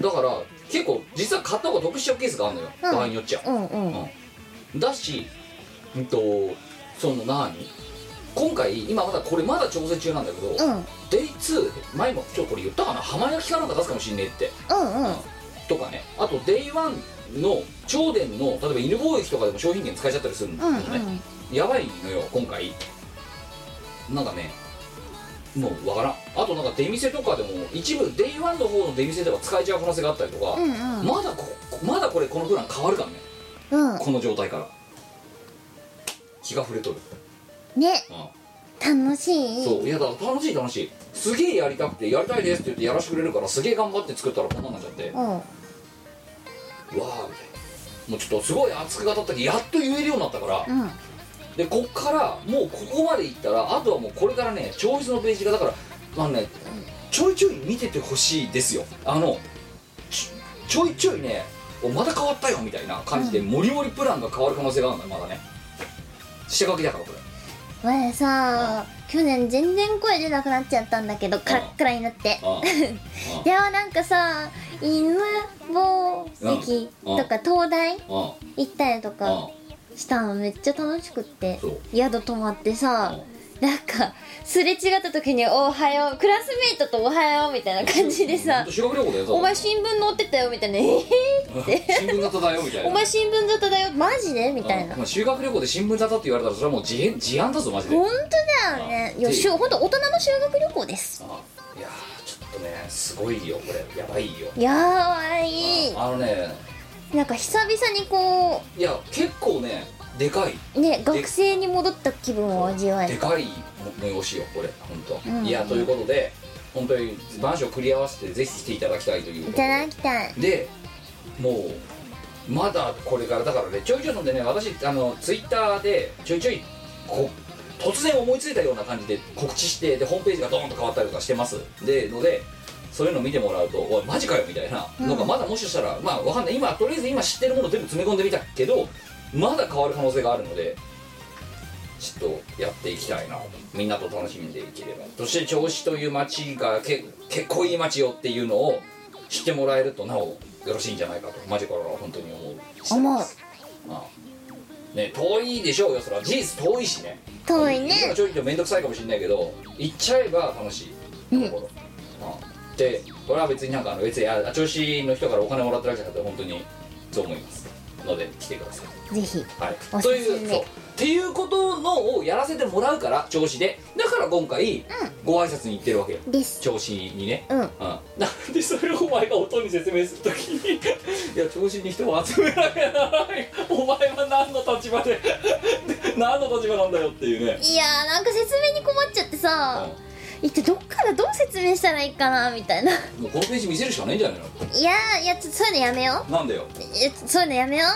Speaker 2: だから結構実は買った方が得しちゃうケースがあるのよ、
Speaker 3: うん
Speaker 2: 場合によっちゃ、
Speaker 3: うんうん
Speaker 2: だし、うんと、その何今回今まだこれまだ調整中なんだけど、
Speaker 3: うん
Speaker 2: デイ2前もちょっとこれ言ったかな浜焼きかなんか出すかもしんねえって
Speaker 3: うんうん
Speaker 2: とかねあとデイ1の超電の例えば犬貿易とかでも商品券使えちゃったりするんだ
Speaker 3: う
Speaker 2: よ
Speaker 3: んう
Speaker 2: ね、
Speaker 3: ん
Speaker 2: やばいのよ今回なんかねもうわからんあとなんか出店とかでも一部デイ1の方の出店では使えちゃう可能性があったりとか、
Speaker 3: うんうん
Speaker 2: まだこまだこれこのプラン変わるからね
Speaker 3: うん
Speaker 2: この状態から気が触れとる、
Speaker 3: ね
Speaker 2: う
Speaker 3: 楽し
Speaker 2: ん、
Speaker 3: い
Speaker 2: そういやだから楽しい楽しいすげえやりたくてやりたいですって言ってやらしてくれるからすげえ頑張って作ったらこんなんなっちゃってわ
Speaker 3: うん
Speaker 2: あみたいなもうちょっとすごい熱く語ったけどやっと言えるようになったから
Speaker 3: うん
Speaker 2: でこっからもうここまでいったらあとはもうこれからね調筆のページがだからまあねちょいちょい見ててほしいですよあのちちょいちょいねおまた変わったよみたいな感じでもりもりプランが変わる可能性があるんだよまだね下書きだからこれ
Speaker 3: 我さ去年全然声出なくなっちゃったんだけどカラッカラになって
Speaker 2: あ
Speaker 3: い
Speaker 2: あ
Speaker 3: やなんかさ犬宝石とか灯台
Speaker 2: あ
Speaker 3: 行ったりと
Speaker 2: ああ
Speaker 3: かしたのめっちゃ楽しくって
Speaker 2: そう
Speaker 3: 宿泊まって
Speaker 2: あ
Speaker 3: さなんかすれ違った時に「おはよう」クラスメイトと「おはよう」みたいな感じで
Speaker 2: ほん
Speaker 3: さ
Speaker 2: と修学旅行だ
Speaker 3: 「
Speaker 2: よただ
Speaker 3: お前新聞載ってたよ」みたいな「えー
Speaker 2: 新聞沙汰だよみたいな
Speaker 3: お前新聞沙汰だよマジで?」みたいな
Speaker 2: うんまあ修学旅行で新聞沙汰って言われたらそれはもう自変自案だぞマジで
Speaker 3: 本当だよねいや
Speaker 2: うん
Speaker 3: しゅ本当大人の修学旅行です
Speaker 2: あいやーちょっとねすごいよこれやばいよ
Speaker 3: やばい
Speaker 2: あのね
Speaker 3: なんか久々にこ
Speaker 2: いや結構ねでかいう
Speaker 3: ね学生に戻った気分を味わえ
Speaker 2: で
Speaker 3: る
Speaker 2: かい催しよこれ本当、
Speaker 3: うん
Speaker 2: いやということで本当にマンション繰り合わせてぜひ来ていただきたいというこ
Speaker 3: い
Speaker 2: とで
Speaker 3: ただきたい
Speaker 2: でもうまだこれからだからねちょいちょいのでね私あのツイッターでちょいちょいこう突然思いついたような感じで告知してでホームページがドーンと変わったりとかしてますでのでそういうの見てもらうと「おいマジかよ」みたいなのがまだもしかしたら、まあわかんない今とりあえず今知ってるもの全部詰め込んでみたけどまだ変わる可能性があるのでちょっとやっていきたいなみんなと楽しんでいければそして銚子という街がけ結構いい街よっていうのを知ってもらえるとなおよろしいんじゃないかとマジから本当に思う
Speaker 3: 思う
Speaker 2: ああね遠いでしょうよそら事実遠いしね
Speaker 3: 遠いね
Speaker 2: 今ちょいちょい面倒くさいかもしれないけど行っちゃえば楽しいところ、ああでこれは別になんかあの別にあ調子の人からお金もらってるわけじゃなくて本当にそう思いますので来てください
Speaker 3: ぜひ
Speaker 2: はい、
Speaker 3: お
Speaker 2: と
Speaker 3: す
Speaker 2: い
Speaker 3: す
Speaker 2: う
Speaker 3: め
Speaker 2: そうっていうことのをやらせてもらうから調子でだから今回、ご挨拶に行ってるわけよ
Speaker 3: です
Speaker 2: 調子にね
Speaker 3: うん
Speaker 2: なんでそれをお前が音に説明するときに「いや調子に人を集められないお前は何の立場で何の立場なんだよ」っていうね
Speaker 3: いやーなんか説明に困っちゃってさ一体どっからどう説明したらいいかなみたいない
Speaker 2: もうこのページ見せるしかないんじゃない
Speaker 3: やーいやちょっとそういうのやめよ
Speaker 2: のなんでよ
Speaker 3: ういやそういうのやめよ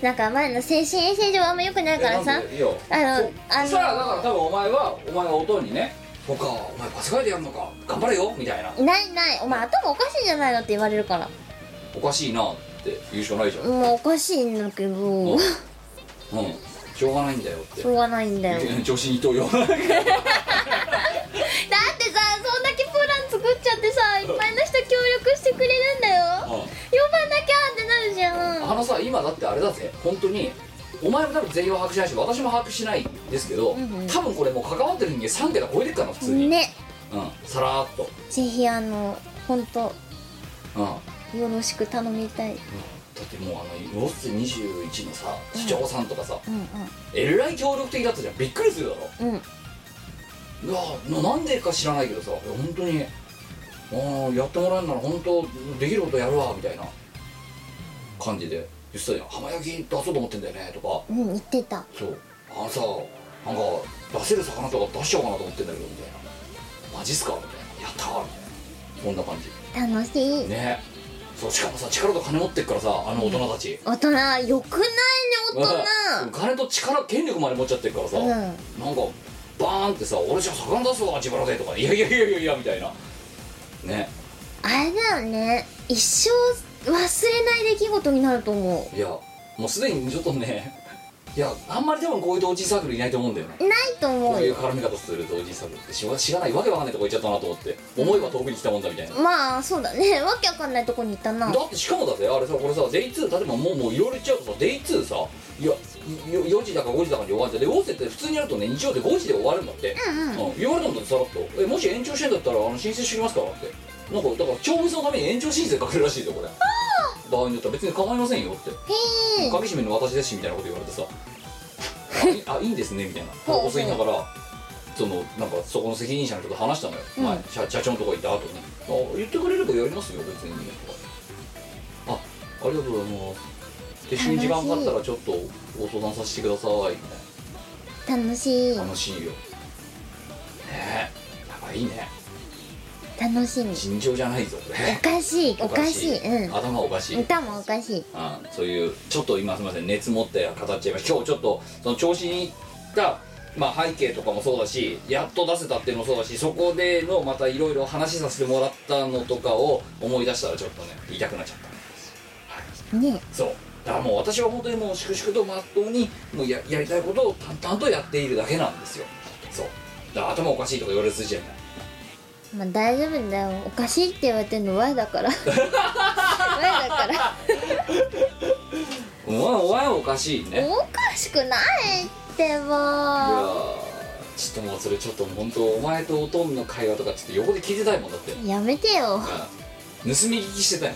Speaker 3: うなんか前の精神衛生上あんま良くないから
Speaker 2: えな
Speaker 3: さ
Speaker 2: んでよ
Speaker 3: あの
Speaker 2: そう
Speaker 3: あの
Speaker 2: そしたらだから多分お前はお前が音にね「そうかお前パスガイでやるのか頑張れよ」みたいな
Speaker 3: ないないお前頭おかしいんじゃないのって言われるから
Speaker 2: 「おかしいな」って言うしかないじゃん
Speaker 3: もうおかしいんだけど
Speaker 2: うんうんしょうがないんだよって
Speaker 3: しょうがないんだよだってさ
Speaker 2: 調子にとよ
Speaker 3: そんだけプラン作っちゃってさいっぱいの人協力してくれるんだよ呼ばなきゃってなるじゃん
Speaker 2: あのさ今だってあれだぜ本当にお前も多分全容把握しないし私も把握しないですけど、
Speaker 3: んうん
Speaker 2: 多分これもう関わってる人間3桁超えてっからな普通に、
Speaker 3: ね
Speaker 2: うんさらーっと、
Speaker 3: ぜひあの本当
Speaker 2: うん、だ
Speaker 3: よろしく頼みたい
Speaker 2: ってもうあのロス21のさ市長さんとかさ、
Speaker 3: うん
Speaker 2: えらい協力的だったじゃんびっくりするだろ
Speaker 3: うんうん
Speaker 2: いやななんでか知らないけどさ本当にあーやってもらえるなら本当できることやるわみたいな感じで言ってたじゃん浜焼き出そうと思ってんだよねとか
Speaker 3: うん言ってた
Speaker 2: そうあのさなんか出せる魚とか出しちゃおうかなと思ってんだけどみたいなマジっすかみたいなやったーみたいなこんな感
Speaker 3: 楽しい、
Speaker 2: じねそうしかもさ力と金持ってっからさあの大人たち、
Speaker 3: 大人よくないね大
Speaker 2: うん金と力権力まで持っちゃってるからさ、
Speaker 3: 人うん
Speaker 2: なんかバーンってさ「俺じゃあ魚出すわ自腹で」とか「いやいやいやいやいや」みたいなね
Speaker 3: あれだよね一生忘れない出来事になると思
Speaker 2: いやもうすでにちょっとねいやあんまり多分こういう同時サークルいないと思うんだよね
Speaker 3: うないと
Speaker 2: こ
Speaker 3: 思
Speaker 2: う
Speaker 3: う
Speaker 2: いう
Speaker 3: よ
Speaker 2: 絡み方する同時サークルって知ら知らないわけわかんないとこ行っちゃったなと思って思えば遠くに来たもんだみたいな
Speaker 3: まあそうだねわけわかんないとこに行ったな
Speaker 2: だってしかもだぜあれさこれさ Day2 例えばもうもういろいろ言っちゃうとさ Day2 さいやよ4時だか5時だかに終わっちゃうでウォーセって普通にやるとね日曜で5時で終わるんだって、
Speaker 3: うんうん
Speaker 2: うん言われたんだってさらっとえもし延長してんだったらあの申請してきますからってなんかだから長物のために延長申請かけるらしいぞこれ場合によっては別に構いませんよって
Speaker 3: へえ
Speaker 2: 鍵閉めの私ですしみたいなこと言われてさあいあいいんですねみたいなタバコ吸いながらそのなんかそこの責任者の人と話したのよ、
Speaker 3: うん
Speaker 2: 前社社長のとこ行った後に「あ言ってくれればやりますよ別に」とか「あありがとうございます」で「一緒に時間かかったらちょっとご相談させてください」みた
Speaker 3: 楽しい
Speaker 2: いな楽しいよねえやばいね
Speaker 3: 楽しみ
Speaker 2: 尋常じゃないぞこ
Speaker 3: お
Speaker 2: れ
Speaker 3: かしいおかしいうん
Speaker 2: 頭おかしい
Speaker 3: 歌もおかしい
Speaker 2: あそういうちょっと今すみません熱持って語っちゃいました今日ちょっとその調子に行った、まあ、背景とかもそうだしやっと出せたっていうのもそうだしそこでのまたいろいろ話させてもらったのとかを思い出したらちょっとね言いたくなっちゃった
Speaker 3: ね
Speaker 2: そうだからもう私は本当にもう粛々とまっとうにもうややりたいことを淡々とやっているだけなんですよそうだから頭おかしいとか言われる筋合いない
Speaker 3: まあ大丈夫だよおかしいって言われてるのわだ からわだから
Speaker 2: お前お前はおかしいね
Speaker 3: おかしくないって
Speaker 2: いや
Speaker 3: ば
Speaker 2: ーちょっともうそれちょっと本当お前とおとんの会話とかちょっと横で聞いてたいもんだって
Speaker 3: やめてよ
Speaker 2: うん盗み聞き してたよ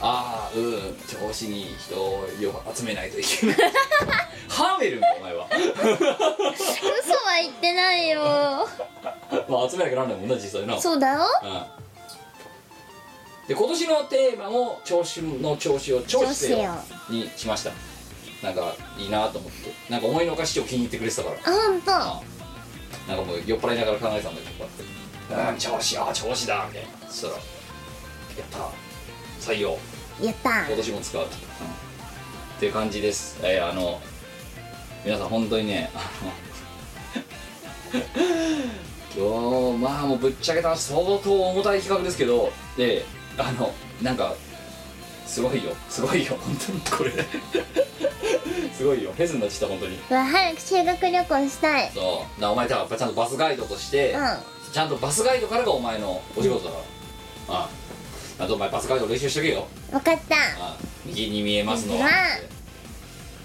Speaker 2: ああうん調子にいい人を集めないといけないハーメルンかお前は
Speaker 3: 嘘は言ってないよ
Speaker 2: まあまあ集めなきゃなんないもんな実際な
Speaker 3: そうだよ
Speaker 2: うんで今年のテーマも調子の調子を調子せよにしましたなんかいいなと思ってなんか思いのほか市長気に入ってくれてたから
Speaker 3: あほんと
Speaker 2: なんかもう酔っ払いながら考えてたんだけどこうやって「うん調子あ調子だ」みたいなそしたら「やった採用
Speaker 3: やった
Speaker 2: 今年も使う」うんっていう感じですえーあの皆さん本当にねあの 今日まあもうぶっちゃけた話相当重たい企画ですけどであのなんかすごいよすごいよ本当にこれ すごいよフェスになっちゃった本当に
Speaker 3: うわ早く修学旅行したい
Speaker 2: そうなお前だからちゃんとバスガイドとして、
Speaker 3: う
Speaker 2: ちゃんとバスガイドからがお前のお仕事だから、あああとお前バスガイド練習しとけよ
Speaker 3: んわかった
Speaker 2: あ右に見えますの
Speaker 3: うわ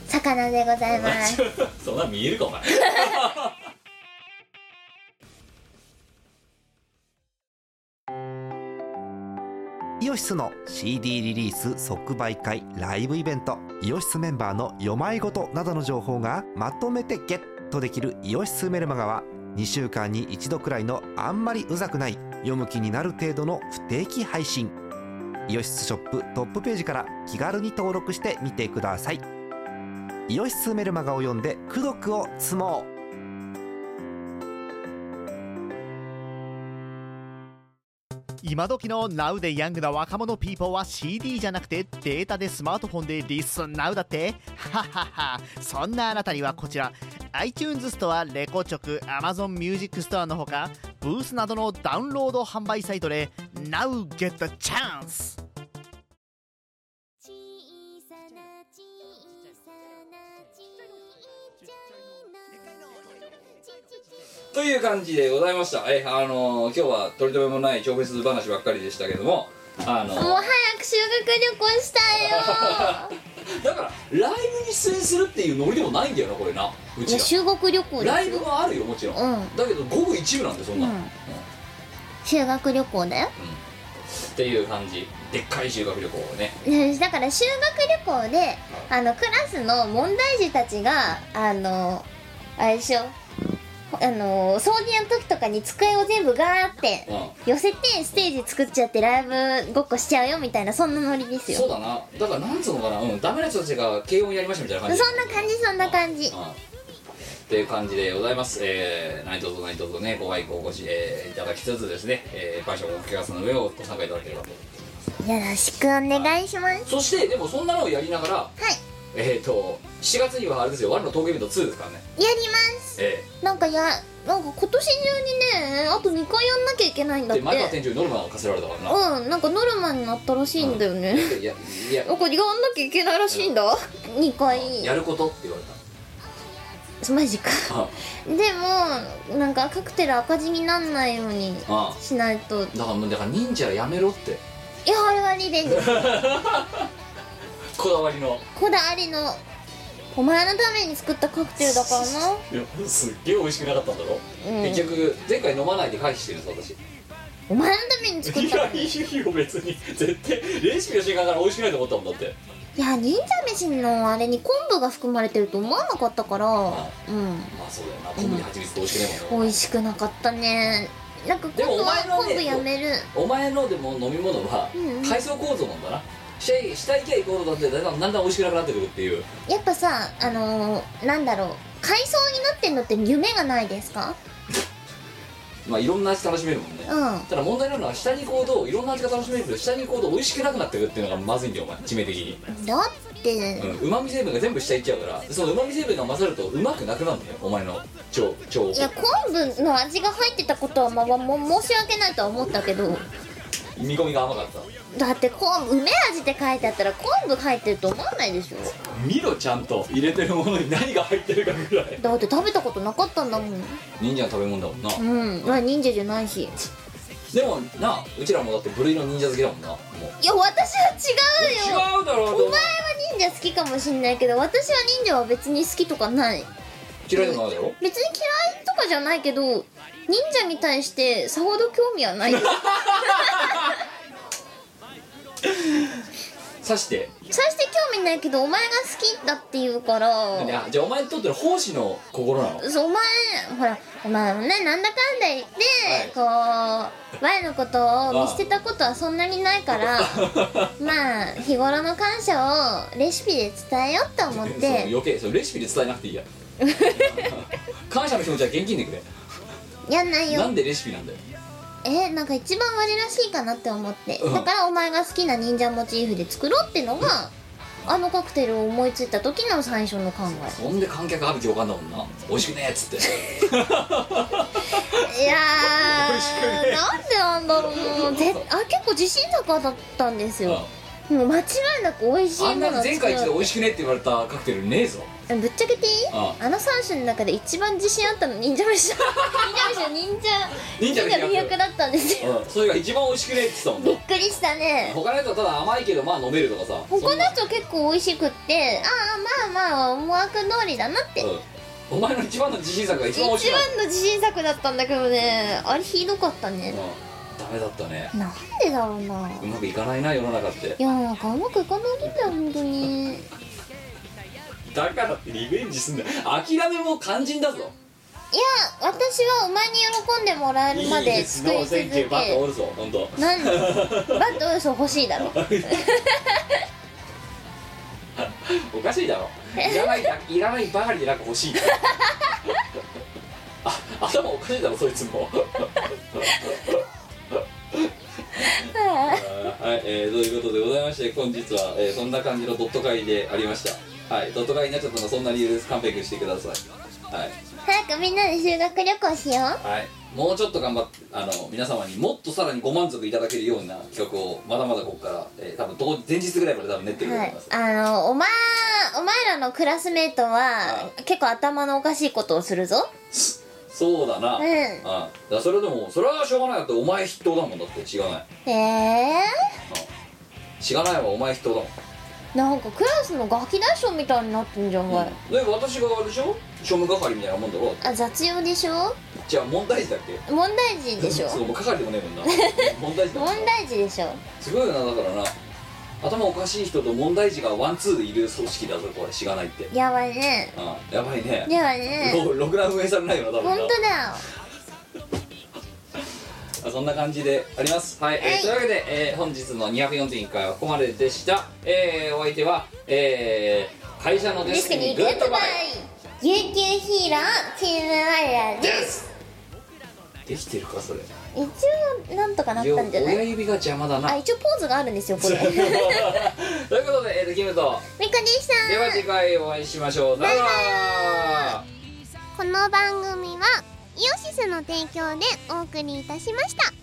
Speaker 3: 魚でございます
Speaker 2: そんな見えるかお前
Speaker 6: イオシスの CD リリース即売会ライブイベントイオシスメンバーの読まいごとなどの情報がまとめてゲットできる「イオシスメルマガ」は2週間に1度くらいのあんまりうざくない読む気になる程度の不定期配信イオシスショップトップページから気軽に登録してみてくださいイオシスメルマガを読んで「功徳を積もう」
Speaker 7: 今時の Now でヤングな若者ピーポーは CD じゃなくてデータでスマートフォンでリスン Now だってはははそんなあなたにはこちら iTunes ストア、レコチョク、Amazon ミュージックストアのほかブースなどのダウンロード販売サイトで Now get the chance!
Speaker 2: という感じでございましたえあのー今日は取り留めもない超フェス話ばっかりでしたけどもあ
Speaker 3: もう
Speaker 2: のー
Speaker 3: 早く修学旅行 したいよ
Speaker 2: だからライブに出演するっていうノリでもないんだよなこれなう
Speaker 3: いや
Speaker 2: ち
Speaker 3: 修学旅行
Speaker 2: ら
Speaker 3: で
Speaker 2: ライ
Speaker 3: す
Speaker 2: ブ
Speaker 3: よ
Speaker 2: はあるよもちろん、
Speaker 3: うん
Speaker 2: だけどごく一部なんでそんなの、
Speaker 3: う
Speaker 2: っ
Speaker 3: ん修学旅行だよ
Speaker 2: ていう感じでっかい修学旅行をね
Speaker 3: うんだから修学旅行であのクラスの問題児たちがあのあれでしょあの掃除の時とかに机を全部ガーって
Speaker 2: うん
Speaker 3: 寄せてステージ作っちゃってライブごっこしちゃうよみたいなそんなノリですよ
Speaker 2: そうだなだからなんつうのかなうんダメな人たちが軽音やりましたみたいな
Speaker 3: そ
Speaker 2: 感
Speaker 3: んな感じ
Speaker 2: じ
Speaker 3: そんな感じ
Speaker 2: うんっていう感じでございますえー、何卒何卒ねご愛顧をごし、えーいただきつつですね、えー、賠償おけがさの上をご参加いただければと
Speaker 3: よろしくお願いします
Speaker 2: そしてでもそんなのをやりながらえっ、と7月にはあれですよ「ワンの峠イベント2」ですからね
Speaker 3: やります
Speaker 2: え
Speaker 3: なんかやなんか今年中にねあと2回やんなきゃいけないん
Speaker 2: ー
Speaker 3: だっ
Speaker 2: で前川
Speaker 3: て
Speaker 2: 店長にノルマを課せられたからな、
Speaker 3: うんなんかノルマになったらしいんだよね、
Speaker 2: いやいや
Speaker 3: なんかやんなきゃいけないらしいんだ2回
Speaker 2: やることって言われた
Speaker 3: マジか
Speaker 2: あ
Speaker 3: でもなんかカクテル赤字になんないように
Speaker 2: あ
Speaker 3: しないとい
Speaker 2: だからもうだから忍者やめろって
Speaker 3: やあれはリベンジ
Speaker 2: こだわりの
Speaker 3: こだわりのお前のために作ったカクテルだ からない
Speaker 2: やすっげえ美味しくなかったんだろ、
Speaker 3: うん
Speaker 2: 結局前回飲まないで回避してるんです私
Speaker 3: お前のために作っ
Speaker 2: い
Speaker 3: たから
Speaker 2: や
Speaker 3: ね
Speaker 2: いいよ別に絶対レシピの瞬間から美味しくないと思ったもんだって
Speaker 3: いや忍者飯のあれに昆布が含まれてると思わなかったからうん
Speaker 2: まあそうだよな昆布に蜂蜜って美味しくないも
Speaker 3: 美
Speaker 2: んね、
Speaker 3: 味しくなかったねなんか今
Speaker 2: でも
Speaker 3: 度
Speaker 2: お
Speaker 3: は
Speaker 2: 前のね
Speaker 3: 昆布やめる
Speaker 2: お前のでも飲み物は
Speaker 3: うん
Speaker 2: 海藻構造なんだな、したいしたいきゃいいことだってだんだんだんだん美味しくなくなってくるっていう
Speaker 3: やっぱさあのー、なんだろう海藻になってんのって夢がないですか
Speaker 2: まあいろんな味楽しめるもんね、
Speaker 3: うん
Speaker 2: ただ問題なのは下に行動いろんな味が楽しめるけど下に行動美味しくなくなってくるっていうのがまずいんだよお前致命的に
Speaker 3: だって
Speaker 2: うま、み成分が全部下行っちゃうからそのうまみ成分が混ざるとうまくなくなるんだよお前の腸腸を
Speaker 3: いや昆布の味が入ってたことはまあまあも申し訳ないとは思ったけど
Speaker 2: 見込みが甘かった
Speaker 3: だって昆布梅味って書いてあったら昆布入ってると思わないでしょ
Speaker 2: 見ろちゃんと入れてるものに何が入ってるかぐらい
Speaker 3: だって食べたことなかったんだもん
Speaker 2: 忍者の食べ物だもんな、
Speaker 3: うんまあ忍者じゃないし
Speaker 2: でもなうちらもだって部類の忍者好きだもんなも
Speaker 3: いや私は違うよ
Speaker 2: う違うだろう
Speaker 3: お前は忍者好きかもしんないけど私は忍者は別に好きとかない
Speaker 2: 嫌いでもないだろ
Speaker 3: 別に嫌いとかじゃないけど忍者に対してさほど興味 はないよ
Speaker 2: さして
Speaker 3: 最して興味ないけどお前が好きだって言うから
Speaker 2: 何あじゃあお前にとっての奉仕の心なの
Speaker 3: そうお前ほらお前もねなんだかんだ言って、こう前のことを見捨てたことはそんなにないから まあ日頃の感謝をレシピで伝えようと思っ
Speaker 2: そう
Speaker 3: て
Speaker 2: 余計そうレシピで伝えなくていい や感謝の気持ちは現金でくれ
Speaker 3: やんないよ
Speaker 2: なんでレシピなんだよ
Speaker 3: えなんか一番我らしいかなって思って
Speaker 2: うん
Speaker 3: だからお前が好きな忍者モチーフで作ろうってのがあのカクテルを思いついた時の最初の 考
Speaker 2: そんで観客ある行間だもんな美味しくねえっつって
Speaker 3: えいやーなんでなんだろうもうぜあ結構自信作だったんですよもう間違いなく美味し
Speaker 2: あ
Speaker 3: い
Speaker 2: ん
Speaker 3: も
Speaker 2: な
Speaker 3: のを
Speaker 2: 前
Speaker 3: 作
Speaker 2: 回一度
Speaker 3: ろ
Speaker 2: 美味しくねえって言われたカクテルねえぞ
Speaker 3: うぶっちゃけていい
Speaker 2: あ
Speaker 3: あの3種の中で一番自信あったの忍者飯忍者飯忍
Speaker 2: 忍者
Speaker 3: 者忍者
Speaker 2: の飛躍
Speaker 3: の飛躍だったんですよ
Speaker 2: それが一番美味しくねえって言ってたも
Speaker 3: び
Speaker 2: ん
Speaker 3: っ
Speaker 2: な
Speaker 3: くりしたね
Speaker 2: 他のやつはただ甘いけどまあ飲めるとかさ
Speaker 3: 他のやつは結構美味しくってああまあまあ思惑通りだなって
Speaker 2: そんなうんお前の一番の自信作が一
Speaker 3: 一
Speaker 2: 番美
Speaker 3: 番
Speaker 2: 味しくない
Speaker 3: の自信作だったんだけどねあれひどかったね
Speaker 2: ダメだったね
Speaker 3: なんでだろうな
Speaker 2: うまくいかないな世の中って
Speaker 3: いやなんかうまくいかないんだよ本当に
Speaker 2: だからってリベンジすんだよ諦めも肝心だぞ
Speaker 3: いや私はお前に喜んでもらえるま
Speaker 2: いい
Speaker 3: で
Speaker 2: です
Speaker 3: 作り
Speaker 2: の
Speaker 3: 続け
Speaker 2: 選挙バッとおるぞ本当。
Speaker 3: なんでバットウソ欲しいだろ
Speaker 2: おかしいだろいらないだいらないばかりでなんか欲しいあ頭おかしいだろそいつも はい、えー、ということでございまして本日は、えーそんな感じのドット会でありましたはいドット会になっちゃったのはそんな理由です勘弁してくださいはい
Speaker 3: 早くみんなで修学旅行しよう
Speaker 2: はい、もうちょっと頑張ってあの皆様にもっとさらにご満足いただけるような企画をまだまだここから、えー、多分どう前日ぐらいまで多分練ってると
Speaker 3: は
Speaker 2: 思い
Speaker 3: い
Speaker 2: ます、
Speaker 3: あのお前お前らのクラスメートは
Speaker 2: う
Speaker 3: 結構頭のおかしいことをするぞ
Speaker 2: そうだな、
Speaker 3: うん
Speaker 2: あだからそれでもそれはしょうがないだってお前筆頭だもんだって違うない
Speaker 3: ええ
Speaker 2: 違うないはお前筆頭だもん、
Speaker 3: ー、なんかクラスのガキ大将みたいになってんじゃん、お前
Speaker 2: で私があれでしょ庶務係みたいなもんだろ
Speaker 3: あ雑用でしょ
Speaker 2: じゃあ問題児だっけ
Speaker 3: 問題児でしょ
Speaker 2: そうもう係でもねえもんな問題児だ
Speaker 3: 問
Speaker 2: もんな
Speaker 3: 題児でしょ
Speaker 2: すごいよなだからな頭おかしい人と問題児がワンツーでいる組織だぞこれしがないって
Speaker 3: やばいね
Speaker 2: あやばいね
Speaker 3: やばいね
Speaker 2: ろくな運営されないよな多
Speaker 3: 本
Speaker 2: 分
Speaker 3: 当
Speaker 2: な
Speaker 3: だよ
Speaker 2: そんな感じでありますはい、えーというわけで、えー本日の241回はここまででしたえーお相手はえー会社のデ
Speaker 3: デス
Speaker 2: スク
Speaker 3: ク
Speaker 2: に
Speaker 3: に
Speaker 2: グ
Speaker 3: グ
Speaker 2: ッ
Speaker 3: ッ
Speaker 2: ド
Speaker 3: ド
Speaker 2: バ
Speaker 3: バ
Speaker 2: イ
Speaker 3: イ琉球ヒーローチーム我らです
Speaker 2: できてるかそれ
Speaker 3: 一応なんとかなったんじゃな
Speaker 2: 親
Speaker 3: い
Speaker 2: 指が邪魔だな
Speaker 3: あ一応ポーズがあるんですよこと れみか
Speaker 2: いうことで、えーと、キムと
Speaker 3: でした
Speaker 2: では次回お会いしましょうさよなら
Speaker 3: この番組はイオシスの提供でお送りいたしました